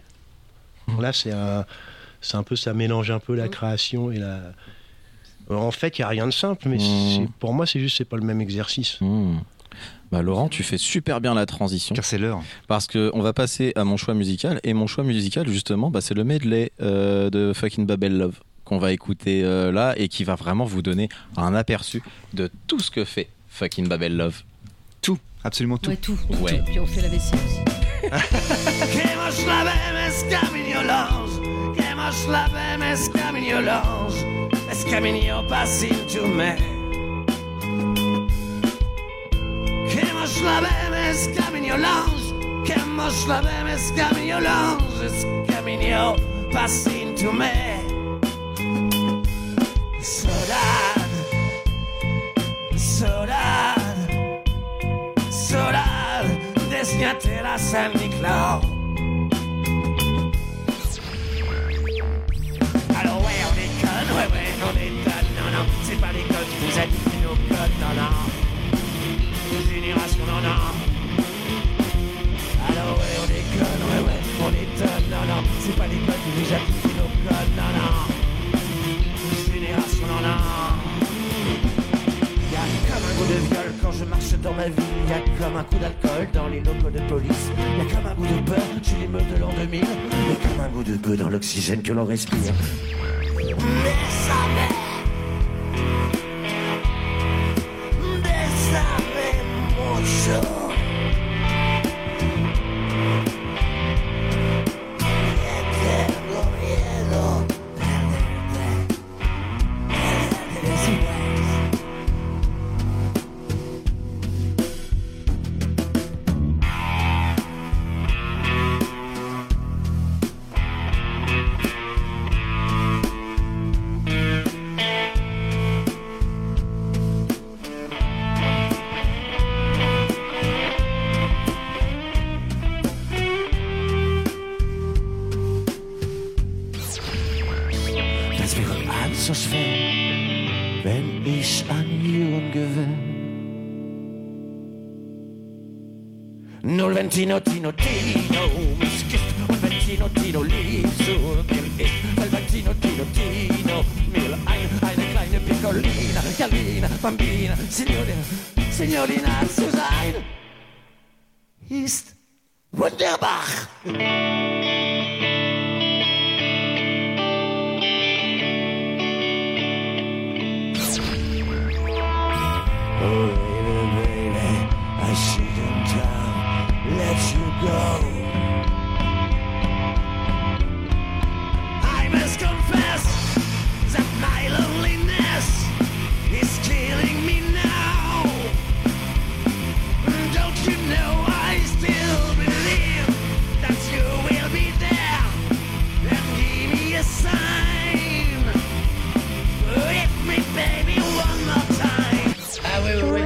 S2: Mmh.
S4: Là, c'est un, c'est un peu, ça mélange un peu la création et la. En fait, il y a rien de simple, mais
S2: Mm.
S4: c'est- pour moi, c'est juste, c'est pas le même exercice.
S2: Mm. Bah Laurent, tu fais super bien la transition
S1: Car c'est l'heure.
S2: parce que on va passer à mon choix musical et mon choix musical justement, bah, c'est le medley euh, de fucking Babel Love qu'on va écouter euh, là et qui va vraiment vous donner un aperçu de tout ce que fait fucking Babel Love.
S1: Tout. Absolument tout.
S3: Ouais, tout.
S2: Ouais.
S3: Puis on fait la vaisselle aussi.
S11: Alors ouais, on est connes, ouais, ouais, on est connes, non, non, c'est pas des codes, vous êtes nos codes, non, non, nos générations, non, non. Alors ouais, on est connes, ouais, ouais, on est connes, non, non, c'est pas des codes, vous êtes nos codes, non, non, nos générations, non, non. Y a comme un goût de viol quand je marche dans ma ville. Y a comme un coup d'alcool dans les locaux de police. Y a comme un goût de peur chez les meufs de l'an 2000. Y a comme un goût de peu dans l'oxygène que l'on respire. Mais ça m'est. Mais ça m'est, mon jour. Das wäre alles so schwer, wenn ich an Jürgen gewinn. 0 wenn Tino Tino Tino mich küsst und wenn Tino Tino lieb zu mir ist, weil wenn Tino Tino Tino mir ein, eine kleine Piccolina, Galina, Bambina, Signorina, Signorina zu sein, ist wunderbar. Oh, baby, baby, I shouldn't have let you go. I must confess that my loneliness is killing me now. Don't you know I still believe that you will be there and give me a sign? Hit me, baby, one more time. I will wait.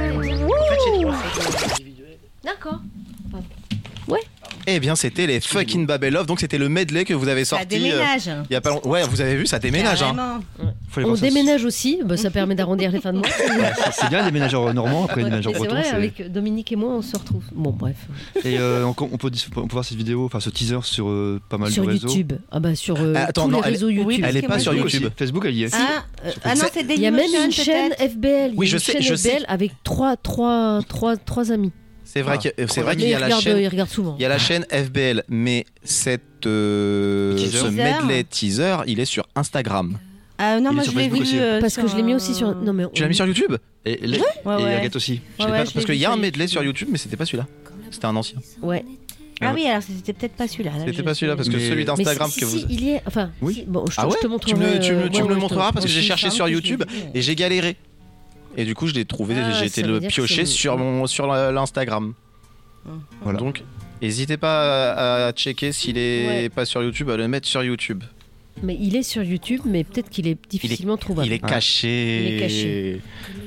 S2: Eh bien, c'était les fucking Babel Love. Donc, c'était le medley que vous avez sorti.
S6: déménage.
S2: euh, il y a pas long- Ouais, vous avez vu, ça déménage. hein.
S6: Carrément.
S1: Faut aller
S3: On
S1: voir ça.
S3: déménage aussi, bah, ça permet d'arrondir les fins de mois.
S1: Ouais, c'est- C'est bien les déménageurs normands, après les
S3: Ouais, mais
S1: déménageurs
S3: c'est
S1: bretons.
S3: vrai,
S1: c'est-
S3: avec Dominique et moi, on se retrouve. Bon, bref.
S1: Et euh, on, on peut, dis- on peut voir cette vidéo, enfin ce teaser sur euh, pas mal
S3: Sur
S1: de réseaux.
S3: YouTube. Ah bah sur euh,
S2: Ah, attends,
S3: tous
S2: non,
S3: les
S2: elle-
S3: réseaux YouTube.
S6: oui,
S2: Elle
S6: Parce
S2: est
S6: que
S2: pas
S6: moi,
S2: sur
S6: je-
S2: YouTube.
S1: Facebook, elle y est.
S6: Ah, euh, ah non, c'est
S3: Il y a même
S6: Dailymotion,
S3: une chaîne
S6: peut-être.
S3: FBL. il y a
S2: Oui, je
S3: une
S2: sais,
S3: chaîne
S2: je sais.
S3: FBL avec trois, trois, trois, trois amis.
S2: C'est vrai
S1: Ah.
S2: que- euh, c'est
S1: Trois
S2: vrai
S3: Mais
S2: qu'il y
S3: ils
S2: a la
S3: regardent-
S2: chaîne.
S3: ils regardent souvent.
S2: Il y a la chaîne FBL, mais cette, euh,
S1: Teaser.
S2: ce
S6: Teaser.
S2: medley teaser, il est sur Instagram.
S6: Ah non,
S1: Il
S6: moi
S1: est
S6: je
S1: sur
S6: l'ai
S1: Facebook
S6: vu.
S1: aussi.
S6: euh,
S3: Parce que je l'ai mis aussi sur. Non, mais
S2: Tu
S3: on-
S2: l'as mis sur YouTube
S1: Et, les-
S6: Ouais,
S1: et
S6: ouais.
S1: Agathe aussi.
S2: Je l'ai
S6: Ouais,
S2: pas-
S6: je l'ai
S2: Parce qu'il
S6: vu
S2: y a un
S6: sur
S2: medley sur YouTube, mais c'était pas celui-là. C'était un ancien.
S3: Ouais.
S6: Ah oui, alors c'était peut-être pas celui-là. là,
S2: C'était
S6: je-
S2: pas celui-là parce que
S1: Mais-
S2: celui
S1: Mais
S3: Mais
S2: d'Instagram
S3: si,
S2: que
S3: si,
S2: vous.
S3: il y est. Enfin,
S1: Oui.
S3: si, bon, Oh, je, te-
S2: Ah ouais
S3: je te
S2: Tu me le-
S3: montrerai.
S2: tu me le-
S3: euh,
S2: tu me
S3: ouais,
S2: le
S3: ouais, je te-
S2: montreras parce que j'ai
S6: Je
S2: cherché
S6: suis
S2: sur
S6: sûre que je
S2: YouTube
S6: l'ai vu,
S2: et j'ai galéré. Et du coup, je l'ai trouvé,
S3: Ah,
S2: j'ai été
S3: ça
S2: le
S3: veut dire que
S2: piocher
S3: c'est- Ah.
S2: sur mon sur la- l'Instagram.
S1: Voilà.
S2: Donc, n'hésitez pas à, à checker s'il est
S3: Ouais.
S2: pas sur YouTube, à le mettre sur YouTube.
S3: Mais il est sur YouTube, mais peut-être qu'il est difficilement trouvable.
S2: Il est
S1: Ouais.
S2: caché.
S3: Il est caché.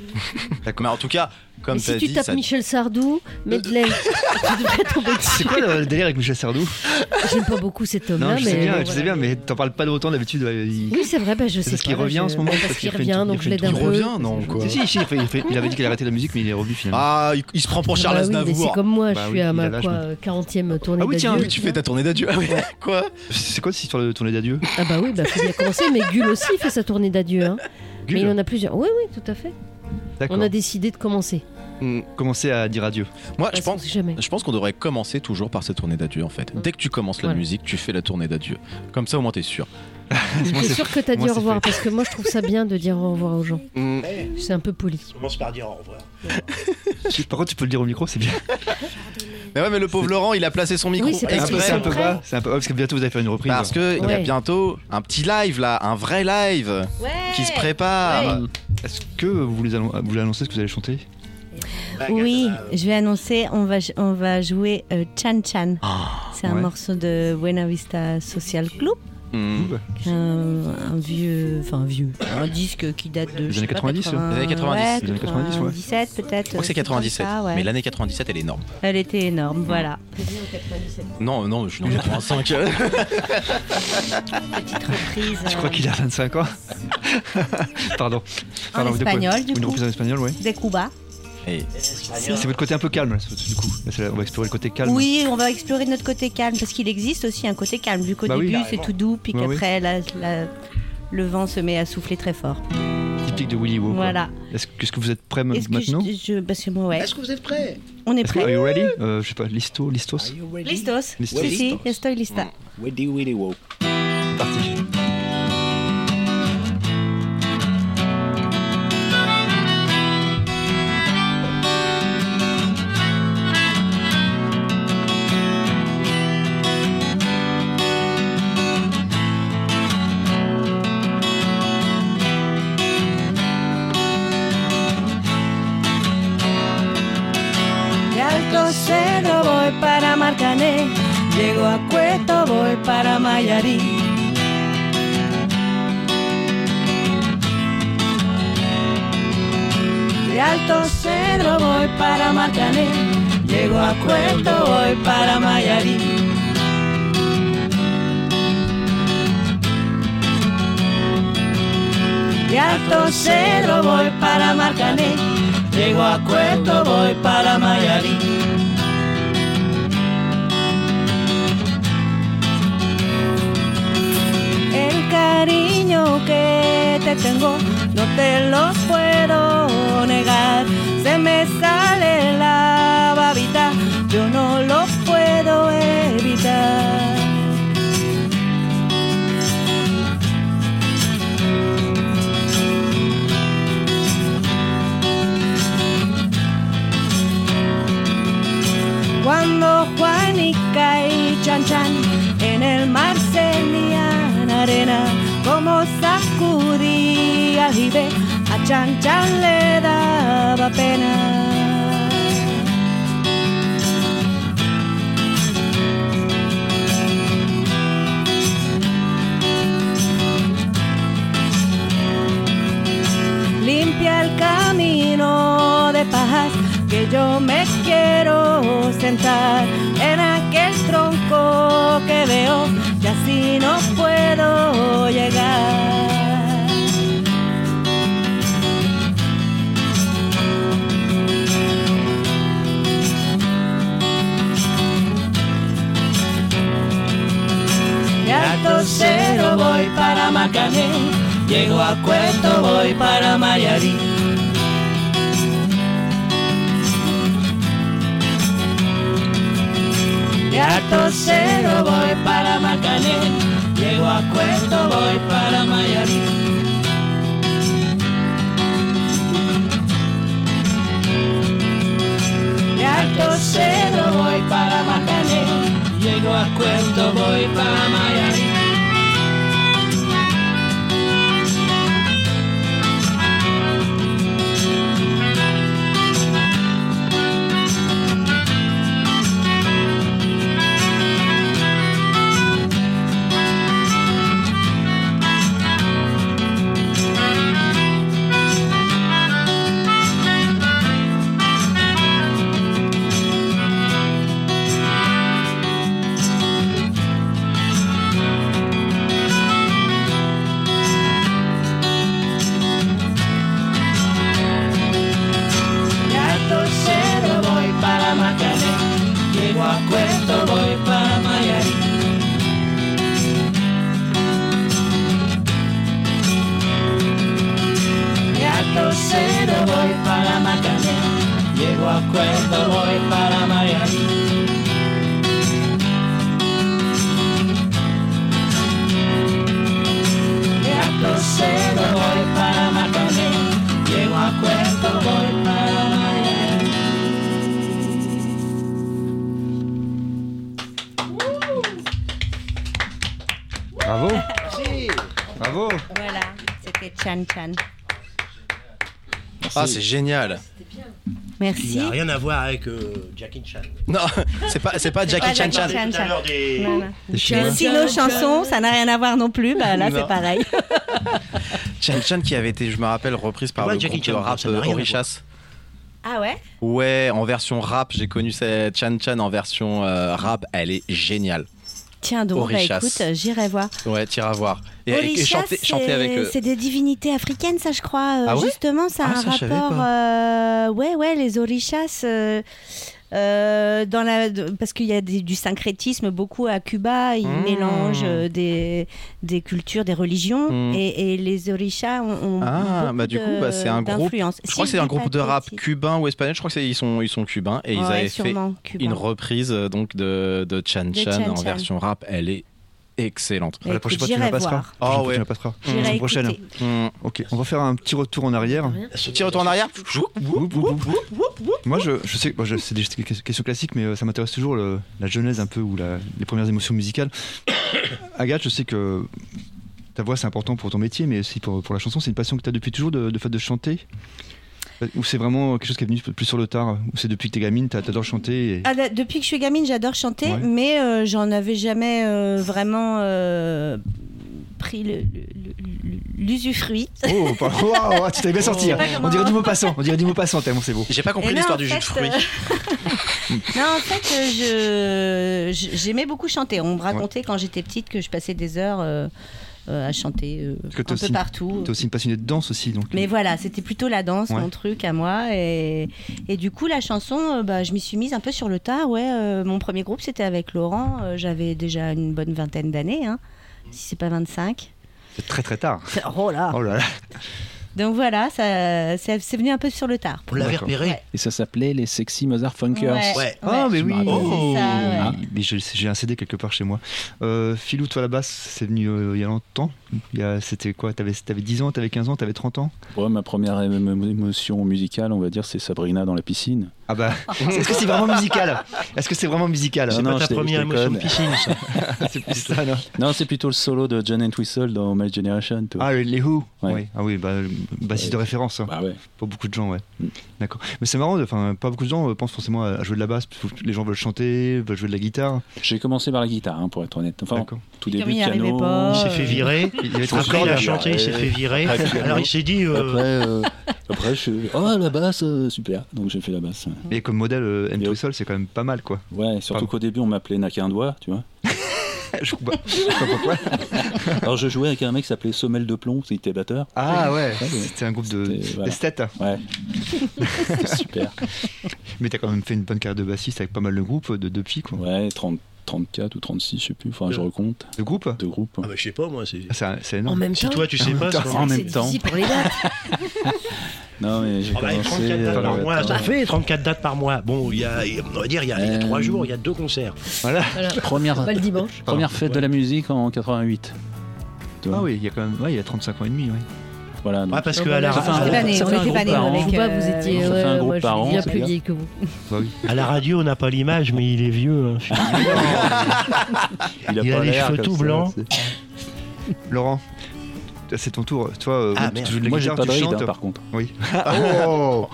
S2: D'accord. Mais en tout cas, comme
S3: Mais
S2: tu as
S3: si tu
S2: dit,
S3: tapes
S2: ça-
S3: Michel Sardou, Medley, tu devrais tomber
S1: C'est
S3: dessus.
S1: quoi le le délire avec Michel Sardou
S3: J'aime pas beaucoup cet homme-là,
S1: Non,
S3: mais.
S1: je sais bien,
S3: bon,
S1: je sais
S3: voilà.
S1: bien, mais t'en parles pas autant d'habitude. ouais, il-
S3: Oui, c'est vrai, bah, je sais.
S1: C'est parce
S3: pas,
S1: qu'il
S3: là,
S1: revient
S3: je-
S1: en ce moment,
S3: Parce
S1: parce
S3: qu'il
S1: qu'il fait une-
S3: revient,
S1: il
S3: donc
S1: fait
S3: je
S1: une
S3: l'aide un
S2: il
S1: tournée.
S3: peu.
S2: revient, non quoi.
S1: Si, si, il, fait- il fait- il avait dit qu'il arrêtait la musique, mais il est revenu finalement.
S2: Ah, il, il se prend pour
S3: Ah
S2: Charles
S3: bah oui, mais
S2: Aznavour.
S3: C'est comme moi,
S1: Bah
S3: je
S1: oui,
S3: suis
S1: il
S3: à
S1: a
S3: ma
S1: l'âge
S3: quoi, 40e tournée
S1: Ah oui, tiens,
S3: d'adieu.
S2: Oui, tu fais ta tournée d'adieu. Ah oui, quoi
S1: C'est quoi cette histoire de tournée d'adieu
S3: Ah bah oui, bah faut bien commencer, mais Gull aussi fait sa tournée d'adieu. hein. Mais il
S1: Gull
S3: en a plusieurs. Oui, oui, tout à fait.
S1: D'accord.
S3: On a décidé de commencer.
S1: Commencez à dire adieu.
S2: Moi, je
S3: Parce qu'on
S2: pense.
S3: sait jamais. Mm.
S2: Je pense qu'on devrait commencer toujours par cette tournée d'adieu en fait. Dès que tu commences la
S3: Voilà.
S2: musique, tu fais la tournée d'adieu. Comme ça au moins t'es sûr.
S1: Moi,
S3: C'est
S1: c'est-
S3: sûr que t'as dit
S1: moi,
S3: au
S1: c'est
S3: revoir,
S1: fait.
S3: parce que moi je trouve ça bien de dire au revoir aux gens.
S2: Mm.
S3: C'est un peu poli.
S4: Commence par dire au revoir.
S1: Par contre, tu peux le dire au micro, c'est bien.
S2: Mais ouais, mais le pauvre Laurent, il a placé son micro
S3: Oui, c'est parce
S2: exprès.
S3: qu'il
S1: C'est un peu
S3: après-
S1: bas. C'est un peu bas, parce que bientôt vous allez faire une reprise.
S2: Parce que il y a
S3: Ouais.
S2: bientôt un petit live là, un vrai live
S6: Ouais.
S2: qui se prépare.
S1: Est-ce que vous voulez annon- vous voulez annoncer ce que vous allez chanter
S6: Oui, je vais annoncer, on va, on va jouer euh, Chan Chan.
S2: Ah,
S6: C'est un
S1: ouais.
S6: morceau de Buena Vista Social Club,
S2: Mm.
S6: un, un vieux, enfin un vieux, un disque qui date de
S1: Des
S6: je sais
S1: années
S6: pas,
S1: 90,
S4: hein.
S2: des années 90,
S6: ouais,
S1: des années 90, ouais.
S6: 97 peut-être. euh,
S2: Je crois que c'est 97. Mais l'année 97, elle est énorme.
S6: Elle était énorme, voilà.
S2: Non, non, je suis dans 85.
S6: Ah, Petite reprise. euh.
S1: Je crois qu'il a 25 ans. Pardon. Pardon, de quoi
S6: espagnol, du
S1: Une
S6: coup.
S1: reprise en espagnol, ouais.
S6: euh, Des Cuba.
S2: Et-
S1: C'est votre côté un peu calme, là, du coup. Là, c'est là, on va explorer le côté calme.
S6: Oui, on va explorer notre côté calme parce qu'il existe aussi un côté calme vu qu'au
S1: Bah oui.
S6: début c'est tout doux puis
S1: Ouais, oui.
S6: qu'après la- la- le vent se met à souffler très fort.
S1: Typique de Willy Woo. quoi.
S6: Voilà.
S1: Est-ce que, est-ce que vous êtes prêts m-
S6: Est-ce que
S1: maintenant
S6: je, je- parce que moi, ouais,
S4: Est-ce que vous êtes prêts
S6: on est
S1: Est-ce que, Are
S6: prêt.
S1: you ready Euh, Je sais pas, listo, listos
S6: Listos.
S1: Listos.
S6: Si, si, estoy lista.
S4: Weddy Willy Woo.
S1: C'est parti.
S9: De Alto Cedro voy para Marcané, llego a Cueto, voy para Mayarí. De Alto Cedro voy para Marcané, llego a Cueto, voy para Mayarí. De Alto Cedro voy para Marcané, llego a Cueto, voy para Mayarí. El cariño que te tengo no te lo puedo negar. Se me sale la babita, yo no lo puedo evitar. Cuando Juanica y Chan Chan en el mar ceñían arena, como sacudía al jibe, a Chan Chan le daba pena. Limpia el camino de paz que yo me quiero sentar en aquel tronco que veo y así no puedo llegar. Y al cero voy para Macané, llego a Cueto, voy para Mayarí. Y a Tosero voy para Macané, llego a Cueto, voy para Mayarí. Y a Tosero voy para Macané, llego a Cueto, voy para Mayarí. Gato cero voy para Macané, llego a Cueto, voy para Mayarí. Gato cero voy para Macané, llego a Cueto, voy para Mayarí. Gato cero voy para Macané, llego a Cueto, voy para Mayarí.
S1: Bravo Bravo
S6: Voilà, c'était Chan Chan.
S2: Ah, c'est génial.
S4: Il
S6: Merci.
S4: n'a rien à voir avec euh, Jackie Chan.
S2: Non, c'est pas, c'est pas Jackie Chan Chan.
S6: Jackie Chan.
S4: des-
S6: Voilà.
S1: Des
S6: Mais
S1: Chinois.
S6: si nos chansons, ça n'a rien à voir non plus, bah là
S2: Non.
S6: c'est pareil.
S2: Chan Chan qui avait été, je me rappelle, reprise par
S4: Ouais,
S2: le
S4: Jackie
S2: groupe de
S4: Chan,
S2: rap
S4: ça n'a rien à
S2: Orichas.
S6: Ah ouais
S2: Ouais, en version rap, j'ai connu cette Chan Chan en version euh, rap, elle est géniale.
S6: Tiens donc, bah,
S2: Orishas.
S6: écoute, j'irai voir.
S2: Ouais, t'iras voir. Et, et
S6: Orishas,
S2: chanter, chanter
S6: c'est-
S2: avec euh, eux.
S6: C'est des divinités africaines, ça, je crois. Euh,
S2: Ah ouais
S6: Justement, ça a
S2: Ah,
S6: un
S2: ça, je savais
S6: rapport. euh, ouais, ouais, les orishas. euh, euh, dans la, de- parce qu'il y a des- du syncrétisme beaucoup à Cuba, ils
S2: Mmh.
S6: mélangent euh, des, des cultures, des religions,
S2: Mmh.
S6: et, et les orishas ont, ont
S2: Ah,
S6: beaucoup
S2: bah, du coup,
S6: de-
S2: bah, c'est un groupe-
S6: d'influence.
S2: Je
S6: Si
S2: crois que c'est un
S6: dis
S2: groupe
S6: pas
S2: de rap
S6: bêtises.
S2: cubain ou espagnol. Je crois que c'est- ils sont, ils sont cubains et ils
S6: Ouais,
S2: avaient fait
S6: sûrement, cubain.
S2: une reprise euh, donc de, de Chan
S6: De
S2: Chan
S6: Chan
S2: en
S6: Chan.
S2: version rap. Elle est excellente.
S1: Ah, La prochaine fois, tu
S6: J'irai
S1: la passeras.
S6: voir.
S1: La prochaine
S2: Ah
S1: fois,
S2: ouais.
S1: Tu la passeras.
S6: J'irai
S1: La prochaine.
S6: écouter.
S2: Hmm.
S1: Ok, on va faire un petit retour en arrière.
S2: Petit retour en arrière.
S1: Oup, oup, oup, oup. Moi, je, je sais, bon, je- c'est des questions classiques, mais euh, ça m'intéresse toujours le- la genèse un peu ou la- les premières émotions musicales. Agathe, je sais que ta voix c'est important pour ton métier, mais aussi pour, pour la chanson. C'est une passion que tu as depuis toujours de, de fait de chanter Ou c'est vraiment quelque chose qui est venu plus sur le tard Ou c'est depuis que t'es gamine, t'as- t'adores chanter et...
S6: Ah, là, depuis que je suis gamine, j'adore chanter,
S1: Ouais.
S6: mais euh, j'en avais jamais euh, vraiment euh, pris le- le- le- l'usufruit.
S1: Oh, pas- waouh, waouh, tu t'es bien sorti. hein.
S6: Oh.
S1: On dirait du mot passant, on dirait du mot passant tellement c'est beau.
S2: J'ai pas compris
S6: Et là,
S2: l'histoire
S6: Eh en
S2: du jus de
S6: fait,
S2: fruits.
S6: euh, non, en fait, euh, je- je- j'aimais beaucoup chanter. On me racontait quand j'étais petite que je passais des heures euh, euh, à chanter euh,
S1: Parce que t'es
S6: un
S1: aussi-
S6: peu partout.
S1: T'es aussi une passionnée de danse aussi, donc.
S6: Mais voilà, c'était plutôt la danse,
S1: Ouais.
S6: mon truc à moi. Et, et du coup, la chanson, euh, bah, je m'y suis mise un peu sur le tard. Ouais, Euh, mon premier groupe, c'était avec Laurent. Euh, J'avais déjà une bonne vingtaine d'années, hein, si c'est pas 25.
S1: C'est très très tard.
S6: Oh là
S1: Oh là là.
S6: Donc voilà, ça, ça- c'est venu un peu sur le tard.
S4: On l'avait
S1: D'accord.
S4: repéré.
S6: Ouais.
S7: Et ça s'appelait les Sexy Mother Funkers.
S4: Ouais.
S1: Ah, mais
S7: Je me
S1: oui.
S7: rappelle.
S6: C'est ça, ouais.
S1: Ah, mais j'ai j'ai un CD quelque part chez moi. Euh, Filou, toi la basse, c'est venu euh, il y a longtemps. Il y a- C'était quoi T'avais avais 10 ans, t'avais 15 ans, t'avais 30 ans
S7: Ouais, ma première é- é- émotion musicale, on va dire, c'est Sabrina dans la piscine.
S1: Ah bah, est-ce que c'est vraiment musical Est-ce que c'est vraiment musical
S4: C'est
S7: non, je
S4: pas ta
S7: dé- je
S4: première émotion de
S7: déconne.
S4: piscine, ça.
S1: C'est plus ça, non
S7: Non, c'est plutôt le solo de John Entwistle dans My Generation. toi.
S1: Ah, les, les Who
S7: Ouais.
S1: Oui. Ah oui, bah, le bassiste
S7: Ouais.
S1: de référence. hein.
S7: Bah ouais.
S1: Pour beaucoup de gens, ouais.
S7: Mm.
S1: D'accord. Mais c'est marrant, enfin, pas beaucoup de gens euh, pensent forcément à à jouer de la basse. parce que Les gens veulent chanter, veulent jouer de la guitare.
S7: J'ai commencé par la guitare, hein, pour être honnête. Enfin,
S1: D'accord.
S7: tout
S6: Puis comme
S7: début
S6: il
S7: piano.
S6: arrivait pas,
S4: Il
S6: euh,
S4: s'est fait virer.
S1: Il y avait trop de
S7: Ah,
S4: Après, il
S1: cordes.
S4: a chanté, il s'est fait virer.
S7: Après,
S4: Alors, il s'est dit. euh,
S7: Ah, Après, euh, Après, je suis. Oh, la basse, euh, super. Donc, j'ai fait la basse.
S1: Et comme modèle euh, M tout seul, c'est quand même pas mal quoi.
S7: Ouais, surtout qu'au début, on m'appelait N'a qu'un doigt, tu vois.
S1: je comprends pas- je sais pas pourquoi.
S7: Alors, je jouais avec un mec qui s'appelait Sommel de Plomb, qui était batteur.
S1: Ah ouais,
S7: ouais.
S1: c'était un groupe de
S7: C'était- voilà.
S1: d'esthètes.
S7: Ouais. C'était
S4: Bah,
S7: super.
S1: Mais t'as quand même fait une bonne carrière de bassiste avec pas mal de groupes de depuis quoi.
S7: Ouais, 30, 34 ou 36, je sais plus. Faudra que je
S4: Ouais.
S7: recompte.
S1: De groupes
S7: De groupes.
S4: Ah bah, je sais pas, moi, c'est.
S1: Ah, C'est c'est
S3: En
S1: énorme.
S3: même
S4: Si
S3: temps,
S4: toi, tu sais pas,
S7: temps.
S4: c'est-
S7: En même
S3: c'est
S7: temps.
S3: difficile pour les dates.
S7: Non, mais j'ai
S4: Ah bah,
S7: commencé.
S4: 34 dates
S7: euh,
S4: par mois, ça
S7: attends.
S4: fait 34 dates par mois. Bon, il y a, on va dire, il y a, il y a
S7: Euh,
S4: trois jours, il y a deux concerts.
S1: Voilà.
S3: Voilà.
S7: Première,
S3: Pas le dimanche.
S7: première fête de la musique en 88. Tu vois.
S1: Ah oui, il y a quand même ouais, il y a 35 ans et demi, ouais.
S7: Voilà. donc,
S4: Ouais, parce
S3: Ah
S4: que
S3: bah,
S4: à la,
S3: ça fait un
S4: à la-
S7: groupe.
S6: Banné,
S7: ça
S6: on
S7: fait un
S6: était
S7: groupe
S6: banné
S7: par an.
S6: avec.
S3: Je vois,
S6: euh,
S3: vous étiez
S7: ça fait un
S3: ouais,
S7: groupe
S3: moi,
S7: par
S3: je suis
S7: an,
S3: bien
S7: c'est
S3: plus
S7: bien.
S3: vieille que vous.
S1: Bah oui.
S4: à la radio, on n'a pas l'image, mais il est vieux. hein. Ah, Il a
S7: pas
S4: les
S7: l'air
S4: cheveux
S7: comme
S4: tout
S7: ça,
S4: blancs.
S1: c'est- Laurent, c'est ton tour. Toi, euh,
S4: Ah,
S1: tu
S4: merde.
S1: joues de la
S7: Moi, j'ai
S1: guitare,
S7: pas de
S1: tu
S7: ride,
S1: chantes.
S7: hein, par contre.
S1: Oui. Oh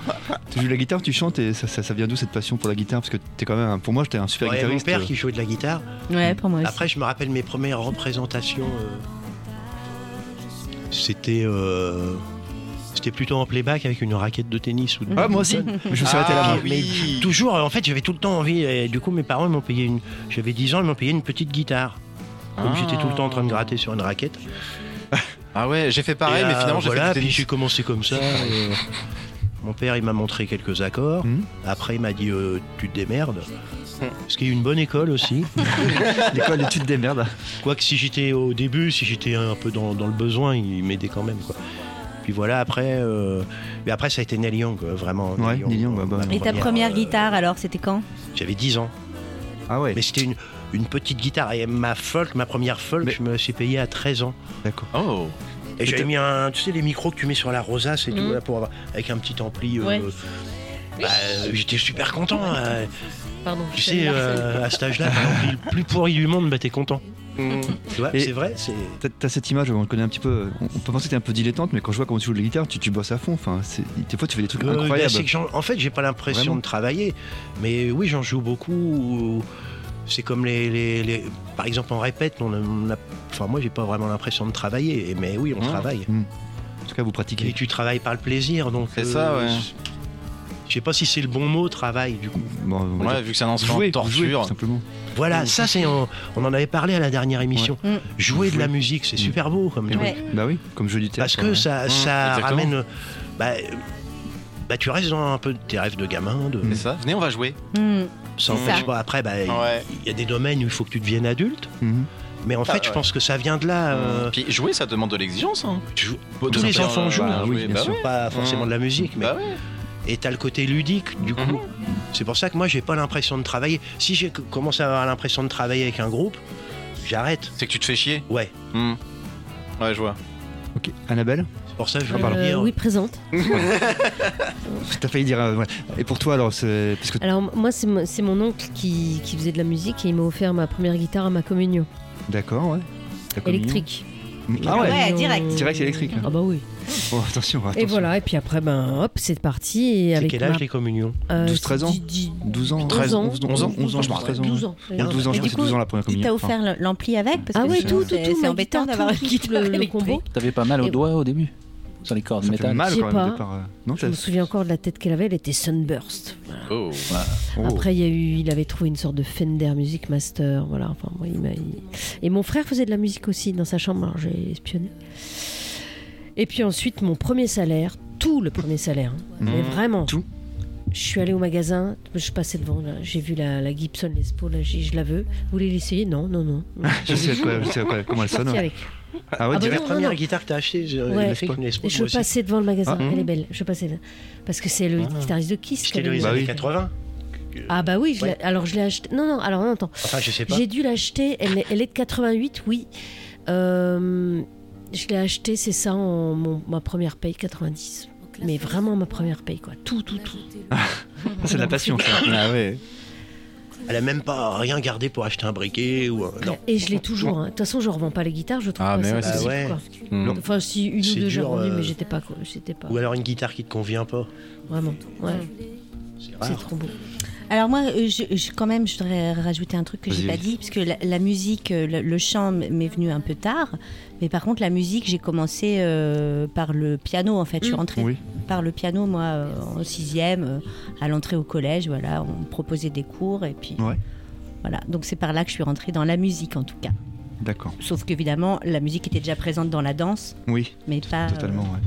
S1: tu joues de la guitare, tu chantes et ça, ça, ça vient d'où cette passion pour la guitare Parce que t'es quand même, un- pour moi, j'étais un super
S4: Ouais, mon
S1: guitariste. euh. Ah.
S4: père qui jouait de la guitare.
S6: Ouais, pour moi aussi.
S4: Après, je me rappelle mes premières représentations. euh, C'était. euh, C'était plutôt en playback avec une raquette de tennis ou de
S1: Ah, moi aussi.
S4: badminton.
S1: Je me suis arrêté là.
S2: Ah
S1: moi.
S2: oui.
S4: Toujours, en fait, j'avais tout le temps envie. Et du coup, mes parents ils m'ont payé une. J'avais 10 ans, ils m'ont payé une petite guitare. Comme
S2: Ah.
S4: j'étais tout le temps en train de gratter sur une raquette.
S2: Ah ouais, j'ai fait pareil,
S4: Et,
S2: mais
S4: euh,
S2: finalement, j'ai
S4: voilà,
S2: fait du
S4: puis
S2: tennis.
S4: j'ai commencé comme ça. et, euh, Mon père, il m'a montré quelques accords.
S1: Mhm.
S4: Après, il m'a dit euh, Tu te démerdes. Ce qui est une bonne école aussi.
S1: L'école, l'étude des merdes.
S4: Quoique si j'étais au début, si j'étais un peu dans, dans le besoin, il m'aidait quand même. Quoi. Puis voilà, après, euh, mais après ça a été Neil Young, euh, vraiment.
S1: Ouais, Neil Young, ouais, bah,
S4: ma
S1: ouais.
S6: Et ta première
S4: euh,
S6: guitare, alors, c'était quand
S4: J'avais 10 ans,
S1: Ah ouais,
S4: mais c'était une, une petite guitare. Et ma folk, ma première folk,
S1: Mais-
S4: je me suis payé à 13 ans.
S1: d'accord.
S2: Oh.
S4: Et j'avais
S1: t'as-
S4: mis un, tu sais, les micros que tu mets sur la rosace et tout,
S3: Mhm.
S4: là, pour avoir, avec un petit ampli. euh,
S3: Ouais.
S4: bah, euh, J'étais super content. euh,
S3: Pardon,
S4: tu
S3: je suis
S4: sais,
S3: allée
S4: euh,
S3: Marseille.
S4: à cet âge-là, t'as l'ampli le plus pourri du monde, bah t'es content. Tu vois,
S1: Mmh. Et-
S4: c'est vrai, c'est.
S1: T'as- T'as cette image, on le connaît un petit peu. On on peut penser que t'es un peu dilettante, mais quand je vois comment tu joues de la guitare, tu, tu bosses à fond. Enfin, c'est- des fois, tu fais des trucs
S4: Euh, bah,
S1: incroyables.
S4: c'est que j'en- en fait, j'ai pas l'impression
S1: Vraiment.
S4: de travailler, mais oui, j'en joue beaucoup. C'est comme les, les- les- par exemple en répète, on a- on a- enfin moi j'ai pas vraiment l'impression de travailler, et- mais oui, on
S2: Mmh.
S4: travaille.
S1: Mm. En tout cas, vous pratiquez.
S4: Et tu travailles par le plaisir, donc. euh,
S2: C'est ça, ouais.
S4: Je sais pas si c'est le bon mot, travail, du coup.
S1: Bon, on va
S2: Ouais,
S1: dire-
S2: vu que c'est un instrument
S1: jouer, jouer,
S2: de torture. Mmh.
S1: tout simplement.
S4: Voilà, ça c'est. en- On en avait parlé à la dernière émission.
S6: Ouais. Mmh.
S4: Jouer de la musique, c'est
S1: Mmh.
S4: super beau comme truc.
S6: Ouais.
S1: Bah oui, comme jeu du théâtre.
S4: Parce que ça,
S2: Mmh,
S4: ça
S2: exactement.
S4: ramène. euh, Bah, euh, bah, tu restes dans un peu tes rêves de gamin, de.
S2: C'est ça. Venez, on va jouer.
S6: Hmm.
S4: Sans,
S6: C'est ça.
S4: je sais pas, après, bah, il
S2: Ouais.
S4: il y a des domaines où il faut que tu deviennes adulte.
S1: Mhm.
S4: Mais en
S2: Ah,
S4: fait, je
S2: ouais.
S4: pense que ça vient de là. euh,
S2: Puis jouer, ça demande de l'exigence. Hein.
S4: tu joues-
S2: Bon,
S4: tous
S2: tout
S4: les
S2: simplement,
S4: enfants
S2: euh,
S4: jouent, hein.
S1: bah oui,
S4: ils
S1: bien
S2: bah
S1: sûr.
S2: ouais.
S4: pas forcément de la musique, mais
S2: Bah ouais. Mhm.
S4: et t'as le côté ludique du coup. C'est pour ça que moi, j'ai pas l'impression de travailler. Si j'ai c- commencé à avoir l'impression de travailler avec un groupe, j'arrête.
S2: C'est que tu te fais chier.
S4: Ouais.
S2: Hmm. Ouais, je vois.
S1: Ok, Annabelle Ah,
S4: C'est pour ça que je voulais
S3: Euh,
S4: dire.
S3: oui, présente.
S1: T'as failli dire. euh, ouais. Et pour toi, alors, c'est. Parce que
S3: Alors m- moi, c'est mon- c'est mon oncle qui, qui faisait de la musique et il m'a offert ma première guitare à ma communion
S1: D'accord, ouais. La communion.
S3: électrique.
S1: Ah ouais,
S6: Ouais,
S3: Communion-
S6: direct.
S1: Direct électrique. hein.
S3: Ah bah oui.
S1: Bon, attention, Ah, attention.
S3: Et voilà, et puis après, ben hop, c'est parti. Et
S4: C'est
S3: avec
S4: quel âge
S3: ma-
S4: les communions
S3: euh,
S1: 12-13 ans
S3: dix- dix-
S1: 12 ans,
S3: 13 ans.
S1: 11 ans, 11 ans, 11 ans, je me rappelle.
S3: 12 ans.
S1: Il y a 12 ans, je
S6: Et
S1: crois que
S6: du
S1: c'est
S6: coup,
S1: 12 ans la première
S6: Il
S1: communion.
S6: t'a
S1: Enfin,
S6: offert l- l'ampli avec parce
S3: Ah
S6: que
S3: oui,
S6: c'est-
S3: tout, tout, tout.
S6: C'est
S3: ma
S6: embêtant
S3: guitare, tout,
S6: d'avoir une
S3: tout,
S6: guitare
S3: le- le
S6: électrique.
S3: combo.
S7: T'avais pas mal
S3: Et-
S7: au doigt au début sur les cordes
S1: ça fait
S7: métal.
S1: mal
S3: Je sais
S1: quand même
S3: pas.
S1: au départ. euh. Non,
S3: Je
S1: t'as-
S3: me souviens encore de la tête qu'elle avait, elle était Sunburst.
S2: Oh.
S1: oh.
S3: Après, il, y a eu, il avait trouvé une sorte de Fender Music Master. Voilà, enfin, moi, il m'a- il- Et mon frère faisait de la musique aussi dans sa chambre, alors j'ai espionné. Et puis ensuite, mon premier salaire, tout le premier salaire, hein, mais vraiment.
S1: Mmh. Tout.
S3: Je suis allée au magasin, je passais devant, là, j'ai vu la, la Gibson Les Paul, là, j'ai dit, je la veux. Vous voulez l'essayer Non, non, non. non.
S1: Je sais, quoi, je sais quoi, comment elle
S3: Je suis
S1: sonne.
S3: partie
S1: ouais.
S3: avec.
S1: Ah ouais,
S3: Ah bah
S1: direct.
S4: La
S3: non,
S4: première
S3: non.
S4: guitare que t'as achetée, j'ai-
S3: Ouais.
S4: Euh, les flics me laissent pas,
S3: Et je
S4: moi aussi.
S3: passais devant le magasin,
S1: Ah,
S3: elle est belle. Je passais là. Parce que c'est le
S4: Ah.
S3: guitariste de Kiss. qui
S4: C'était dans
S3: avait
S4: les
S1: Bah
S4: années
S1: oui.
S4: 80.
S3: Ah bah oui, je
S4: Ouais.
S3: l'ai- alors je l'ai acheté. Non, non, alors non, attends.
S4: Enfin, je sais pas.
S3: J'ai dû l'acheter, elle, est- elle est de 88, oui. Euh, je l'ai acheté, c'est ça, en mon- ma première paye, 90. Mais vraiment ma première paye, quoi. Tout, tout, tout.
S1: C'est de la passion. ça. Ah ouais.
S4: Elle a même pas rien gardé pour acheter un briquet ou. un- Non.
S3: Et je l'ai toujours. hein. De toute façon, je revends pas les guitares, je trouve
S2: Ah,
S3: pas
S2: mais
S3: ça
S2: ouais,
S4: c'est-
S3: possible,
S4: Ah ouais.
S3: quoi.
S2: Hmm.
S3: Enfin, si une ou
S4: C'est
S3: deux j'ai
S4: dur,
S3: revendu,
S4: euh,
S3: mais j'étais pas, quoi, j'étais pas.
S4: Ou alors une guitare qui te convient pas.
S3: Vraiment, ouais,
S4: C'est
S3: c'est
S4: rare.
S3: trop beau.
S6: Alors moi, euh, je, je- quand même, je voudrais rajouter un truc que j'ai
S1: Vas-y,
S6: pas
S1: vas-y.
S6: dit, parce que la, la musique, euh, le, le chant m- m'est venu un peu tard, mais par contre la musique, j'ai commencé euh, par le piano. En fait, je suis rentrée
S1: Mm. Oui.
S6: par le piano moi euh, en sixième, euh, à l'entrée au collège. Voilà, on me proposait des cours et puis
S1: Ouais,
S6: voilà. Donc c'est par là que je suis rentrée dans la musique en tout cas.
S1: d'accord.
S6: Sauf qu'évidemment, la musique était déjà présente dans la danse,
S1: Oui,
S6: mais pas. euh,
S1: totalement, ouais.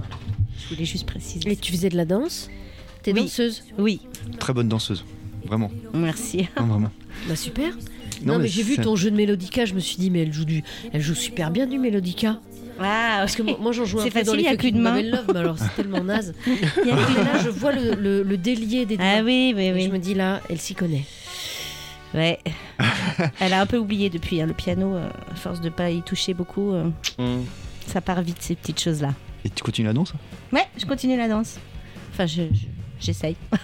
S6: je voulais juste préciser.
S3: Et tu faisais de la danse T'es
S6: Oui.
S3: danseuse
S6: Oui,
S1: Très bonne danseuse. Vraiment.
S6: merci.
S1: Non, vraiment.
S3: Bah super.
S1: Non,
S3: Non,
S1: mais
S3: mais, j'ai vu
S1: c'est-
S3: ton jeu de mélodica, je me suis dit mais elle joue du, elle joue super bien du mélodica.
S6: Ah,
S3: Parce que moi, moi, j'en joue un
S6: C'est
S3: peu dans
S6: facile,
S3: les
S6: y a
S3: trucs
S6: qu'une
S3: de
S6: main.
S3: Mabel Love, mais alors c'est tellement naze.
S6: Il y a-
S3: Et là je vois le, le, le délié des
S6: Ah
S3: doigts.
S6: oui, oui,
S3: Et
S6: oui.
S3: Je me dis là, elle s'y connaît.
S6: Ouais. Elle a un peu oublié depuis. hein. Le piano, euh, à force de pas y toucher beaucoup, euh,
S3: Mmh.
S6: ça part vite ces petites choses-là.
S1: Et tu continues la danse
S6: Ouais, je continue la danse. Enfin, je- je- j'essaye.
S1: Bah,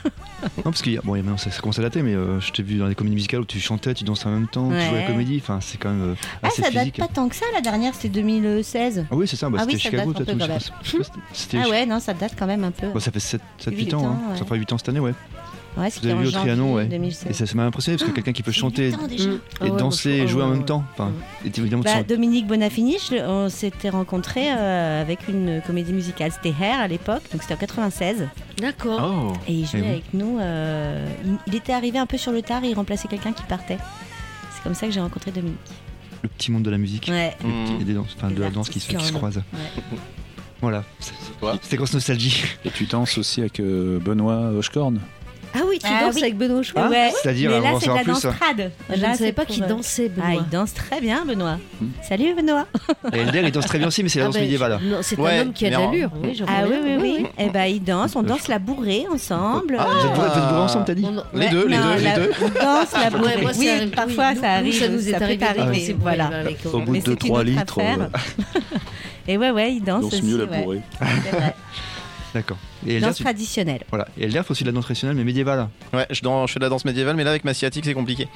S1: Non, parce qu'il y a. Bon, et maintenant ça, ça commence à dater, mais euh, je t'ai vu dans les comédies musicales où tu chantais, tu danses en même temps, tu jouais à la
S6: Ouais.
S1: comédie. Enfin, c'est quand même euh,
S6: ah,
S1: assez
S6: ça
S1: physique.
S6: date pas tant que ça. La dernière, c'était 2016.
S1: Ah oui, c'est ça, bah,
S6: Ah
S1: c'était
S6: oui, ça
S1: Chicago,
S6: date un
S1: toi, tout.
S6: peu,
S1: je
S6: quand
S1: pense. Je sais pas, C'était.
S6: Ah ouais, non, ça date quand même un peu.
S1: Bah, ça fait 7-8
S6: Huit
S1: ans,
S6: ans,
S1: hein.
S6: ouais.
S1: ça fera 8 ans cette année, ouais.
S6: Ouais,
S1: Vous
S6: c'était
S1: avez
S6: en
S1: vu au
S6: janvier
S1: Trianon, ouais. Et
S6: 2016.
S1: ça, ça m'a impressionné parce que quelqu'un qui peut
S6: C'est
S1: chanter
S6: huit ans déjà.
S3: Mm. Ah
S1: et
S3: ouais, moi,
S1: danser
S3: je-
S1: et
S3: ah
S1: jouer
S3: ouais,
S1: en
S3: ouais,
S1: même
S3: ouais.
S1: temps. Enfin, et t- évidemment, tu
S6: Bah,
S1: sens-
S6: Dominique Bonafini, je le- on s'était rencontrés euh, avec une comédie musicale. C'était Hair à l'époque, donc c'était en 96.
S3: D'accord.
S1: Oh
S6: Et il jouait
S1: Eh oui.
S6: avec nous. euh, il, il était arrivé un peu sur le tard et il remplaçait quelqu'un qui partait. C'est comme ça que j'ai rencontré Dominique.
S1: Le petit monde de la musique.
S6: Ouais.
S1: Et le petit- Et des danses, enfin, de la
S6: Des
S1: danse qui se,
S3: artistes,
S1: qui se croise. Voilà, C'est-
S2: toi
S1: c'était grosse nostalgie.
S7: Et tu danses aussi avec euh, Benoît Hochkorn.
S3: Ah oui, tu
S6: Ah
S3: danses
S6: oui.
S3: avec Benoît Chouin.
S6: ouais.
S1: Ah, C'est-à-dire,
S6: Mais
S1: on va
S6: là,
S1: en
S6: c'est de
S1: savoir
S6: la
S1: plus. hein.
S6: danse trad.
S3: Je
S6: Là,
S3: ne savais
S6: c'est
S3: pas
S6: pour,
S3: qu'il
S6: euh,
S3: dansait
S6: Ah, il
S3: Benoît.
S6: danse très bien, Benoît. Salut, Benoît.
S1: Et Elder, Hmm. il danse très bien aussi, mais c'est la
S3: Ah
S1: danse
S3: ben,
S1: médiévale.
S3: je- non, C'est
S2: Ouais,
S3: un homme qui a de
S2: mais en-
S3: l'allure. Oui, j'en
S6: Ah oui,
S3: conviens.
S6: oui, oui. Eh ben, il danse. On
S1: Euh,
S6: danse la bourrée ensemble.
S2: Ah,
S1: Vous êtes bourrés- vous êtes bourrés
S2: Ah.
S1: ensemble, t'as dit
S3: On- on-
S2: Les deux, les
S6: Non,
S2: deux, les
S6: la-
S2: deux.
S6: On danse la
S3: Ouais,
S6: bourrée.
S3: moi, ça
S6: oui,
S3: arrive-
S6: parfois,
S3: oui,
S6: ça
S3: nous,
S6: arrive.
S3: ça nous est
S6: peut
S3: arrivé.
S6: arriver,
S3: C'est-
S6: Voilà.
S3: ouais, avec-
S7: Au bout
S6: Mais
S7: de
S6: c'est une
S7: 2-3
S6: autre
S7: litres,
S6: affaire.
S7: euh,
S6: Et ouais, ouais, il
S7: on
S6: danse
S7: danse
S6: aussi.
S7: mieux la
S6: ouais.
S7: bourrée.
S6: C'est vrai.
S1: D'accord. Et Elder,
S6: Danse
S1: tu-
S6: traditionnelle.
S1: voilà. Et Elder, faut aussi de la danse traditionnelle, mais médiévale.
S2: Ouais, je, dans- je fais de la danse médiévale, mais là avec ma sciatique c'est compliqué.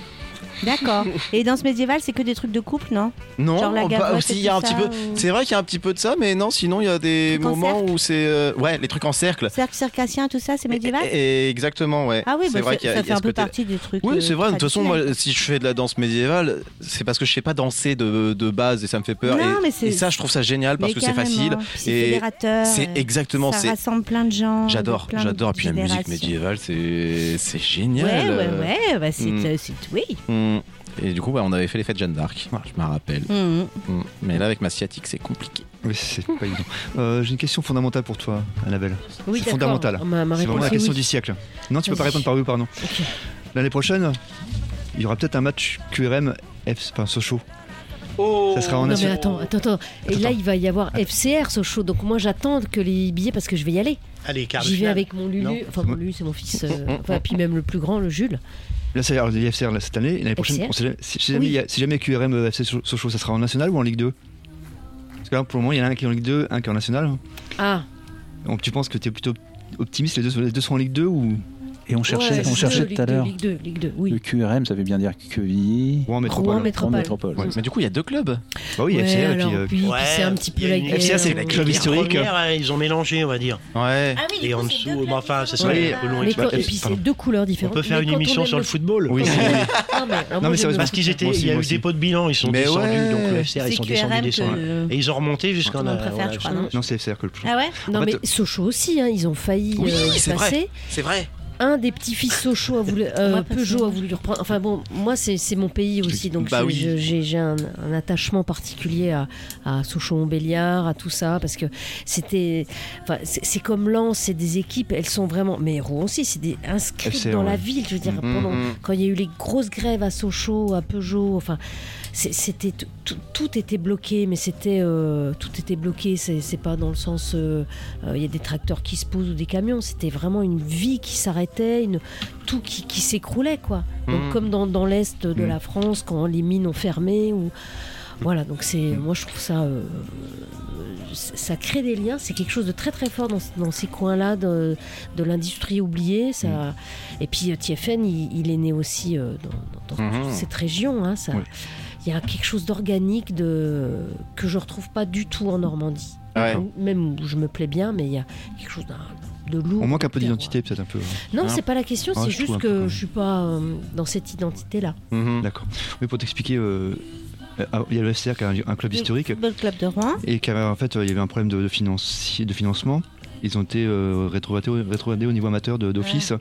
S6: D'accord. Et danse médiévale, c'est que des trucs de couple, non
S2: Non,
S6: Genre la
S2: bah,
S6: gavotte
S2: aussi,
S6: et
S2: il y a
S6: tout
S2: un petit
S6: ça,
S2: peu.
S6: ou-
S2: C'est vrai qu'il y a un petit peu de ça, mais non, sinon il y a des
S6: Trucs en
S2: moments où c'est euh, ouais, les trucs en cercle.
S6: Cercle circassien, tout ça, c'est médiéval
S2: Et- et- Exactement, ouais.
S6: Ah oui,
S2: eh, c'est
S6: bah,
S2: vrai
S6: ça
S2: qu'il y a,
S6: ça
S2: il
S6: fait
S2: y a
S6: un
S2: ce
S6: peu
S2: côté-là.
S6: partie des trucs.
S2: Oui,
S6: euh,
S2: c'est vrai. De toute façon,
S6: traditionnels.
S2: moi, si je fais de la danse médiévale, c'est parce que je sais pas danser de, de base et ça me fait peur.
S6: Non,
S2: et,
S6: mais c'est-
S2: et ça, je trouve ça génial parce
S6: Mais
S2: que c'est
S6: carrément,
S2: facile.
S6: puis C'est
S2: et
S6: fédérateur.
S2: C'est
S6: euh,
S2: exactement.
S6: Ça
S2: C'est
S6: rassemble plein de gens.
S2: j'adore,
S6: de plein de
S2: j'adore. Et puis la musique
S6: générations.
S2: médiévale, c'est c'est
S6: Ouais,
S2: génial.
S6: ouais, ouais. Bah, c'est,
S2: Mm.
S6: euh, c'est- oui.
S2: Hum, Et du coup, ouais, on avait fait les fêtes Jeanne d'Arc. Je m'en rappelle.
S6: Mm.
S2: Hum, Mais là, avec ma sciatique, c'est compliqué.
S1: Oui, c'est pas évident. Euh, J'ai une question fondamentale pour toi, Annabelle.
S3: Oui,
S1: c'est
S3: d'accord.
S1: fondamental.
S3: Ma, ma
S1: C'est
S3: réponse
S1: vraiment la
S3: est
S1: question
S3: oui.
S1: du siècle. Non, tu peux pas
S3: Vas-y.
S1: répondre par oui ou par non. L'année prochaine, il y aura peut-être un match QRM F, enfin Sochaux.
S3: Oh.
S1: Ça sera en
S3: Non mais
S1: national.
S3: attends, attends, attends. Et là, il va y avoir FCR Sochaux. Donc moi, j'attends que les billets parce que je vais y aller.
S4: Allez, quart de
S3: J'y vais
S4: finale.
S3: avec mon Lulu.
S4: Non.
S3: Enfin, mon Lulu, c'est mon fils. euh, enfin, puis même le plus grand, le Jules.
S1: Là, c'est alors, il y a FCR là, cette année. Et L'année prochaine,
S3: FCR?
S1: on sait jamais- si, si jamais,
S3: Oui.
S1: il y a- si jamais QRM euh, FC So- Sochaux, ça sera en national ou en Ligue 2 Parce que là, pour le moment, il y en a un qui est en Ligue 2, un qui est en national.
S3: Ah,
S1: Donc, tu penses que tu es plutôt optimiste les deux, les deux sont en Ligue 2 ou
S7: Et on cherchait,
S3: ouais,
S7: on
S3: Ligue
S7: cherchait
S3: 2,
S7: tout à l'heure.
S3: Ligue 2, Ligue 2,
S7: Le
S3: oui.
S7: QRM, ça veut bien dire Quevilly.
S1: ou en métropole
S3: Rouen, Métropole.
S7: Grande métropole.
S1: Ouais.
S2: Mais du coup, il y a deux clubs.
S1: Bah oui,
S3: Ouais,
S1: FCR et
S3: alors,
S1: puis. euh,
S3: puis, puis
S4: Ouais,
S3: c'est un petit
S4: il
S3: peu
S4: y a
S3: la
S4: une-
S3: guerre.
S1: FCR, c'est la
S3: euh,
S1: club
S4: Les
S1: historique.
S4: premières, hein, ils ont mélangé, on va dire.
S2: Ouais.
S4: Et en dessous, bah, enfin, ça
S1: Ouais.
S4: serait un peu long. à
S3: Mais quand-
S4: expliquer.
S3: et puis c'est
S1: Pardon.
S3: deux couleurs
S4: On
S3: différentes.
S4: peut faire
S3: Mais
S4: une
S3: quand on
S4: émission
S3: aime
S4: sur le football.
S1: Oui, c'est-
S3: Ah, mais, alors,
S1: mais
S3: moi,
S1: c'est
S3: j'aime
S1: vrai,
S4: Parce
S3: bien.
S4: qu'ils étaient,
S1: Moi aussi,
S4: il y a
S1: moi
S4: eu
S1: aussi.
S4: des pots de bilan, ils sont
S2: Mais
S4: descendus,
S2: ouais.
S4: donc le FCR, ils
S6: C'est
S4: sont descendus,
S6: QRM
S4: descendus.
S6: que
S4: Et ils ont remonté jusqu'en.
S6: on
S4: euh,
S6: préfère,
S4: voilà,
S6: je crois.
S4: jusqu'en-
S6: non
S1: Non, c'est FCR que le plus.
S6: Ah ouais
S3: Non
S1: En fait,
S3: mais Sochaux aussi, hein, ils ont failli
S2: Oui,
S3: euh,
S2: c'est vrai.
S3: passer.
S2: C'est vrai.
S3: Un des petits fils Sochaux a voulu, euh,
S6: Moi,
S3: Peugeot a voulu le reprendre. Enfin bon, moi c'est c'est mon pays aussi, donc
S2: Bah
S3: je-
S2: oui.
S3: je- j'ai j'ai un, un attachement particulier à, à Sochaux-Montbéliard, à tout ça, parce que c'était, enfin c'est c'est comme Lens, c'est des équipes, elles sont vraiment, mais Rouen aussi, c'est des inscrites
S1: FCR,
S3: dans
S1: ouais.
S3: la ville, je veux dire,
S2: Mhm.
S3: pendant- quand il y a eu les grosses grèves à Sochaux, à Peugeot, enfin c'est- c'était tout- tout, tout était bloqué, mais c'était euh, tout était bloqué, c'est c'est pas dans le sens euh, euh, Il y a des tracteurs qui se posent ou des camions. C'était vraiment une vie qui s'arrêtait, une... tout qui, qui s'écroulait, quoi. Donc,
S2: Mm.
S3: comme dans, dans l'Est de
S1: Mm.
S3: la France, quand les mines ont fermé. Ou... Voilà, donc c'est, moi je trouve ça. euh, euh, Ça crée des liens, c'est quelque chose de très très fort dans, dans ces coins-là de, de l'industrie oubliée. Ça...
S1: Mm.
S3: Et puis euh, TFN, il, il est né aussi euh, dans, dans- dans
S2: Mhm.
S3: toute cette région. hein, ça...
S1: Mm-hmm. Oui.
S3: Il y a quelque chose d'organique de... que je retrouve pas du tout en Normandie
S2: Ouais.
S3: même où je me plais bien, mais il y a quelque chose d'un de loup.
S1: On manque un peu d'identité, peut-être un peu.
S3: Non,
S1: hein.
S3: c'est pas la question,
S1: Ah,
S3: c'est
S1: je trouve
S3: juste
S1: un
S3: que
S1: peu,
S3: je suis pas euh, dans cette identité-là.
S1: D'accord. Mais pour t'expliquer, euh, euh, ah, il y a le FCR qui a un, un club historique
S6: Le club de Rouen.
S1: et qui avait en fait euh, il y avait un problème de, de financi- de financement. Ils ont été euh, rétrogradés, au- rétrogradés au niveau amateur de- d'office.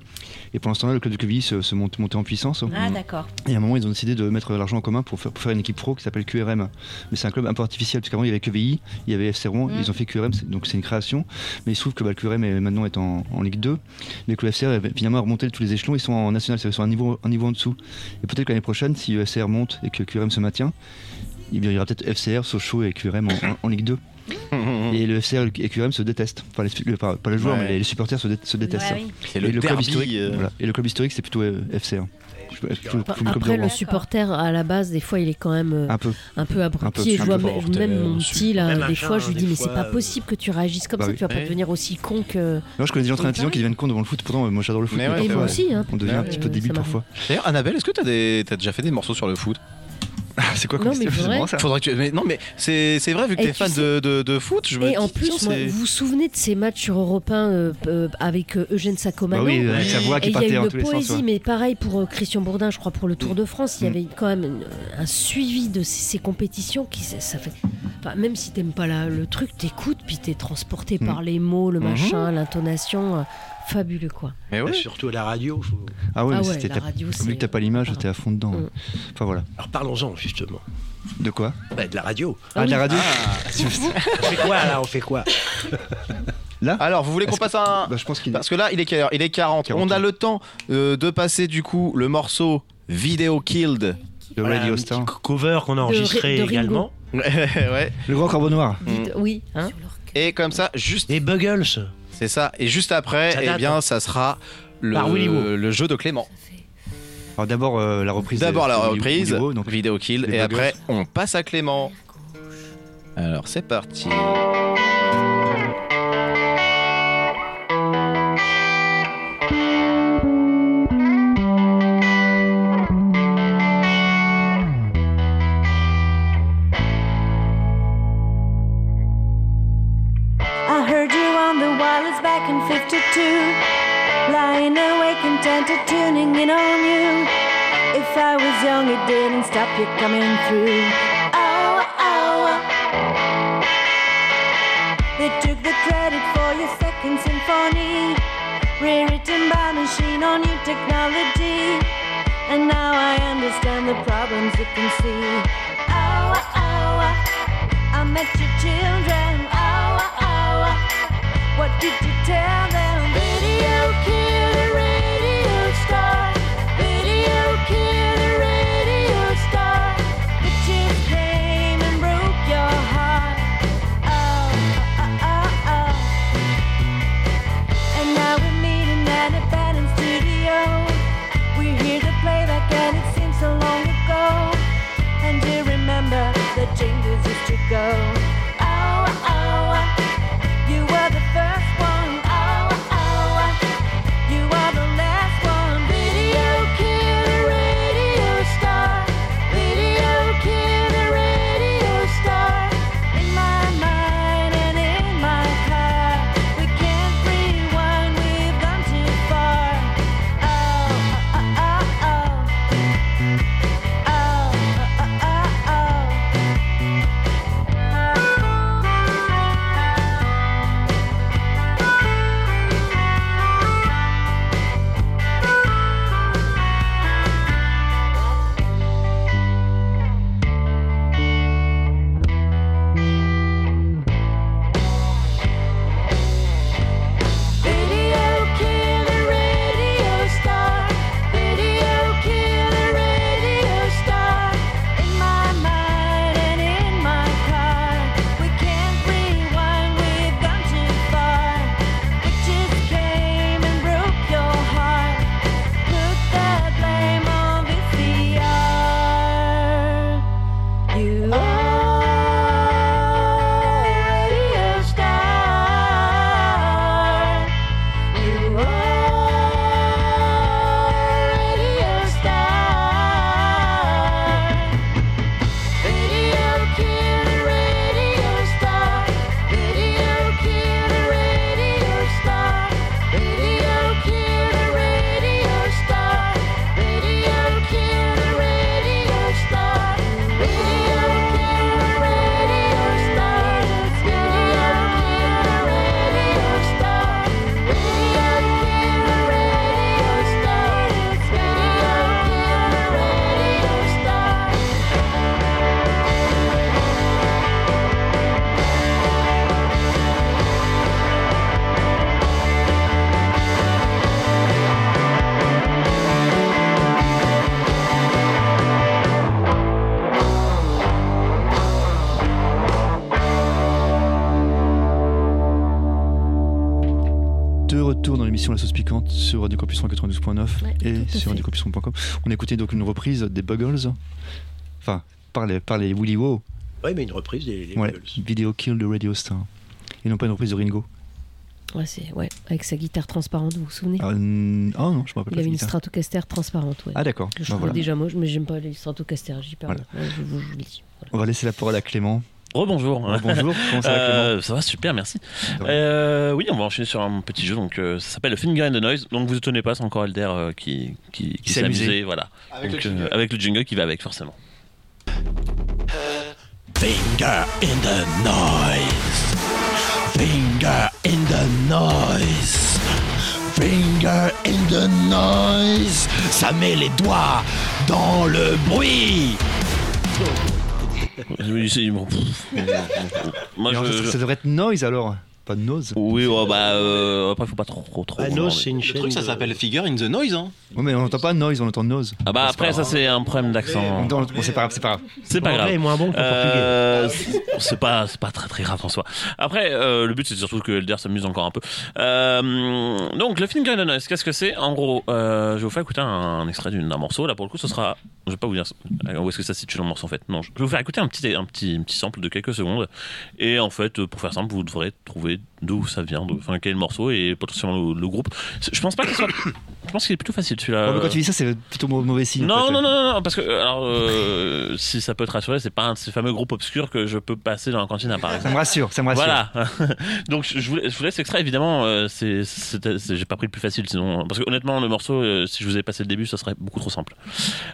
S1: Et pendant ce temps-là, le club de Quevilly se, se monte- montait en puissance.
S6: Ah, d'accord.
S1: Et à un moment, ils ont décidé de mettre l'argent en commun pour faire, pour faire une équipe pro qui s'appelle QRM. Mais c'est un club un peu artificiel, parce qu'avant, il y avait QVI, il y avait FC Rouen,
S6: Mm.
S1: ils ont fait QRM, c'est- donc c'est une création. Mais il se trouve que bah, le QRM est, maintenant est en, en Ligue 2, mais que le FCR est finalement remonté de tous les échelons, ils sont en national, c'est-à-dire qu'ils sont un niveau, un niveau en dessous. Et peut-être que l'année prochaine, si le FCR monte et que QRM se maintient, il y aura peut-être FCR, Sochaux et QRM en, en- en Ligue 2. Et le FCR et QRM se détestent. Enfin, les, le- pas, pas les joueurs,
S2: Ouais.
S1: mais les, les supporters se, dé- se détestent.
S6: Ouais, Bah oui.
S2: C'est
S1: Et
S2: le
S1: club
S2: derby,
S1: historique,
S2: euh.
S1: voilà. Et le club historique, c'est plutôt euh, FCR. Je- je- je-
S3: Enfin,
S1: comme
S3: Ah, Bah, après, le
S1: Rouen.
S3: supporter, à la base, des fois, il est quand même euh,
S1: hein. Un peu.
S3: un peu abruti.
S1: Un peu,
S3: et je
S1: un
S3: vois
S1: peu
S3: même-
S1: porteur,
S3: même mon petit,
S4: Même
S3: là,
S4: un
S3: des
S4: chat,
S3: fois, je lui
S4: des
S3: dis, mais c'est
S4: fois,
S3: pas
S4: euh,
S3: possible que tu réagisses comme
S1: Bah
S3: ça,
S1: oui.
S3: tu vas pas
S2: Ouais.
S3: devenir aussi con que.
S1: Non, je connais des gens très
S3: C'est
S1: intelligents qui
S3: pareil.
S1: deviennent cons devant le foot. Pourtant, euh, moi j'adore le foot.
S2: Mais ouais,
S1: parfois,
S3: Et moi
S2: ouais.
S3: aussi, hein.
S1: On devient un
S3: Euh,
S1: petit peu
S3: ça
S1: débile
S3: m'arrive.
S1: parfois.
S2: D'ailleurs, Annabelle, est-ce que t'as des... t'as déjà fait des morceaux sur le foot
S1: Ah, c'est quoi
S3: Non, mais
S1: comme c'est
S3: c'est vrai.
S1: vraiment ça
S2: Faudrait que tu- mais non, mais c'est c'est vrai, vu que
S3: Et
S2: t'es
S3: tu
S2: fan
S3: sais-
S2: de, de- de foot, je me
S3: Et en
S2: dis, tiens,
S3: plus, moi,
S2: c'est-
S3: vous vous souvenez de ces matchs sur Europe 1 euh, euh, avec euh, Eugène Sacomano
S1: Bah oui, avec
S2: Oui.
S1: sa voix
S3: Et
S1: qui
S3: il y a
S1: partait
S3: eu
S1: en
S3: une
S1: tous les sens.
S3: poésie,
S1: ouais.
S3: mais pareil pour euh, Christian Bourdin, je crois, pour le Tour de France, il y
S1: Mm.
S3: avait quand même une- un suivi de ces, ces compétitions qui ça ça fait. enfin, même si t'aimes pas la- le truc, t'écoutes, puis t'es transporté
S1: Mm.
S3: par les mots, le
S2: Mhm.
S3: machin, l'intonation, euh, fabuleux quoi.
S2: Mais ouais.
S4: Surtout à la radio. faut-
S1: Ah ouais,
S3: ah
S1: mais
S3: ouais,
S1: c'était.
S3: la radio.
S1: Vu
S3: c'est-
S1: que t'as pas l'image,
S3: Pardon.
S1: t'es à fond dedans. ouais.
S3: Mm.
S1: Enfin voilà.
S4: Alors parlons-en justement.
S1: De quoi
S4: Bah, de la radio.
S3: Ah
S1: Ah, de la radio
S4: On fait quoi là On fait quoi
S2: Alors, vous voulez qu'on
S1: Est-ce
S2: passe à un.
S1: Bah, je pense qu'il.
S2: Parce que là, il est quelle heure Il est 40.
S1: 40.
S2: On a le temps euh, de passer du coup le morceau Video Killed.
S1: Le
S4: Voilà,
S1: Radio
S4: un petit
S1: Star.
S4: co- cover qu'on a enregistré
S3: de Ringo.
S4: également.
S2: ouais. Mm.
S1: Le grand corbeau noir.
S3: Vite- Oui, hein.
S2: Et comme ça, juste.
S4: Les Buggles.
S2: C'est ça. Et juste après,
S4: Ça
S2: eh
S4: date,
S2: bien,
S4: hein.
S2: ça sera
S4: Par Willy
S2: le,
S4: Woo.
S2: le jeu de Clément.
S1: Alors d'abord euh, la reprise.
S2: D'abord
S1: de-
S2: la
S1: de-
S2: reprise,
S1: Willy Woo, donc-
S2: Video Killed.
S1: les
S2: Et
S1: buggers.
S2: après, on passe à Clément. Alors, c'est parti.
S12: I heard you on the wireless back in 52. Lying awake and to tuning in on you. If I was young, it didn't stop you coming through. Oh, oh. They took the credit for your second symphony. Rewritten by machine on new technology. And now I understand the problems you can see. Oh, oh. I met your children. Oh, oh, what did you tell them? Video killed a radio star. Video killed a radio star. Bitch his name and broke your heart. Oh, oh, oh, oh. And now we're meeting at a abandoned studio. We hear the playback and it seems so long ago. And you remember the jingles used to go. Oh, oh, you were Oh, the first one. Oh, Oh,
S1: l'émission La Sauce Piquante sur Radio Campus 192.9
S3: Ouais,
S1: et
S3: tout à
S1: sur
S3: fait.
S1: radiocampus.com. On écoutait donc une reprise des Buggles, enfin par les, par les Willy Wow,
S4: Oui, mais une reprise des, des
S1: ouais,
S4: Beatles.
S1: Video Kill the Radio Star, et non pas une reprise de Ringo.
S3: Ouais, c'est- ouais, avec sa guitare transparente, vous vous souvenez
S1: Ah, n- ah non, je me rappelle
S3: Il avait
S1: pas. cette
S3: une
S1: guitare.
S3: Stratocaster transparente, ouais.
S1: Ah d'accord.
S3: Que je
S1: Bah,
S3: trouve
S1: voilà.
S3: déjà moche, mais j'aime pas les Stratocaster, j'y perds. Ouais, je vous je vous le dis.
S1: On va laisser la parole à Clément.
S13: Rebonjour.
S1: Rebonjour, comment ça va,
S13: Euh, ça va super, merci. Euh, oui, on va enchaîner sur un petit jeu, donc euh, ça s'appelle le Finger and the Noise. Donc vous étonnez pas, c'est encore Elder euh, qui, qui, qui
S1: s'est
S13: s'est
S1: amusé.
S13: amusé, voilà.
S1: Avec
S13: Donc,
S1: le jingle.
S13: euh, avec le jingle qui va avec forcément.
S11: Finger in the noise. Finger in the noise. Finger in the noise. Ça met les doigts dans le bruit.
S13: Oui, c'est- bon, pff. Moi,
S1: Mais en fait,
S13: je-
S1: Ça devrait être Noise alors, pas Nose. Ah,
S13: Oui, oh, bah euh, après faut pas trop trop. trop
S2: Le truc, ça s'appelle Figure in the Noise. Hein.
S1: Oui, mais on n'entend pas Noise, on entend Nose.
S13: Ah bah après ça c'est un problème d'accent.
S1: Dans le- bon, c'est pas grave, c'est pas grave.
S13: C'est pas
S1: Anglais
S13: grave.
S1: est moins bon que
S13: Euh, c'est pas c'est pas très très grave en soi. Après euh, le but c'est surtout que Elder s'amuse encore un peu. Euh, donc le film Guardian qu'est-ce que c'est En gros, euh, je vais vous faire écouter un, un extrait d'une- d'un morceau. Là pour le coup, ce sera je vais pas vous dire euh, où est-ce que ça se situe dans le morceau en fait. Non, je je vais vous faire écouter un petit un petit un petit sample de quelques secondes et en fait euh, pour faire simple, vous devrez trouver d'où ça vient, d'où- enfin quel est le morceau et potentiellement le, le groupe. C'est- Je pense pas qu'il soit je pense qu'il est plutôt facile celui-là.
S1: Ouais, mais quand tu dis ça, c'est plutôt mau- mauvais signe. en
S13: euh, Non,
S1: fait.
S13: non, non, non, non, parce que euh, alors, euh, si ça peut te rassurer, c'est pas un de ces fameux groupes obscurs que je peux passer dans la cantine à Paris.
S1: Ça me rassure, ça me rassure.
S13: Voilà. Donc je vous, je vous laisse extrait. Évidemment, euh, c'est, c'est- c'est- j'ai pas pris le plus facile, sinon parce que honnêtement, le morceau, euh, si je vous ai passé le début, ça serait beaucoup trop simple.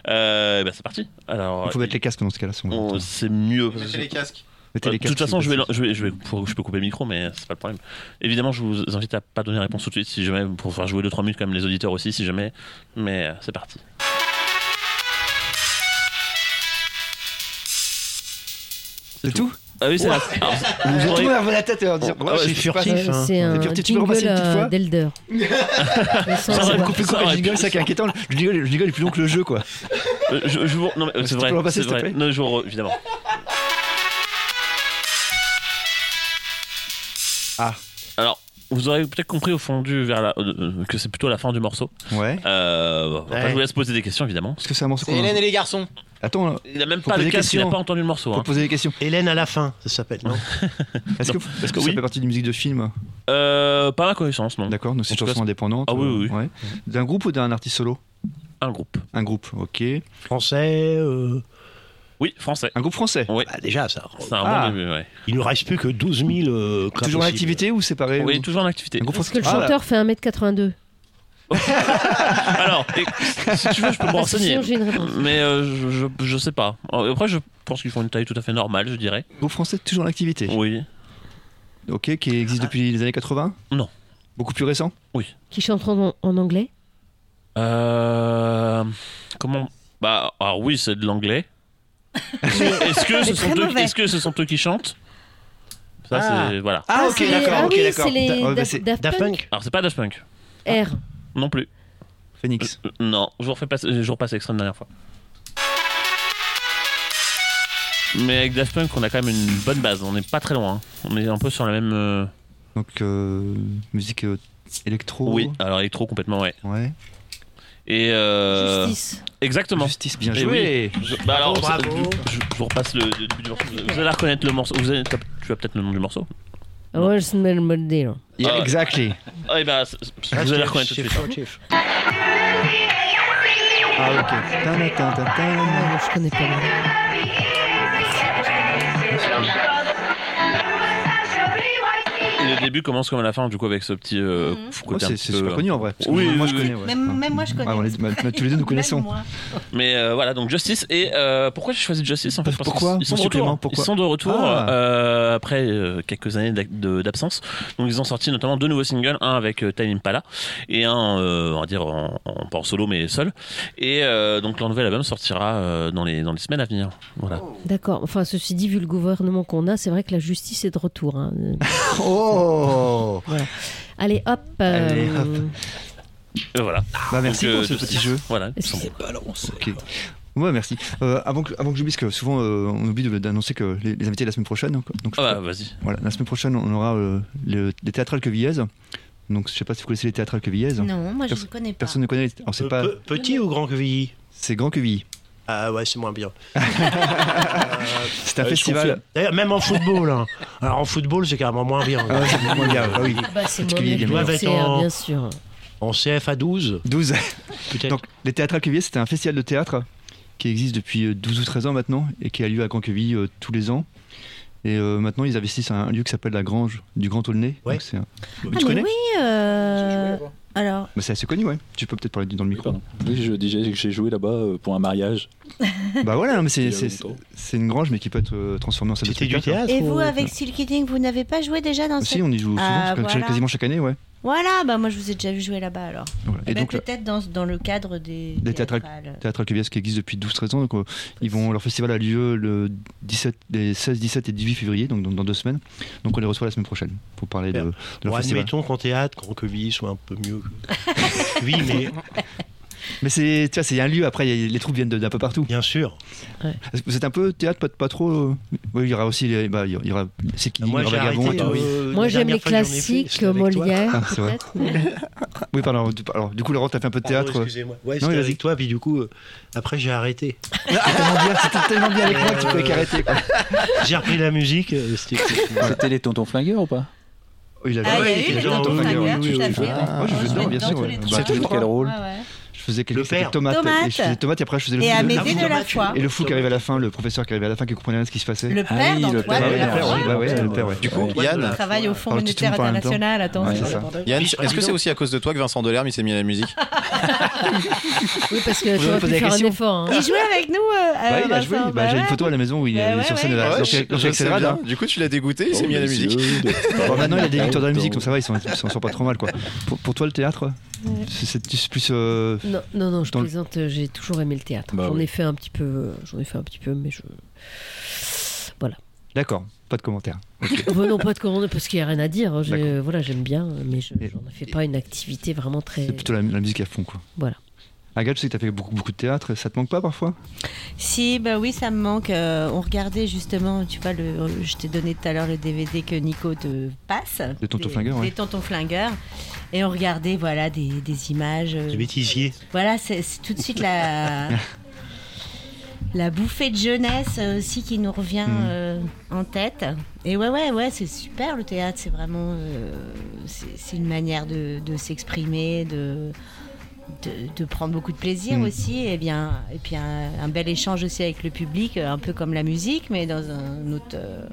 S13: Euh, bah, c'est parti. Alors,
S1: Il faut mettre les casques dans ce cas-là. si on veut.
S13: on- Oh, c'est mieux. parce que
S2: Mettez
S13: c'est-
S2: les casques.
S1: Mettez les
S13: de toute
S1: casques,
S13: façon,
S1: c'est
S13: je vais,
S1: possible.
S13: je, vais, je, vais, pour- je peux couper le micro, mais c'est pas le problème. Évidemment, je vous invite à pas donner réponse tout de suite, si jamais, pour faire jouer 2-3 minutes comme les auditeurs aussi, si jamais. Mais euh, c'est parti.
S1: C'est tout
S13: Ah oui, c'est
S1: Ouah.
S13: la. alors, vous
S1: Tout
S13: aurez-
S1: le monde lève la tête en disant
S13: Ah
S1: ouais,
S13: ouais,
S1: je
S13: c'est
S1: suis
S13: furtif,
S1: pas-
S13: hein.
S1: Et
S3: C'est un
S1: puis, tu peux
S3: jingle
S1: repasser une petite
S3: euh,
S1: fois
S3: d'Elder. Je sens
S13: Ça
S3: que
S13: aurait
S3: va-
S13: pu-
S1: Coupez,
S13: Ça
S1: coupez,
S13: aurait
S1: le jingle,
S13: pu-
S1: ça qui est inquiétant. Le jingle, le jingle est plus long que le jeu, quoi.
S13: Euh, je, je vous... Non, mais euh,
S1: Tu
S13: c'est
S1: peux
S13: vrai.
S1: le repasser,
S13: c'est
S1: s'il te
S13: vrai.
S1: plaît
S13: Non, je vous re- évidemment.
S1: Ah.
S13: Alors, vous aurez peut-être compris au fond du vers la... euh, euh, que c'est plutôt la fin du morceau.
S1: Ouais.
S13: Euh, bon, après,
S1: Ouais.
S13: je vous laisse poser des questions, évidemment.
S1: Parce que c'est un morceau
S2: C'est
S1: qu'on-
S2: Hélène et les garçons.
S1: Attends, là.
S13: Il n'a même
S1: Faut
S13: pas
S1: poser
S13: le
S1: des
S13: casque, il n'a
S1: questions.
S13: pas entendu le morceau.
S1: Faut
S13: hein.
S1: poser des questions.
S4: Hélène à la fin, ça s'appelle, non
S1: Est-ce que,
S13: Non.
S1: est-ce que
S13: Oui.
S1: ça fait partie d'une musique de film
S13: Euh, pas à ma connaissance, non.
S1: D'accord, donc c'est
S13: En
S1: une
S13: tout cas,
S1: chanson
S13: c'est-
S1: indépendante.
S13: Ah oui, oui, oui.
S1: euh, ouais. D'un groupe ou d'un artiste solo
S13: Un groupe.
S1: Un groupe, ok.
S4: Français. euh,
S13: Oui, français.
S1: Un groupe français
S13: Oui,
S2: Ah,
S4: bah, déjà, ça.
S13: c'est un
S1: Ah.
S13: bon début, ouais.
S4: Il nous reste plus que 12 000. euh, comme
S1: Toujours en
S4: possible.
S1: activité ou séparé
S13: Oui,
S1: ou-
S13: toujours en activité.
S1: Un groupe
S3: Parce
S1: français
S3: que le
S1: Ah, là.
S3: chanteur fait 1m82.
S13: Alors, et- si tu veux, je peux me
S3: Parce que
S13: renseigner.
S3: sinon, j'ai une réponse.
S13: Mais euh, je, je, je sais pas. Euh, Après, je pense qu'ils font une taille tout à fait normale, je dirais.
S1: Groupe français toujours en activité.
S13: Oui.
S1: Ok, qui existe depuis les années 80
S13: Ah. Non.
S1: Beaucoup plus récent
S3: Qui chante en, en anglais
S13: Euh, comment Bah, alors oui, c'est de l'anglais. Est-ce que, ce sont
S6: Mais très
S13: eux-
S6: mauvais.
S13: est-ce que ce sont eux qui chantent Ça,
S4: Ah.
S13: c'est. Voilà.
S1: Ah,
S3: c'est
S1: ok,
S3: les-
S1: d'accord,
S3: ah
S1: ok,
S3: oui,
S1: d'accord.
S3: c'est les
S1: Da- ouais, bah,
S3: Da-
S1: c'est
S3: Daft
S4: Daft
S3: Punk
S4: Punk
S13: Alors, c'est pas Dash Punk.
S1: Ah.
S3: R.
S13: Non plus.
S1: Phoenix.
S13: Euh, Non, je vous refais pas, je vous repasse l'extrait de la dernière fois. Mais avec Daft Punk, on a quand même une bonne base. On n'est pas très loin. hein. On est un peu sur la même. euh,
S1: Donc, euh, musique euh, électro.
S13: Oui, alors électro complètement, ouais.
S1: Ouais.
S13: Et. Euh...
S3: Justice.
S13: Exactement.
S1: Justice, bien
S13: Eh
S1: joué.
S13: Je- bah alors,
S4: Bravo,
S13: ça-
S4: bravo.
S13: Je, je vous repasse le, le début du morceau. Vous allez reconnaître le morceau. Vous allez- tu as peut-être le nom du morceau. Non.
S3: Ouais, je smell my deal.
S1: Yeah,
S13: Ah.
S1: exactly.
S13: Ah, et bah, c- c- vous allez reconnaître tout de suite. hein.
S1: Ah, ok. Ta-da, ta-da, ta-da.
S3: Ah, je connais pas. moi.
S13: Et le début commence comme à la fin, du coup, avec ce petit euh,
S1: Oh,
S13: côté un
S1: c'est
S13: petit
S1: c'est
S13: peu,
S1: super
S13: euh,
S1: connu en vrai. Parce que
S13: Oui,
S1: moi, moi,
S13: oui,
S1: je
S13: oui.
S1: connais. ouais.
S6: Même, même moi, je connais.
S1: Ah, on est- bah, bah, tous les deux, nous
S6: Même
S1: connaissons.
S6: moi.
S13: Mais euh, voilà, donc Justice. Et euh, pourquoi j'ai choisi Justice en fait Parce
S1: Pourquoi,
S13: qu'ils sont de
S1: monsieur Clément,
S13: retour.
S1: pourquoi
S13: Ils sont de retour
S1: Ah.
S13: euh, après euh, quelques années d'ac- de- d'absence. Donc ils ont sorti notamment deux nouveaux singles, un avec euh, Time Impala et un, euh, on va dire, en, en- pas en solo mais seul. Et euh, donc leur nouvel album sortira euh, dans les dans les semaines à venir. Voilà.
S3: D'accord. Enfin, ceci dit, vu le gouvernement qu'on a, c'est vrai que la justice est de retour. hein.
S1: Oh
S3: Allez, hop. euh,
S1: Allez, hop.
S13: Euh, voilà.
S1: Bah, merci
S13: Donc, euh,
S1: pour ce petit
S13: Justice.
S1: jeu.
S13: Voilà. ils
S3: Est-ce
S13: sont
S3: que-
S1: Ok. Ouais, merci. Euh, avant que, avant que j'oublie, parce que souvent euh, on oublie de- d'annoncer que les, les invités de la semaine prochaine. Donc, donc je
S13: Ah bah
S1: crois-
S13: vas-y.
S1: voilà, la semaine prochaine, on aura euh, le- les théâtrales quevillaises. Donc je sais pas si vous connaissez les théâtrales quevillaises.
S6: Non, moi, je
S1: Perso-
S6: ne connais pas.
S1: Personne ne connaît. les- Alors, c'est
S4: Pe-
S1: pas.
S4: Euh, pe- petit ou grand quevilly
S1: C'est Grand Quevilly.
S4: Ah ouais, c'est moins bien.
S1: C'est un
S4: Euh, je
S1: festival.
S4: confirme. D'ailleurs, même en football. hein. Alors en football, c'est carrément moins bien.
S1: Ah ouais, c'est moins bien, ah oui.
S3: Bah, c'est moins
S1: Parce qu'il y a
S3: bien
S1: des
S3: que le
S1: meilleurs.
S3: CR, bien sûr.
S4: En CFA 12.
S1: 12.
S4: Peut-être.
S1: Donc, les Théâtrales Quevilly, c'était un festival de théâtre qui existe depuis euh, 12 ou 13 ans maintenant et qui a lieu à Grand Quevilly euh, tous les ans. Et euh, maintenant, ils investissent à un lieu qui s'appelle la Grange du Grand Aulnay.
S4: Ouais.
S1: Donc, C'est un-
S6: Ah,
S1: tu
S6: mais
S1: connais
S6: oui. euh, Alors,
S1: Bah, c'est assez connu, ouais. Tu peux peut-être parler dans le micro.
S7: Oui, je disais que j'ai joué là-bas euh, pour un mariage.
S1: bah voilà, non, mais
S7: Il y
S1: c'est,
S7: a
S1: c'est,
S7: longtemps.
S1: c'est une grange, mais qui peut être euh, transformée en salle de
S4: C'était du
S1: spectacle.
S4: théâtre
S6: et
S4: ou-
S6: vous, avec Silky Ding, vous n'avez pas joué déjà dans
S1: Si,
S6: cette-
S1: on y joue souvent,
S6: Ah,
S1: chaque-
S6: voilà.
S1: quasiment chaque année, ouais.
S6: Voilà, bah moi je vous ai déjà vu jouer là-bas alors.
S1: Voilà.
S6: Eh
S1: Et
S6: ben,
S1: donc,
S6: peut-être dans, dans le cadre des,
S1: Des théâtrales- Théâtre Alcubias qui existe depuis 12-13 ans. Donc, euh, ils vont, leur festival a lieu le 17, les 16, 17 et 18 février, donc dans, dans deux semaines. Donc on les reçoit la semaine prochaine pour parler de, de leur
S4: Bon,
S1: festival.
S4: admettons qu'en théâtre, grand quevilly soit un peu mieux. que- oui, mais
S1: Mais c'est, tu vois, c'est un lieu, après il y a- les troupes viennent de- d'un peu partout.
S4: bien sûr.
S1: Est-ce que Vous êtes un peu théâtre, pas, pas trop euh Oui, il y aura aussi les. Bah, il y aura. C'est qui
S4: Moi,
S1: il y aura
S4: j'ai
S1: Vagabond
S4: arrêté.
S1: et tout, oui.
S4: euh,
S3: Moi,
S4: la
S3: j'aime
S4: dernière
S3: les
S4: fois que j'en ai fait,
S3: classiques,
S4: c'était avec toi.
S3: Molière,
S1: Ah, c'est vrai.
S3: peut-être. mais-
S1: Oui, pardon. du- Alors, du coup, Laurent, t'as fait un peu de
S4: Pardon,
S1: théâtre. euh.
S4: excusez-moi. Ouais,
S1: Non,
S4: c'était
S1: vas-y.
S4: avec toi, puis du coup, euh, après j'ai arrêté.
S1: C'était tellement bien, c'était tellement bien avec moi, tu pouvais
S4: Euh,
S1: qu'arrêter. quoi.
S4: J'ai repris la musique. euh, C'était
S7: C'était les tontons flingueurs ou pas
S1: Oh,
S6: Ah,
S1: il
S6: il y a
S4: Ouais,
S6: eu
S4: les
S6: le
S4: gens,
S6: tonton
S4: oui,
S6: Flingueur,
S1: oui,
S6: tout
S1: oui,
S6: à
S1: oui.
S6: fait.
S1: Ah, moi, je
S6: Ouais,
S1: jouais dedans,
S6: dans
S1: bien
S6: tous
S1: sûr.
S6: les
S1: ouais.
S6: trois.
S1: Bah,
S7: C'était
S1: toujours,
S7: quel
S1: hein.
S7: rôle
S6: Ouais, ouais.
S1: Je faisais
S4: Le
S1: quelques
S4: père.
S1: tomates.
S6: Tomate.
S1: Et je faisais les tomates et après je faisais le
S6: Et
S1: fou.
S4: Ah
S6: Amédée
S4: oui,
S6: de la
S4: dommage.
S6: Foix.
S1: Et le fou qui arrivait à la fin, le professeur qui arrivait à la fin, qui comprenait rien de ce qui se passait.
S6: Le
S7: Ah
S6: père
S7: oui,
S6: dans
S7: le
S6: Trois
S7: père,
S6: de
S1: ouais,
S6: la
S1: le père,
S6: Foix.
S1: oui, bah ouais, le
S7: Ouais.
S1: père, ouais.
S2: Du coup,
S4: Ouais,
S2: Yann,
S4: voilà.
S6: Travaille au Fonds
S1: Parle petit
S6: monétaire
S1: tour en même temps.
S6: international, attends.
S7: Ouais,
S1: c'est ça.
S2: Yann, est-ce que c'est aussi à cause de toi que Vincent Delerme il s'est mis à la musique
S3: Oui, parce que
S1: Vous
S3: tu aurais pu
S1: posez la
S3: faire un
S1: question
S3: effort. hein.
S6: Il jouait avec nous. euh,
S1: Bah,
S6: euh,
S1: il a joué.
S6: Vincent,
S1: Bah,
S6: bah
S1: J'ai une
S6: ouais.
S1: photo à la maison où il
S6: Bah
S1: est
S6: ouais,
S1: sur scène
S6: ouais.
S1: dans
S2: Ah Ouais,
S1: dans-
S2: je-
S1: dans- dans-
S2: je sais
S1: Excel,
S2: bien.
S1: hein. Oh,
S2: Du coup, tu l'as dégoûté, il s'est mis à la musique.
S1: Bon, maintenant, il y a des victoires de la musique, donc ça va, ils sont, ils sont sur pas trop mal. Quoi. Pour, pour toi, le théâtre, c'est c'est plus. plus, euh,
S3: Non, non, non, je
S1: Dans le-
S3: plaisante. euh, J'ai toujours aimé le théâtre.
S7: Bah
S3: j'en
S7: oui.
S3: ai fait un petit peu, euh, j'en ai fait un petit peu, mais je.
S1: D'accord, pas de commentaires.
S3: Bon, Oh, bah non, pas de commande parce qu'il n'y a rien à dire. J'ai-
S1: D'accord.
S3: Voilà, j'aime bien, mais je
S1: Et-
S3: n'en fais pas une activité vraiment très.
S1: C'est plutôt la, la musique à fond. Quoi.
S3: Voilà.
S1: Agathe, je sais que t'as fait beaucoup, beaucoup de théâtre, ça te manque pas parfois
S6: Si, bah oui, ça me manque. Euh, on regardait justement, tu vois, le, je t'ai donné tout à l'heure le DVD que Nico te passe.
S1: De Tonton
S6: Des-
S1: Flingueur, ouais.
S6: Des tontons flingueurs. Et on regardait, voilà, des, des images. euh,
S4: le bêtisier.
S6: Voilà, c'est c'est tout de suite la. La bouffée de jeunesse euh, aussi qui nous revient
S4: Mm.
S1: Mhm.
S6: euh, en tête. Et ouais, ouais, ouais, c'est super le théâtre. C'est vraiment. euh, c'est c'est une manière de, de s'exprimer, de, de, de prendre beaucoup de plaisir
S4: Mm.
S1: Mhm.
S6: aussi. Et, bien, et puis un, un bel échange aussi avec le public, euh, un peu comme la musique, mais dans un autre. euh,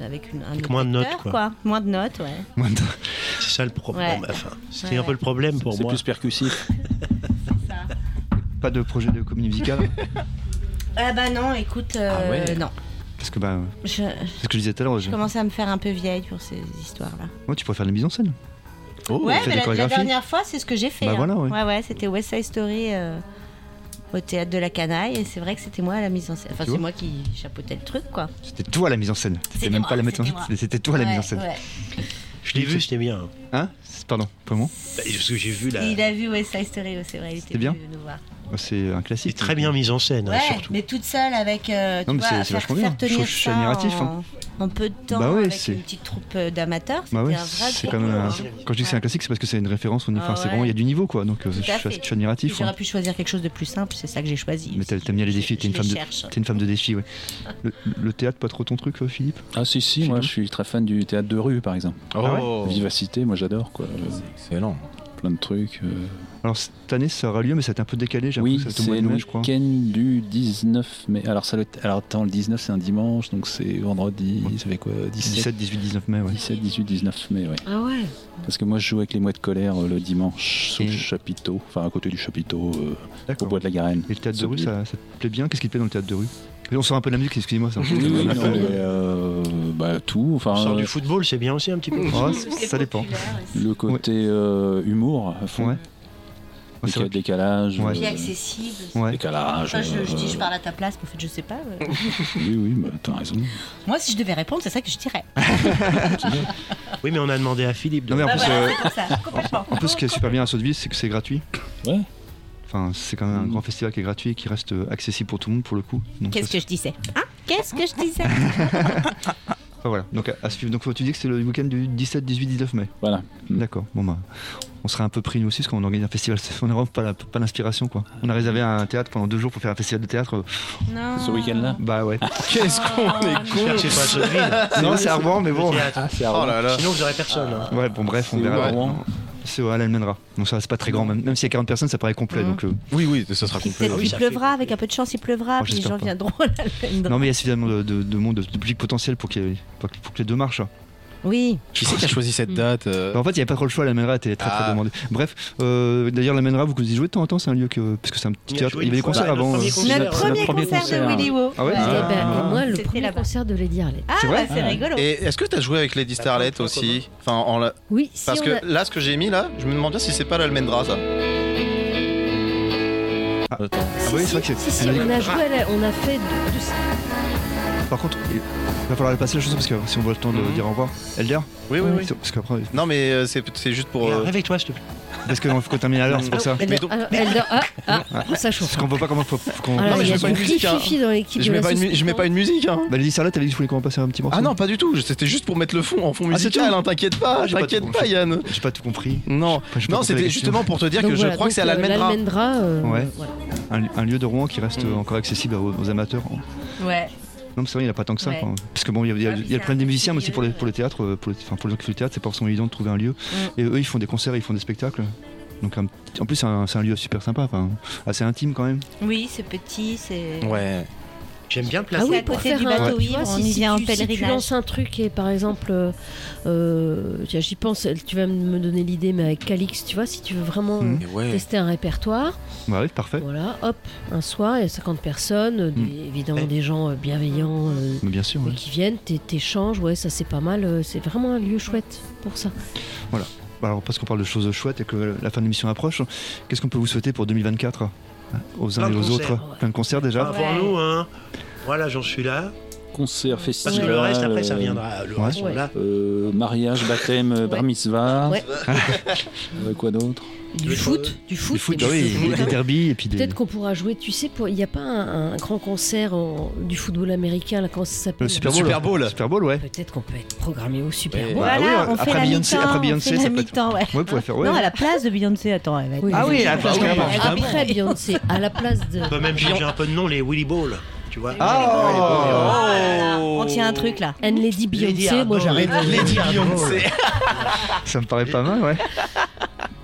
S6: avec une, un autre
S4: moins de notes,
S6: acteur,
S4: quoi.
S6: Moins de notes, ouais.
S1: Moi, non.
S4: C'est ça le problème. bah,
S6: Ouais.
S4: Enfin, c'était
S6: Ouais,
S4: un peu
S6: ouais.
S4: le problème pour
S7: C'est
S4: moi.
S7: plus percussif.
S1: Pas de projet de comédie musicale
S6: Ah bah non, écoute, euh,
S2: Ah ouais.
S6: non.
S1: Parce que, bah,
S6: Je,
S1: c'est ce que je disais tout à l'heure. je-
S6: je commence à me faire un peu vieille pour ces histoires-là.
S1: Moi, tu pourrais faire de la mise en scène.
S6: ouais,
S2: Oh,
S6: mais
S1: faites Oh, des
S6: la- la,
S1: chorégraphies
S6: dernière fois, c'est ce que j'ai fait.
S1: Bah
S6: hein.
S1: voilà, ouais.
S6: ouais, c'était West Side Story euh, au théâtre de la Canaille. Et c'est vrai que c'était moi à la mise en scène. Enfin,
S1: Tu
S6: c'est
S1: vois
S6: moi qui chapeautais le truc, quoi.
S1: C'était toi la mise en scène. C'était
S6: C'était
S1: même
S6: moi,
S1: pas la mise en
S6: c'était
S1: scène.
S6: moi.
S1: C'était toi la mise en scène.
S6: Ouais, ouais.
S4: Je l'ai vu, c'était bien.
S1: Hein Pardon, comment
S4: Bah, Parce que j'ai vu la.
S6: Il a vu West Side Story, ouais, c'est vrai. Il était
S1: C'était bien
S6: venu nous voir.
S1: Bah, C'est un classique.
S4: C'est très bien mis en scène, hein,
S6: Ouais,
S4: surtout.
S6: mais toute seule avec. euh, tu
S1: Non, mais
S6: vois,
S1: c'est- c'est
S6: faire,
S1: vachement bien.
S6: faire
S1: Je
S6: tenir
S1: trouve- je suis
S6: ça
S1: admiratif, hein.
S6: en, en peu de temps
S1: Bah ouais,
S6: avec
S1: c'est-
S6: une petite troupe euh, d'amateurs.
S1: Bah ouais,
S6: c'était un vrai
S1: c'est
S6: gros
S1: quand même.
S6: boulot,
S1: un-
S6: hein.
S1: Quand je dis que c'est un classique, c'est parce que c'est une référence. on est-
S6: Ah
S1: Enfin, c'est
S6: ouais.
S1: vraiment il y a du niveau, quoi. Donc, euh, je
S6: Tout
S1: suis,
S6: à
S1: je
S6: fait.
S1: suis admiratif. hein.
S6: J'aurais
S1: ouais.
S6: pu choisir quelque chose de plus simple, c'est ça que j'ai choisi.
S1: Mais t'as- t'aimes bien les défis, t'es une
S6: Je
S1: femme de-
S6: cherche.
S1: T'es une femme de défi, ouais. Le, le théâtre, pas trop ton truc, euh, Philippe
S7: Ah si si, moi je suis très fan du théâtre de rue par exemple.
S6: Oh.
S7: Vivacité, moi j'adore quoi. Euh,
S2: Excellent.
S7: Plein de trucs. euh.
S1: Alors, cette année, ça aura lieu, mais c'est un peu décalé. J'ai
S7: Oui,
S1: l'impression que c'est au mois
S7: c'est
S1: de
S7: le
S1: mai, je crois.
S7: week-end du 19 mai. Alors ça, le... alors attends, le 19 c'est un dimanche, donc c'est vendredi. Ça fait quoi 17,
S1: 17, 18, 19 mai, ouais.
S7: 17, 18, 19 mai, ouais.
S3: Ah ouais.
S7: Parce que moi je joue avec les mouettes colère euh, le dimanche sous
S1: Et-
S7: le chapiteau, enfin à côté du chapiteau, euh, au
S1: D'accord.
S7: bois de la Garenne.
S1: Et le théâtre de
S7: Ça
S1: rue,
S7: plaît.
S1: ça, ça te plaît bien Qu'est-ce qui te plaît dans le théâtre de rue Et On sort un peu de la musique, excusez-moi. c'est un peu-
S7: Oui, oui,
S1: un
S7: non,
S1: peu-
S7: mais, euh, bah, tout. Enfin,
S4: On sort
S7: euh,
S4: du football, c'est bien aussi un petit peu.
S1: Oh, ça dépend.
S7: le côté euh, humour, à fond.
S1: Ouais. Ouais, c'est
S7: Déca-
S1: vrai.
S7: décalage.
S1: Ouais.
S6: Puis
S7: euh,
S6: accessible.
S1: Ouais.
S7: décalage.
S6: Enfin, je, je dis, je
S7: euh,
S6: parle à ta place, mais en fait, je sais pas. ouais.
S7: Oui, oui, bah, t'as raison.
S6: Moi, si je devais répondre, c'est ça que je dirais.
S4: Oui, mais on a demandé à Philippe. de-
S1: Non, mais en
S6: Bah
S1: plus,
S6: voilà,
S1: euh,
S6: c'est pour ça, complètement.
S1: En plus, ce qui est super bien à Sotheby, c'est que c'est gratuit.
S7: Ouais.
S1: Enfin, c'est quand même un
S7: Mm.
S1: grand festival qui est gratuit et qui reste euh, accessible pour tout le monde pour le coup. Donc,
S6: Qu'est-ce
S1: ça,
S6: que je disais Hein Qu'est-ce que je disais
S1: c'est- Enfin, voilà. Donc, à, à suivre. Donc, faut- tu dis que c'est le week-end du 17, 18, 19 mai.
S7: Voilà. Mm.
S1: D'accord. Bon, bah, on serait un peu pris nous aussi parce qu'on organise un festival. On n'a vraiment pas la- pas l'inspiration, quoi. On a réservé un théâtre pendant deux jours pour faire un festival de théâtre.
S6: Non.
S7: Ce week-end-là
S1: Bah, ouais.
S2: Qu'est-ce qu'on est
S4: J'espère
S2: con
S4: que c'est Ah, pas Sotteville.
S1: Non, c'est à Rouen, mais bon.
S4: Ah, c'est à
S2: Oh là là.
S4: Sinon, vous aurez personne. hein.
S1: Ouais, bon, bref, on
S7: C'est où,
S1: verra.
S7: à Rouen
S1: C'est à l'Almenra. Donc, ça, c'est pas très grand. Même, même s'il y a 40 personnes, ça paraît complet.
S6: Mhm.
S1: Donc, euh,
S2: Oui, oui, ça sera
S6: Puis
S2: complet.
S6: peut-être
S4: oui,
S6: qu'il
S4: ça
S6: pleuvra, avec un peu de chance, il pleuvra,
S1: Oh,
S6: puis les
S1: j'espère
S6: gens
S1: pas.
S6: viendront à la plaine d'Or.
S1: Non, mais il y a suffisamment de, de, de monde, de, de public potentiel pour, qu'il y ait- pour que- pour que les deux marchent. hein.
S6: Oui,
S2: Qui c'est qui a choisi
S3: Mm.
S2: cette date euh
S1: Bah, en fait, il n'y avait pas trop le choix, la Menra était très
S2: Ah.
S1: très demandée. Bref, euh, d'ailleurs, la Menra, vous y jouez de temps en temps, c'est un lieu que. Parce que c'est un petit
S4: On y a
S1: théâtre.
S4: joué
S1: Il y avait des
S4: une fois,
S2: Bah,
S1: concerts
S4: notre
S1: avant.
S4: premier
S1: euh,
S4: concert.
S6: notre
S4: notre
S6: premier
S7: premier
S6: concert
S7: concert.
S6: de Willy Wo.
S1: Ah ouais
S6: Ouais.
S1: Ah.
S3: Eh ben, et moi, le
S6: C'était
S3: premier
S6: là-bas.
S3: concert de Lady Harley.
S6: Ah,
S1: C'est vrai
S6: bah, c'est rigolo.
S2: Et est-ce que t'as joué avec
S4: Bah,
S2: Lady Starlet aussi Enfin, en la-
S3: Oui, si
S2: Parce
S3: on
S2: que
S3: a-
S2: là, ce que j'ai mis là, je me demande bien si c'est pas l'Almendra ça.
S1: Ah oui, c'est vrai que c'est-
S3: Si, si,
S1: c'est.
S3: on a joué, à la- on a fait. deux- deux-
S1: Ah, Par contre, il va falloir passer la chanson parce que si on veut le temps de
S2: Mhm.
S1: dire au revoir. Elder
S2: Oui, oui, oui.
S1: C'est- Parce qu'après.
S2: Non, mais euh, c'est c'est juste pour. euh,
S4: Réveille-toi, s'il te plaît.
S1: Parce qu'on faut qu'on termine à l'heure, c'est pour ça.
S3: Elle
S2: Mais
S3: dort-
S2: donc-
S3: ah, elle dort- ah, ah, ça chauffe.
S1: Parce qu'on voit pas comment faut. faut qu'on-
S3: Ah là,
S2: Non, mais
S3: il y
S2: je
S3: a
S2: mets pas une
S3: du
S2: musique, hein.
S3: fifi dans l'équipe
S2: Je
S3: de
S2: mets,
S3: la
S2: pas une, mu-
S3: sauce
S2: je mets pas une musique, hein
S1: Bah, Lady Starlet, t'avais dit que je voulais qu'on passer un petit morceau.
S2: Ah non, pas du tout, je- c'était juste pour mettre le fond en fond
S1: Ah, c'est
S2: musical,
S1: tout
S2: hein, t'inquiète pas,
S1: Ah, j'ai pas
S2: t'inquiète
S1: tout
S2: pas,
S1: compris.
S2: Yann.
S1: J'ai pas tout compris.
S2: Non,
S1: Enfin, j'ai pas compris
S2: non,
S1: la
S2: c'était
S1: question.
S2: justement pour te dire
S3: Donc
S2: que je
S3: voilà,
S2: crois que
S3: donc,
S2: c'est à
S3: euh,
S2: l'Almendra.
S3: l'Almendra, euh, Mm.
S1: Ouais.
S3: voilà.
S1: Un, un lieu de Rouen qui reste euh, encore accessible aux, aux amateurs.
S6: Ouais.
S1: Non, mais c'est vrai, il n'y a pas tant que ça.
S6: Ouais.
S1: quoi. Parce que bon, il y a, il y a-
S6: Ah, puis
S1: il y a
S6: c'est
S1: le problème des
S6: un
S1: musiciens, mais aussi pour, les,
S6: milieu,
S1: pour le théâtre, euh, pour, les- enfin, pour les gens qui font le théâtre, c'est pas forcément évident de trouver un lieu.
S6: Mm.
S1: Et eux, ils font des concerts, ils font des spectacles. Donc, un- en plus, c'est un, c'est un lieu super sympa, enfin, assez intime quand même.
S6: Oui, c'est petit, c'est.
S2: Ouais.
S4: J'aime bien le
S3: Ah
S4: placement.
S3: oui,
S6: à
S3: pour
S6: côté
S3: faire
S6: du
S3: un-
S6: bateau
S3: tu
S6: ivre,
S3: vois,
S6: on
S3: si-
S6: y
S3: si
S6: vient en
S3: tu- Si tu
S6: pèlerinage.
S3: lances un truc et par exemple, euh, euh, tiens, j'y pense, tu vas me donner l'idée, mais avec Calix, tu vois, si tu veux vraiment
S1: Mhm.
S2: Et
S3: euh,
S2: ouais.
S3: tester un répertoire,
S1: Bah, ouais, parfait.
S3: voilà, hop, un soir, il y a 50 personnes, euh, des- évidemment
S4: Ouais.
S3: des gens euh, bienveillants euh,
S1: Mais bien sûr,
S3: et
S1: Hmm. ouais.
S3: qui viennent, t'é- t'échanges, ouais, ça c'est pas mal, euh, c'est vraiment un lieu chouette pour ça.
S1: Bah, Alors, parce qu'on parle de choses chouettes et que la fin de l'émission approche, qu'est-ce qu'on peut vous souhaiter pour 2024 hein, Aux uns
S4: Plein
S1: et
S4: de
S1: aux
S4: concerts,
S1: autres.
S3: ouais.
S1: Plein de concerts déjà. Euh,
S4: Pas pour nous, hein. Voilà, j'en suis là.
S7: Concert, festival.
S4: Parce que le reste, après, ça
S7: euh,
S4: viendra. Le
S1: Ouais.
S4: reste, on
S3: Ouais.
S4: l'a.
S7: euh, mariage, baptême, euh, bar mitzvah.
S3: Ouais.
S7: Euh, quoi d'autre
S3: Du
S4: veux-
S3: foot, du foot,
S1: Des foot,
S3: et
S1: bah
S3: du
S1: oui,
S3: foot.
S1: des derbies et puis des.
S3: Peut-être qu'on pourra jouer, tu sais, pour- il n'y a pas un, un grand concert en- du football américain, là, comment ça s'appelle
S1: Le Super Bowl.
S2: Super Bowl.
S1: Super Bowl, ouais.
S3: Peut-être qu'on peut être programmé au Super
S2: Ouais.
S3: Bowl.
S1: Bah oui,
S6: Voilà, on
S1: après
S6: fait la
S1: Beyoncé-
S6: mi-temps.
S1: après
S6: on
S1: Beyoncé,
S6: fait
S1: ça
S6: la
S1: peut être-
S6: mi-temps, ouais.
S1: Ouais, pour faire. Ouais.
S6: Non, à la place de Beyoncé, attends, elle va être.
S3: Oui, Ah oui,
S1: à la place,
S6: Ouais,
S1: carrément.
S6: évidemment.
S3: Après Beyoncé, à la place de.
S1: Bah,
S4: On peut même changer un peu de nom, les Willy Ball. Tu vois
S1: Ah
S6: On tient un truc là.
S3: And Oh. Lady
S4: Lady
S3: Beyoncé, moi
S4: Hardball.
S3: j'arrive.
S4: Lady Hardball.
S2: Beyoncé.
S1: Ça me paraît pas mal, ouais.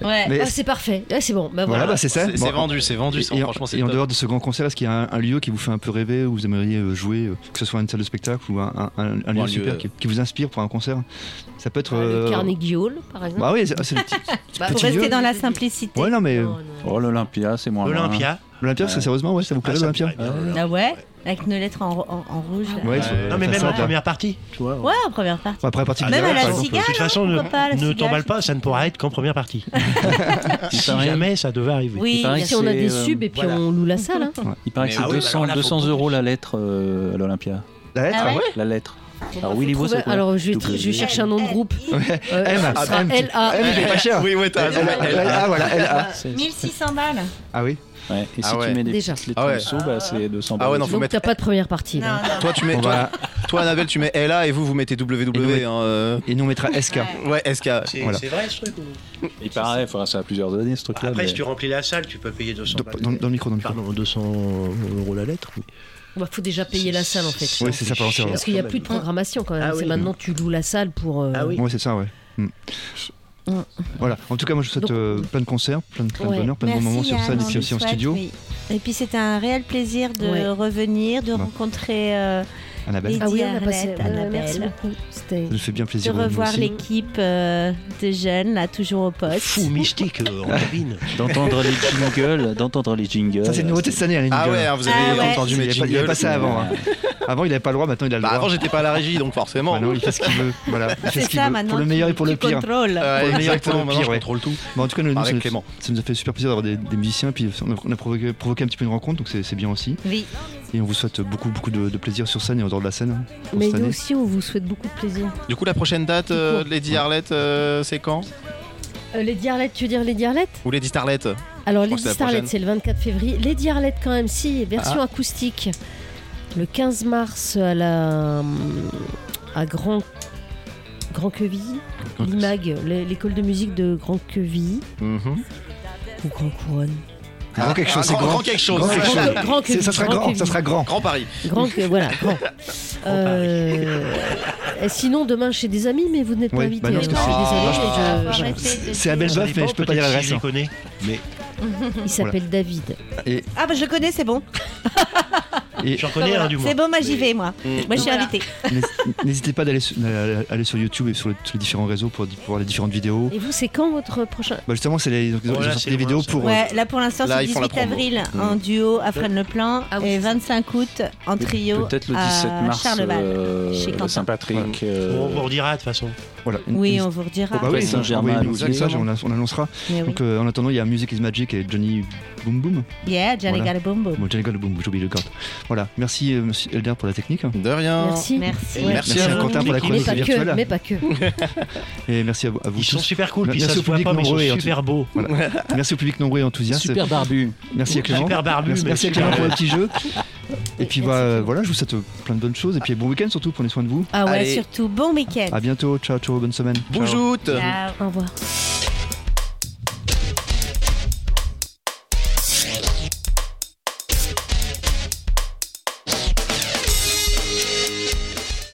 S6: Ouais.
S1: Mais
S3: Ah, c'est parfait, Ah, c'est bon. Bah
S1: voilà,
S3: voilà.
S1: bah, c'est ça.
S2: C'est
S1: Bon,
S2: c'est vendu, c'est vendu, ça,
S1: Et, et en-
S2: franchement, c'est
S1: et en
S2: top.
S1: dehors de ce grand concert, est-ce qu'il y a un, un lieu qui vous fait un peu rêver, où vous aimeriez euh, jouer, euh, que ce soit une salle de spectacle ou un, un- un- un lieu
S2: un
S1: super
S2: lieu, euh,
S1: qui, qui vous inspire pour un concert Ça peut être.
S3: Le
S1: euh,
S3: Carnegie Hall, par exemple.
S1: Bah oui, c'est c'est le petit.
S3: Bah,
S6: Pour
S1: petit
S6: rester
S1: lieu.
S6: dans la simplicité.
S1: Ouais, non, mais. euh,
S3: Non, non.
S7: Oh, l'Olympia, c'est moi.
S4: L'Olympia.
S1: L'Olympia, parce que sérieusement, ouais, ça vous plairait
S4: Ah, ça me
S1: l'Olympia
S4: plairait bien,
S6: Ah ouais Avec nos lettres en, en- en rouge. là.
S1: Ah Ouais,
S2: Ouais.
S4: Non, mais même
S1: ça,
S4: en
S1: ça,
S4: première partie, tu vois.
S6: Ouais, en première partie.
S1: Enfin, Après, à partir du
S6: Même
S1: dialogue,
S6: à la
S1: par exemple,
S6: cigale.
S1: euh,
S4: De toute façon, ne,
S6: pourquoi pas, la
S4: ne
S6: cigale.
S4: t'emballe pas, ça ne pourra être qu'en première partie. si
S7: paraît-
S4: jamais ça devait arriver.
S6: Oui,
S7: paraît
S3: Et si on a
S7: c'est,
S3: des
S7: euh,
S3: subs et puis
S4: voilà.
S3: on loue la salle. hein.
S7: Il paraît que
S2: Mais
S7: c'est
S2: ah oui,
S7: 200,
S4: bah alors là, faut
S7: 200 euros la lettre euh, à l'Olympia.
S1: La lettre,
S6: Ah ouais
S7: La lettre. Alors,
S2: Ah,
S3: Faut
S7: Willy Wo,
S3: trouver-
S7: c'est quoi
S3: Alors je vais,
S7: W.
S3: je vais chercher un nom de groupe.
S1: Ouais.
S3: Euh,
S1: M,
S3: ce sera
S1: M, tu-
S3: LA.
S1: M, il est pas cher.
S2: Oui, ouais, t'as raison.
S1: Ah, voilà, LA.
S7: C'est-
S6: 1600 balles.
S1: Ah oui.
S7: Ouais, Et si
S2: Ah ouais.
S7: tu mets des
S3: Déjà.
S7: petites lettres
S2: Ah ouais.
S7: en dessous, bah, c'est 200
S2: Ah ouais,
S7: balles.
S2: non, faut
S3: Donc
S2: mettre.
S3: t'as pas de première partie.
S6: Non,
S3: là.
S6: non.
S2: Toi, tu mets.
S1: On
S2: Toi,
S1: va-
S2: toi, Annabelle, tu mets LA et vous, vous mettez WW.
S1: Et
S2: hein, euh.
S1: Et nous, on mettra SK.
S2: Ouais, SK.
S4: C'est
S1: Voilà.
S4: c'est vrai ce truc. ou-
S7: Il paraît, faudra ça à plusieurs années ce truc-là.
S4: Après,
S7: mais-
S4: si tu remplis la salle, tu peux payer 200
S1: Dans,
S4: balles.
S1: dans- dans le micro, dans le micro.
S4: Pardon, 200 euros la lettre. mais-
S3: Bah, faut déjà payer la salle en fait.
S1: Ouais, c'est ça, par exemple.
S3: Parce qu'il n'y a plus de programmation quand même.
S4: Ah oui.
S3: C'est maintenant tu loues la salle pour. euh,
S4: Ah oui.
S1: Ouais, c'est ça, ouais. Mm.
S6: Mm.
S1: Voilà, en tout cas, moi je vous souhaite
S3: Donc-
S1: euh, plein de concerts, plein de, plein de
S3: Ouais.
S1: bonheur, plein de bons moments sur
S6: Yann,
S1: scène et
S6: on
S1: puis
S6: le
S1: aussi en
S6: souhaite,
S1: studio.
S6: oui. Et puis c'était un réel plaisir de
S3: Ouais.
S6: revenir, de
S1: Bah.
S6: rencontrer, euh,
S1: Annabelle,
S6: Et-
S3: Ah oui, on a
S6: Arlette,
S3: passé.
S6: Annabelle.
S3: Merci beaucoup. C'était.
S1: ça nous fait bien
S6: de
S1: plaisir. euh, nous
S6: revoir
S1: aussi.
S6: l'équipe euh, de jeunes, là, toujours au poste.
S4: Fou mystique euh, en cabine.
S7: D'entendre les jingles, d'entendre les jingles.
S1: Ça, c'est une nouveauté cette année, Aline
S2: Ah
S1: Gueule.
S2: ouais, hein, vous
S6: Ah
S2: avez
S6: ouais.
S2: entendu
S1: il
S2: mes
S1: n'y avait,
S2: jingles.
S1: pas ça avant. hein. Avant, il n'avait pas le droit, maintenant il a le
S2: Bah,
S1: droit.
S2: avant, j'étais pas à la régie, donc forcément.
S1: Bah non, il fait ce qu'il veut. Voilà, il fait
S6: C'est
S1: ce qu'il
S6: ça
S1: veut.
S6: maintenant.
S1: Pour le meilleur et pour
S6: tu-
S1: le
S6: tu
S1: pire.
S6: contrôles.
S1: Pour le
S2: Ouais,
S1: meilleur et pour le
S2: exactement, maintenant,
S1: pire,
S2: je
S1: ouais.
S2: contrôle tout.
S1: Bah, en tout cas, nous, nous,
S2: Avec
S1: ça, nous-
S2: Clément.
S1: ça nous a fait super plaisir d'avoir des, des musiciens. Puis on a, on a provoqué, provoqué un petit peu une rencontre, donc c'est c'est bien aussi.
S6: Oui.
S1: Et on vous souhaite beaucoup, beaucoup de, de plaisir sur scène et en dehors de la scène. hein, pour
S3: Mais
S1: cette
S3: nous
S1: année.
S3: aussi, on vous souhaite beaucoup de plaisir.
S2: Du coup, la prochaine date, euh,
S3: Tout
S2: Lady Arlette, euh, c'est quand
S3: Euh, Lady Arlette, tu veux dire Lady Arlette
S2: Ou Lady Starlet
S3: Alors,
S2: Je crois que
S3: Lady
S2: c'est la
S3: Starlet,
S2: prochaine.
S3: c'est le 24 février. Lady Arlette, quand même,
S1: Ah.
S3: si, version acoustique. Le 15 mars à la. à Grand, Grand Queville, l'IMAG, l'é- l'école de musique de Grand Queville Mm-hmm. ou Grand Couronne.
S2: Ah,
S1: Grand quelque chose,
S2: ah,
S1: c'est
S2: grand-
S1: grand.
S2: grand quelque chose.
S1: Grand
S2: Ouais.
S1: chose.
S3: Grand que-
S1: C'est- Ça sera
S3: grand
S1: grand,
S3: que-
S1: ça sera grand.
S2: Grand Paris.
S3: Grand que voilà. Grand. Euh, et sinon demain chez des amis, mais vous n'êtes pas
S1: Ouais,
S3: invité. euh,
S1: bah non, parce que
S3: je suis
S1: c'est-
S3: désolée,
S1: Ah,
S3: mais je-
S1: faut
S3: je-
S1: arrêter. C'est-
S6: c'est
S1: c'est à belle
S6: belle
S1: baffe, mais je peux pas dire l'adresse.
S4: Je connais. Mais
S3: Il s'appelle David.
S1: Et,
S6: Ah bah je le connais, c'est bon.
S1: et
S4: j'en connais
S6: Voilà.
S4: un hein, du moins.
S6: C'est bon, moi j'y vais moi.
S2: Mm.
S6: Moi je suis
S3: Voilà.
S6: invitée.
S1: n'hés- n'hésitez pas d'aller sur, d'aller- aller sur YouTube et sur le- sur les différents réseaux pour, pour voir les différentes vidéos.
S3: Et vous, c'est quand votre prochain
S1: Bah justement, c'est les, ils ont- ils ont
S4: Voilà,
S1: sorti
S4: c'est
S1: des
S4: loin,
S1: vidéos
S4: ça.
S1: pour. euh,
S6: Ouais, là pour l'instant
S2: Là,
S6: c'est
S2: ils font la
S6: 18
S2: promo. Mmh. Mm.
S6: avril en duo à Fresne le Plan
S3: Ah oui,
S6: et
S3: c'est ça.
S6: 25 août en trio
S7: Peut-être le
S6: à
S7: 17 mars,
S6: Charleval.
S7: euh,
S6: chez
S7: le
S6: Quentin.
S7: Saint-Patrick. euh,
S4: On vous redira de toute façon.
S1: euh, voilà. Une-
S6: Oui,
S1: une-
S6: on vous redira.
S1: Oh, bah oui,
S7: Place
S1: ça-
S7: Saint-Germain,
S1: oui, donc ça, ça,
S6: Louis-Vuitton.
S1: on l'ann- on annoncera.
S6: Mais oui.
S1: Donc euh, en attendant, il y a Music is Magic et Johnny Boom Boom.
S6: Yeah, Johnny
S1: Voilà.
S6: got a boom boom.
S1: Bon, Johnny Boom Boom, j'ai oublié le corde. Voilà, merci, euh, monsieur Elder pour la technique.
S2: De rien.
S3: Merci.
S6: Merci.
S3: Ouais.
S2: Merci
S1: à
S2: à vous.
S1: Quentin pour la
S3: Mais
S1: chronique
S3: pas que. Mais
S1: virtuelle.
S3: pas que.
S1: Et merci à vous, à vous
S4: Ils sont
S1: tous.
S4: super cool, puis
S1: Merci
S4: ça
S1: au
S4: se voit
S1: public
S4: pas, mais ils
S1: nombreux et en
S4: sont
S1: tout-
S4: super beaux.
S1: Merci au public nombreux et enthousiaste.
S7: Super barbu.
S1: Merci à Clément.
S4: Super barbu,
S1: merci,
S4: mais
S1: merci à
S4: super
S1: Clément pour le petit jeu. Et puis bah,
S3: Merci.
S1: euh, voilà, je vous souhaite euh, plein de bonnes choses. Et puis bon week-end surtout, prenez soin de vous.
S6: Ah ouais,
S2: Allez.
S6: surtout bon week-end.
S1: À bientôt, ciao, ciao, bonne semaine. Ciao.
S2: Bonjour.
S6: Ciao.
S3: Au revoir.